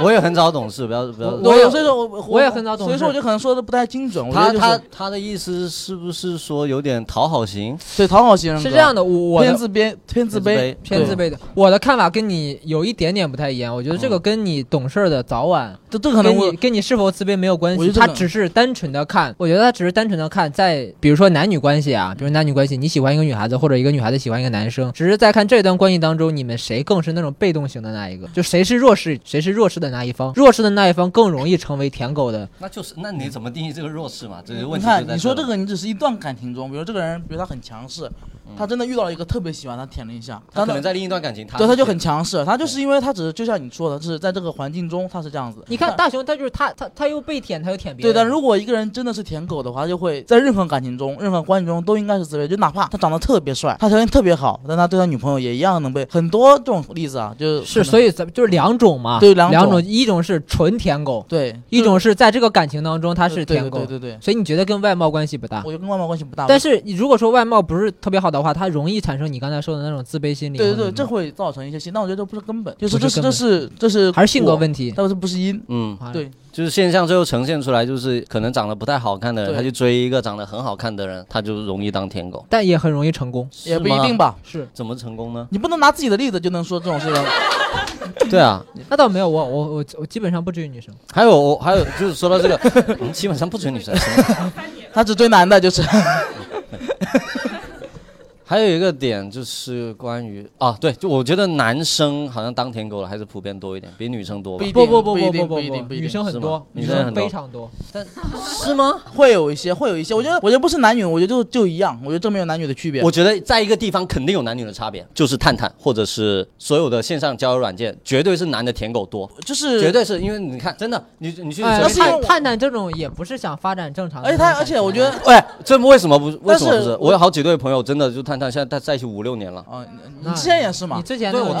Speaker 2: 我也很早懂事，不要不要。
Speaker 1: 我也
Speaker 3: 对所以说我我
Speaker 1: 我也很早懂
Speaker 3: 所以
Speaker 1: 事
Speaker 3: 说我就可能说的不太精准。我觉
Speaker 2: 他
Speaker 3: 得就是
Speaker 2: 他他的意思是不是说有点讨好型？
Speaker 3: 对讨好型人格
Speaker 1: 是这样的，我我
Speaker 3: 偏
Speaker 1: 的
Speaker 3: 自卑，偏自卑，
Speaker 1: 偏自
Speaker 3: 对，
Speaker 1: 卑的，我的看法跟你有一点点不太一样。我觉得这个
Speaker 3: 嗯
Speaker 1: 跟你懂事儿的早晚，
Speaker 3: 这这可能
Speaker 1: 跟
Speaker 3: 我
Speaker 1: 你跟你是否自卑没有关
Speaker 3: 我
Speaker 1: 系，
Speaker 3: 觉得
Speaker 1: 他
Speaker 3: 这个
Speaker 1: 只是单纯的看，我觉得他只是单纯的看，在比如说男女关系啊，比如男女关系，你喜欢一个女孩子，或者一个女孩子喜欢一个男生，只是在看这段关系当中，你们谁更是那种被动型的那一个，就谁是弱势，谁是弱势的那一方，弱势的那一方更容易成为舔狗的。
Speaker 2: 那就是那你怎么定义这个弱势嘛？这个问题
Speaker 3: 你
Speaker 2: 就在
Speaker 3: 嗯看，你说这
Speaker 2: 儿
Speaker 3: 个，你只是一段感情中，比如这个人，比如他很强势，他真的遇到了一个特别喜欢，他舔了一下，
Speaker 2: 嗯他可
Speaker 3: 当
Speaker 2: 能在另一段感情，他
Speaker 3: 对，他
Speaker 2: 是
Speaker 3: 就很强势，他就是因为他只是就像你说的，就是在这个环境中他是这样子。
Speaker 1: 你看大熊，他就是他，他他又被舔，他又舔别
Speaker 3: 对，
Speaker 1: 人。
Speaker 3: 但如果一个人真的是舔狗的话，他就会在任何感情中、任何关系中都应该是自卑，就哪怕他长得特别帅，他条件特别好，但他对他女朋友也一样能被很多这种例子啊，就是
Speaker 1: 是，所
Speaker 3: 以
Speaker 1: 以咱们就是两种嘛，
Speaker 3: 对
Speaker 1: 两
Speaker 3: 两种
Speaker 1: 一种是纯舔狗，
Speaker 3: 对
Speaker 1: 一种是在这个感情当中他
Speaker 3: 他
Speaker 1: 是舔狗，
Speaker 3: 呃对对对对，
Speaker 1: 所以你觉得跟外貌关系不大
Speaker 3: 我？觉得跟外貌关系不大，
Speaker 1: 但是你如果说外貌不是特别好的话，它容易产生你刚才说的那种自卑心理和
Speaker 3: 对
Speaker 1: 什么
Speaker 3: 对
Speaker 1: 的。
Speaker 3: 对，这会造成一些心，但我觉得嗯这不是根本，就
Speaker 1: 不是
Speaker 3: 是这是
Speaker 1: 根本
Speaker 3: 这是这是
Speaker 1: 还是性格
Speaker 3: 果，
Speaker 1: 问题。啊
Speaker 3: 但是不是因，
Speaker 2: 嗯，
Speaker 3: 对，
Speaker 2: 就是现象最后呈现出来，就是可能长得不太好看的人，
Speaker 3: 对
Speaker 2: 他去追一个长得很好看的人，他就容易当舔狗，
Speaker 1: 但也很容易成功。
Speaker 3: 也不
Speaker 2: 是
Speaker 3: 一
Speaker 2: 吗
Speaker 3: 定吧。
Speaker 1: 是，
Speaker 2: 怎么成功呢？
Speaker 3: 你不能拿自己的例子就能说这种事情，
Speaker 2: 对啊，
Speaker 1: 那倒没有，我我我我基本上不追女生。
Speaker 2: 还有我还有就是说到这个， 我们基本上不追女生。
Speaker 3: 他只追男的，就是
Speaker 2: 还有一个点就是关于啊，对，就我觉得男生好像当舔狗的还是普遍多一点，比女生多吧
Speaker 3: 不？一定
Speaker 1: 不不不
Speaker 3: 不一
Speaker 1: 不
Speaker 3: 定
Speaker 1: 不
Speaker 3: 不一定不一定
Speaker 1: 女生很
Speaker 2: 是
Speaker 1: 多
Speaker 2: 吗，
Speaker 1: 女
Speaker 2: 女生很多
Speaker 1: 非常多。
Speaker 2: 是吗？
Speaker 3: 会有一些，会有一些。我觉得，我觉得不是男女，我觉得就就一样。我觉得这没有男女的区别。
Speaker 2: 我觉得在一个地方肯定有男女的差别，就是探探或者是所有的线上交友软件，绝对是男的舔狗多，
Speaker 3: 就是
Speaker 2: 绝。对是因为你看，真的，你你去
Speaker 1: 哎
Speaker 2: 随
Speaker 3: 那是
Speaker 2: 便
Speaker 3: 因
Speaker 1: 探
Speaker 3: 为
Speaker 2: 看，
Speaker 3: 我
Speaker 1: 探探这种也不是想发展正常的
Speaker 3: 而且
Speaker 1: 那种感情。
Speaker 3: 他，而且我觉得，
Speaker 2: 喂，这为什么不是？为什么不
Speaker 3: 但
Speaker 2: 是
Speaker 3: 是？
Speaker 2: 我有好几对朋友真的就探探，现在在在一起五六年 了，
Speaker 3: 啊，你
Speaker 1: 那
Speaker 3: 之前也是
Speaker 1: 你
Speaker 3: 嘛？
Speaker 1: 之前那
Speaker 2: 对
Speaker 1: 种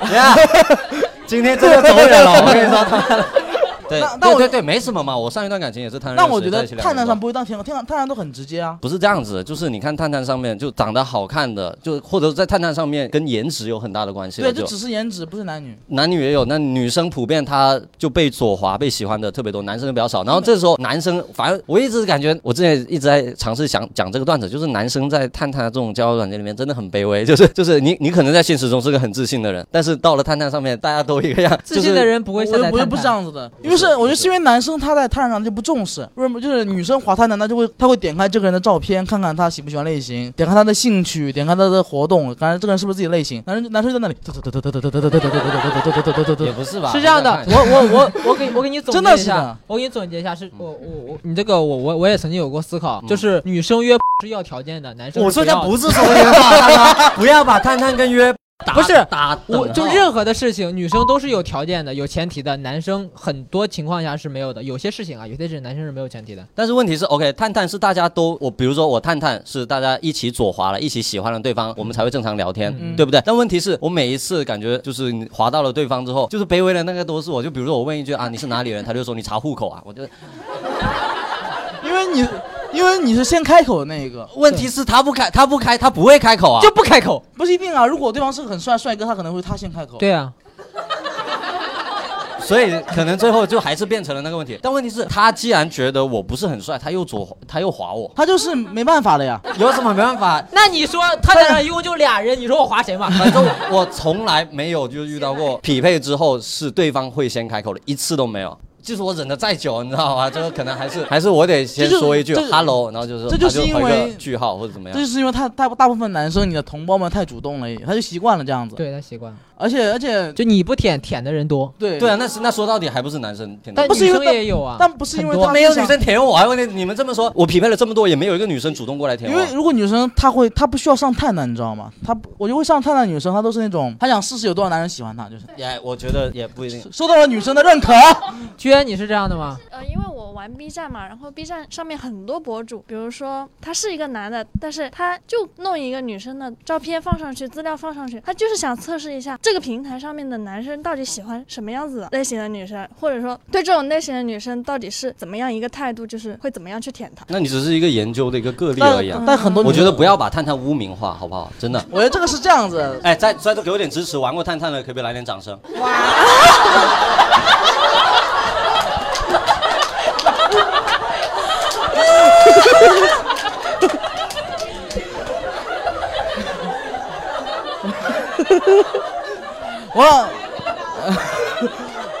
Speaker 2: 我呀，今天真的走远了，我跟 你说，探探。对
Speaker 3: 那，那
Speaker 2: 对
Speaker 3: 我
Speaker 2: 对对，没什么嘛，我上一段感情也是探探
Speaker 3: 那
Speaker 2: 认识
Speaker 3: 我觉
Speaker 2: 的在
Speaker 3: 得
Speaker 2: 一起两年多。
Speaker 3: 探探上不会当舔狗，探探探探都很直接啊。
Speaker 2: 不是这样子，就是你看探探上面就长得好看的，就或者在探探上面跟颜值有很大的关系了。
Speaker 3: 对，
Speaker 2: 就
Speaker 3: 就只是颜值，不是男女。
Speaker 2: 男女也有，那女生普遍她就被左滑被喜欢的特别多，男生就比较少。然后这时候男生反正我一直感觉，我之前一直在尝试想讲这个段子，就是男生在探探这种交友软件里面真的很卑微，就是就是你你可能在现实中是个很自信的人，但是到了探探上面大家都一个 样，
Speaker 1: 自信的人不
Speaker 3: 我
Speaker 1: 会下
Speaker 3: 又
Speaker 1: 载
Speaker 3: 我又
Speaker 1: 探
Speaker 3: 不是这
Speaker 1: 探。
Speaker 3: 样子的，因
Speaker 2: 不
Speaker 3: 为是
Speaker 2: 是
Speaker 3: 我觉得是因为男生他在探探上就不重视，为什么？就是女生滑探探，他就会他会点开这个人的照片，看看他喜不喜欢类型，点开他的兴趣，点开他的活动，看看这个人是不是自己类型。男生男生在那里，
Speaker 2: 就是也不是吧？
Speaker 1: 是这样的，我我 我我给我给你总结
Speaker 3: 真的
Speaker 1: 一
Speaker 3: 是
Speaker 1: 下
Speaker 3: 的，嗯
Speaker 1: 我给你总结一下，是我我我你这个我我我也曾经有过思考，就是女生约 是要条件的，男生
Speaker 2: 我
Speaker 1: 是
Speaker 2: 说
Speaker 1: 不要
Speaker 2: 这
Speaker 1: 的
Speaker 2: 不是说约炮，大家不要把探探跟约打
Speaker 1: 不是
Speaker 2: 打等
Speaker 1: 我就
Speaker 2: 号
Speaker 1: 任何的事情，女生都是有条件的、有前提的，男生很多情况下是没有的。有些事情啊，有些事情男生是没有前提的。
Speaker 2: 但是问题是，OK，探探是大家都我，比如说我探探是大家一起左滑了，一起喜欢了对方，我们才会正常聊天，
Speaker 1: 嗯
Speaker 2: 对不对？但问题是我每一次感觉就是你滑到了对方之后，就是卑微的那个都是我，就比如说我问一句啊，你是哪里人，他就说你查户口啊，我就
Speaker 3: 因为你因为你是先开口的那一个，
Speaker 2: 问题是他不开，他不开，他不会开口啊，
Speaker 1: 就不开口。
Speaker 3: 不是一定啊。如果对方是个很帅帅哥，他可能会他先开口。
Speaker 1: 对啊，
Speaker 2: 所以可能最后就还是变成了那个问题。但问题是，他既然觉得我不是很帅，他又左滑他又划我，
Speaker 3: 他就是没办法的呀。
Speaker 2: 有什么没办法？
Speaker 1: 那你说他俩一共就俩人，你说我划谁嘛？
Speaker 2: 反正 我从来没有就遇到过匹配之后是对方会先开口的，一次都没有。即使我忍得再久，你知道 吗？就是可能还是还是我得先
Speaker 3: 这就
Speaker 2: 说一句
Speaker 3: 这
Speaker 2: “hello”，然后就说
Speaker 3: 这就
Speaker 2: 他
Speaker 3: 是因
Speaker 2: 回
Speaker 3: 为
Speaker 2: 个句号或者怎么样
Speaker 3: 这就。是因为太大大部分男生，你的同胞们太主动了，他就习惯了这样子。
Speaker 1: 对他习惯了。
Speaker 3: 而且而且
Speaker 1: 就你不舔，舔的人多，
Speaker 3: 对
Speaker 2: 对啊，那是那说到底还不是男生舔的
Speaker 1: 但
Speaker 2: 多。
Speaker 3: 不
Speaker 1: 女
Speaker 3: 是因为
Speaker 1: 生也有啊。
Speaker 3: 但不是因为
Speaker 1: 很多
Speaker 3: 他
Speaker 2: 没有
Speaker 3: 不想
Speaker 2: 女生舔我，还问你你们这么说，我匹配了这么多，也没有一个女生主动过来舔
Speaker 3: 因
Speaker 2: 我
Speaker 3: 为。如果女生她会，她不需要上探探，你知道吗？她不我就会上探探，女生她都是那种她想试试有多少男人喜欢她，就是
Speaker 2: 也我觉得也不一定。
Speaker 3: 受到了女生的认可。
Speaker 1: 娟，你是这样的吗？
Speaker 8: 呃，因为我玩 B 站嘛，然后 B 站上面很多博主，比如说他是一个男的，但是他就弄一个女生的照片放上去，资料放上去，他就是想测试一下这个平台上面的男生到底喜欢什么样子的类型的女生，或者说对这种类型的女生到底是怎么样一个态度，就是会怎么样去舔她。
Speaker 2: 那你只是一个研究的一个个例而已啊。
Speaker 3: 但很多女
Speaker 2: 我觉
Speaker 3: 生
Speaker 2: 得不要把探探污名化，好不好？真的。
Speaker 3: 我觉得这个是这样子，
Speaker 2: 哎，在在这给我点支持，玩过探探的可不可以来点掌声？
Speaker 3: 我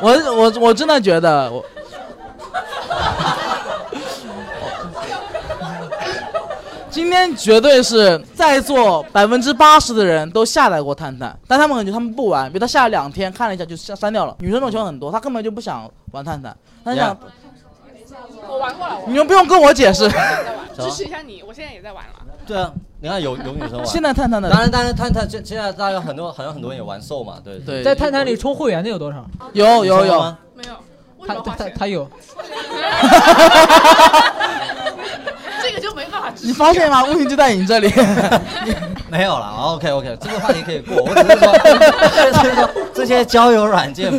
Speaker 3: 我我我真的觉得我。今天绝对是在座百分之八十的人都下载过探探，但他们感觉他们不玩，比如他下了两天看了一下就下删掉了。女生这种情况很多，她根本就不想玩探探，她想
Speaker 2: Yeah
Speaker 4: 我玩过了，
Speaker 3: 你们不用跟我解释。
Speaker 2: 什
Speaker 4: 支
Speaker 2: 么
Speaker 4: 持一下你，我现在也在玩了。
Speaker 2: 对啊，你看有有女生玩。
Speaker 3: 现在探探的
Speaker 2: 当然，当然，探探现现在大家有很多好像很多人也玩瘦嘛，对
Speaker 3: 对
Speaker 1: 在探探里充会员的有多少？
Speaker 3: 有
Speaker 2: 你说
Speaker 3: 有
Speaker 2: 了
Speaker 3: 有
Speaker 2: 吗，
Speaker 4: 没有，为
Speaker 1: 他
Speaker 4: 什么
Speaker 1: 他
Speaker 4: 花
Speaker 1: 他
Speaker 4: 钱？
Speaker 1: 他有，
Speaker 4: 这个就没办法支
Speaker 3: 你
Speaker 4: 持。
Speaker 3: 发现吗？问题就在你这里。
Speaker 2: 没有了，OK OK，这个话题可以过。我只是说，就是说 这些交友软件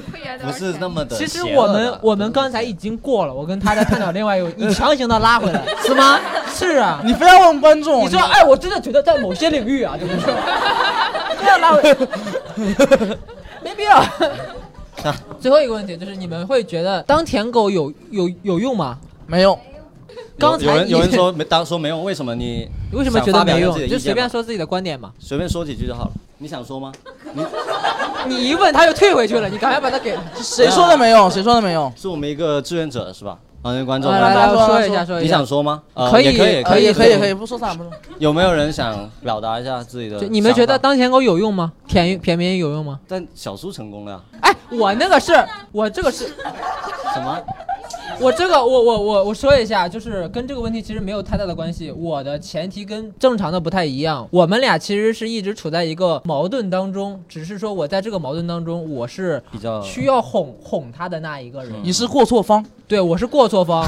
Speaker 2: 不是那么的
Speaker 1: 其实
Speaker 2: 邪
Speaker 1: 我
Speaker 2: 恶的。
Speaker 1: 们我们刚才已经过了，我跟他在探讨另 外一个，你强行的拉回来是 吗？是啊，
Speaker 3: 哦你非要问观众，
Speaker 1: 你知道，哎，我真的觉得在某些领域啊，就是说，不要拉回，没必要。
Speaker 2: 啊
Speaker 1: 最后一个问题就是，你们会觉得当舔狗有有有用吗？
Speaker 3: 没有，
Speaker 1: 刚才
Speaker 2: 有有人
Speaker 1: 你
Speaker 2: 有人说没当说没用，为什么你
Speaker 1: 你 为什么觉
Speaker 2: 想
Speaker 1: 得
Speaker 2: 发表
Speaker 1: 没
Speaker 2: 一下
Speaker 1: 用
Speaker 2: 自己？的
Speaker 1: 就
Speaker 2: 意
Speaker 1: 随
Speaker 2: 见
Speaker 1: 便
Speaker 2: 吗
Speaker 1: 说自己的观点嘛。
Speaker 2: 随便说几句就好了？你想说吗？
Speaker 1: 你一问他又退回去了，你赶快把他给。
Speaker 3: 谁说的没有？谁说的没有？
Speaker 2: 是我们一个志愿者是吧？啊，那观众，
Speaker 1: 来来
Speaker 3: 他
Speaker 1: 来，
Speaker 3: 说
Speaker 1: 说
Speaker 3: 他
Speaker 1: 一下，
Speaker 3: 说
Speaker 1: 说一
Speaker 2: 你
Speaker 1: 下
Speaker 2: 想。说吗？呃
Speaker 1: 可以
Speaker 2: 也可以，
Speaker 1: 可以
Speaker 3: 以
Speaker 1: 可
Speaker 3: 可
Speaker 1: 以
Speaker 3: 可以，不说啥不说。
Speaker 2: 有没有人想表达一下自己的
Speaker 1: 就
Speaker 2: 想法？
Speaker 1: 你们觉得当舔狗有用吗？舔舔别人有用吗？
Speaker 2: 但小苏成功了呀？
Speaker 1: 哎，我那个是，我这个是，
Speaker 2: 什么？
Speaker 1: 我这个我我我我说一下，就是跟这个问题其实没有太大的关系。我的前提跟正常的不太一样，我们俩其实是一直处在一个矛盾当中，只是说我在这个矛盾当中，我是
Speaker 2: 比较
Speaker 1: 需要哄哄他的那一个人，
Speaker 3: 你是过错方，
Speaker 1: 对我是过错方。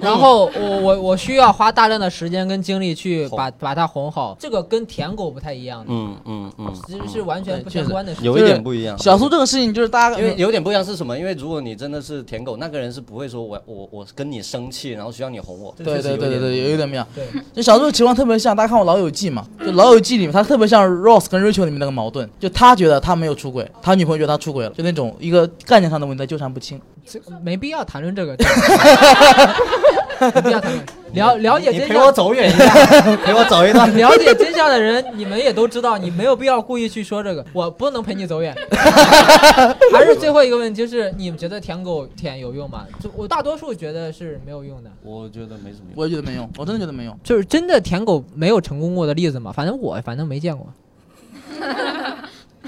Speaker 1: 然后我我我需要花大量的时间跟精力去把把他哄好，这个跟舔狗不太一样的，
Speaker 2: 嗯嗯嗯，
Speaker 1: 其实是完全不
Speaker 3: 对确
Speaker 1: 相
Speaker 3: 实
Speaker 1: 关的事情。
Speaker 2: 有一点不一样。
Speaker 3: 小苏这个事情就是大家
Speaker 2: 因为有点不一样是什么？因为如果你真的是舔狗，那个人是不会说我我我跟你生气，然后需要你哄我。这
Speaker 3: 对
Speaker 2: 个确
Speaker 3: 对
Speaker 2: 实
Speaker 3: 对对
Speaker 2: 有
Speaker 3: 对，
Speaker 2: 点
Speaker 3: 有一点妙。
Speaker 1: 对，
Speaker 3: 就小时候情况特别像，大家看过《老友记》嘛？就《老友记》里面，他特别像 Rose 跟 Rachel 里面那个矛盾，就他觉得他没有出轨，他女朋友觉得他出轨了，就那种一个概念上的问题他纠缠不清。
Speaker 1: 这个没必要谈论这个，没必要谈论。 了了解
Speaker 2: 你
Speaker 1: 真
Speaker 2: 陪我
Speaker 1: 相，
Speaker 2: 走 远一下，陪我走一段。
Speaker 1: 了解真相的人，你们也都知道， 你没有必要故意去说这个。我不能陪你走远。 还是最后一个问题，就是你们觉得舔狗舔有用吗？就我大多数觉得是没有用的。
Speaker 2: 我觉得没什么用。
Speaker 3: 我也觉得没用，我真的觉得没用。
Speaker 1: 就是真的舔狗没有成功过的例子吗？反正我反正没见过。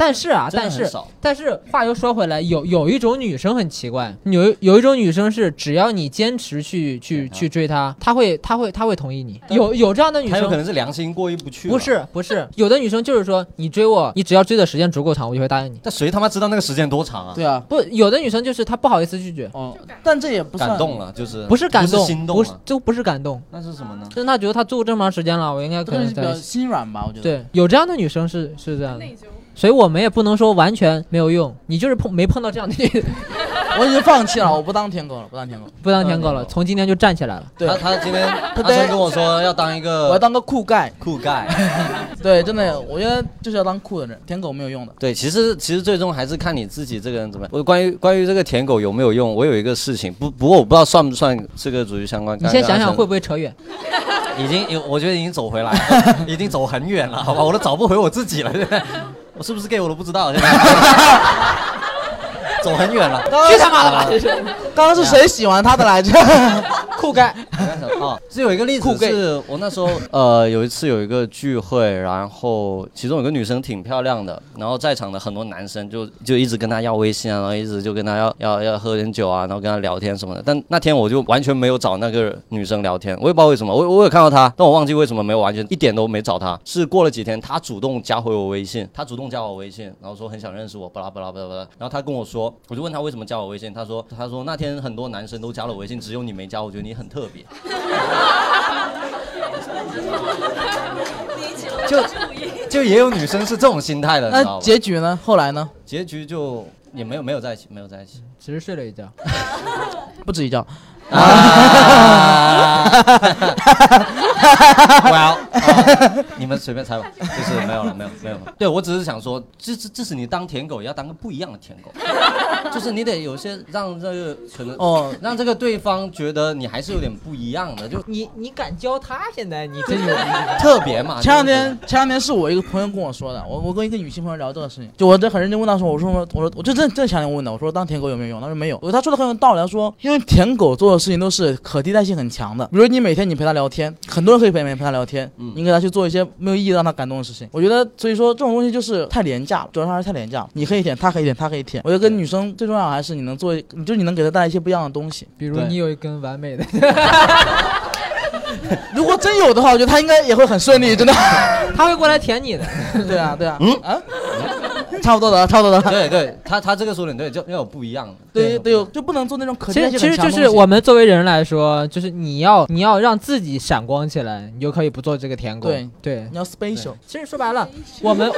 Speaker 1: 但是啊，
Speaker 2: 真的
Speaker 1: 但
Speaker 2: 很
Speaker 1: 是
Speaker 2: 少
Speaker 1: 但是话又说回来，有有一种女生很奇怪，有有一种女生是只要你坚持去去
Speaker 2: 她
Speaker 1: 去追她，她会她会她会同意你。有有这样的女
Speaker 2: 他有可
Speaker 1: 生。
Speaker 2: 能是良心过意不去。
Speaker 1: 不，是不是，有的女生就是说，你追我，你只要追的时间足够长，我就会答应你。
Speaker 2: 但谁他妈知道那个时间多长啊？
Speaker 3: 对啊，
Speaker 1: 不，有的女生就是她不好意思拒绝，
Speaker 3: 哦，但这也不算
Speaker 2: 感动，了嗯就是
Speaker 1: 不是感动，
Speaker 2: 心
Speaker 1: 不
Speaker 2: 动啊
Speaker 1: 是
Speaker 2: 了，
Speaker 1: 就不是感动，
Speaker 2: 那是什么呢？
Speaker 1: 就是她觉得她做这么长时间了，我应该
Speaker 3: 这
Speaker 1: 可
Speaker 3: 个
Speaker 1: 能
Speaker 3: 是比
Speaker 1: 在一
Speaker 3: 较
Speaker 1: 起
Speaker 3: 心软吧，我觉得。
Speaker 1: 对，有这样的女生是是这样的
Speaker 4: 内，疚，
Speaker 1: 所以我们也不能说完全没有用，你就是碰没碰到这样的女，
Speaker 3: 我已经放弃了，我不当舔狗了，不当舔狗。
Speaker 1: 不当舔狗了，从今天就站起来了。
Speaker 3: 对
Speaker 2: 他他今天他
Speaker 3: 对
Speaker 2: 昨天跟我说要当一
Speaker 3: 我要
Speaker 2: 个
Speaker 3: 当个酷盖，
Speaker 2: 酷盖。
Speaker 3: 对，真的，我觉得就是要当酷的人，舔狗没有用的。
Speaker 2: 对，其实其实最终还是看你自己这个人怎么样。我关于关于这个舔狗有没有用，我有一个事情，不不过我不知道算不算这个属于相关。
Speaker 1: 你先
Speaker 2: 刚刚
Speaker 1: 想想会
Speaker 2: 阿
Speaker 1: 不会扯远？
Speaker 2: 成已经有，我觉得已经走回来 了，已经走很远了，好吧，我 都找不回我自己了。现在我是不是 gay 我都不知道，现在走 走很远了。
Speaker 1: 去他妈的吧！这是
Speaker 3: 刚刚是谁喜欢他的来着？
Speaker 1: 酷盖，
Speaker 2: 啊，是有一个例子，是我那时候 呃有一次有一个聚会，然后其中有个女生挺漂亮的，然后在场的很多男生就就一直跟她要微信啊，然后一直就跟她要要要喝点酒啊，然后跟她聊天什么的。但那天我就完全没有找那个女生聊天，我也不知道为什么，我我有看到她，但我忘记为什么没有，完全一点都没找她。是过了几天，她主动加回我微信，她主动加我微信，然后说很想认识我，巴拉巴拉巴拉巴拉。然后她跟我说，我就问她为什么加我微信，她说她说那天很多男生都加了我微信，只有你没加，我觉得你很特别。就就也有女生是这种心态的，你知道
Speaker 3: 那
Speaker 2: 吧？
Speaker 3: 结局呢？后来呢？
Speaker 2: 结局就也没有没有在一起，没有在一起。
Speaker 1: 只是睡了一觉。
Speaker 3: 不止一觉，
Speaker 2: 啊！Well，啊你们随便猜吧，就是没有了，没有没有了。对我只是想说，这这这是你当舔狗也要当个不一样的舔狗，就是你得有些让这个可能
Speaker 3: 哦
Speaker 2: 哦，让这个对方觉得你还是有点不一样 的，就
Speaker 9: 你你敢教他？现在你真有
Speaker 2: 特别嘛。
Speaker 3: 前两
Speaker 2: 就是
Speaker 3: 天，前两天是我一个朋友跟我说的，我我跟一个女性朋友聊这个事情，就我这很认真问她说，我说我说我就真真想问的，我说当舔狗有没有用？她说没有，我她说的很有道理，她说因为舔狗做的事情都是可替代性很强的，比如你每天你陪她聊天，很多人可以陪陪陪她聊天，
Speaker 2: 嗯
Speaker 3: 你给她去做一些没有意义让她感动的事情，我觉得所以说这种东西就是太廉价了，主要是还是太廉价了，你可以舔，她可以舔，她可以舔，我觉得跟女生最重要还是你能做，你就你能给她带来一些不一样的东西，
Speaker 1: 比如
Speaker 2: 对
Speaker 1: 你有一根 完美的，
Speaker 3: 如果真有的话，我觉得她应该也会很顺利，真的，
Speaker 1: 他会过来舔 你的。
Speaker 3: 对啊对啊，啊，差不多的，差不多的。
Speaker 2: 对对，他他这个说的对，就要有不一样的。
Speaker 3: 对对，就不能做那种可
Speaker 1: 其实
Speaker 3: 见
Speaker 1: 其实就是我们作为人来说，就是你要你要让自己闪光起来，你就可以不做这个舔狗。
Speaker 3: 对
Speaker 1: 对，
Speaker 3: 你要 special，
Speaker 1: 其实说白了，我们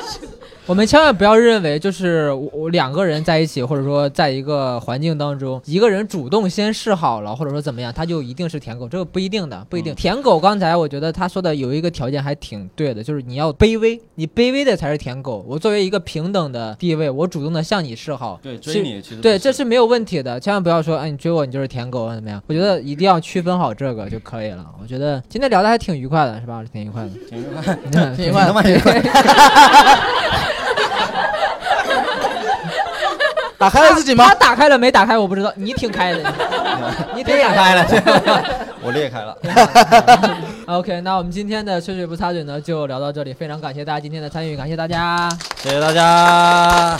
Speaker 1: 我们千万不要认为就是我我两个人在一起，或者说在一个环境当中，一个人主动先示好了，或者说怎么样，他就一定是舔狗，这个不一定的，不一定。舔狗刚才我觉得他说的有一个条件还挺对的，就是你要卑微，你卑微的才是舔狗。我作为一个平等的地位，我主动的向你示好，
Speaker 2: 对
Speaker 1: 其
Speaker 2: 追
Speaker 1: 实
Speaker 2: 你其实不
Speaker 1: 对，这是没有问题的，千万不要说，哎，你追我，你就是舔狗啊，怎么样？我觉得一定要区分好这个就可以了。我觉得今天聊的还挺愉快的，是吧？挺愉快的，
Speaker 2: 挺愉快的
Speaker 3: 挺愉快的
Speaker 2: 他妈愉快的。
Speaker 3: 打开了自己吗
Speaker 1: 他？打开了没打开我不知道，你挺开 的，你挺打开了。
Speaker 2: 我裂开了。
Speaker 1: OK，那我们今天的吹水不插嘴呢就聊到这里，非常感谢大家今天的参与，感谢大家。
Speaker 2: 谢谢大家。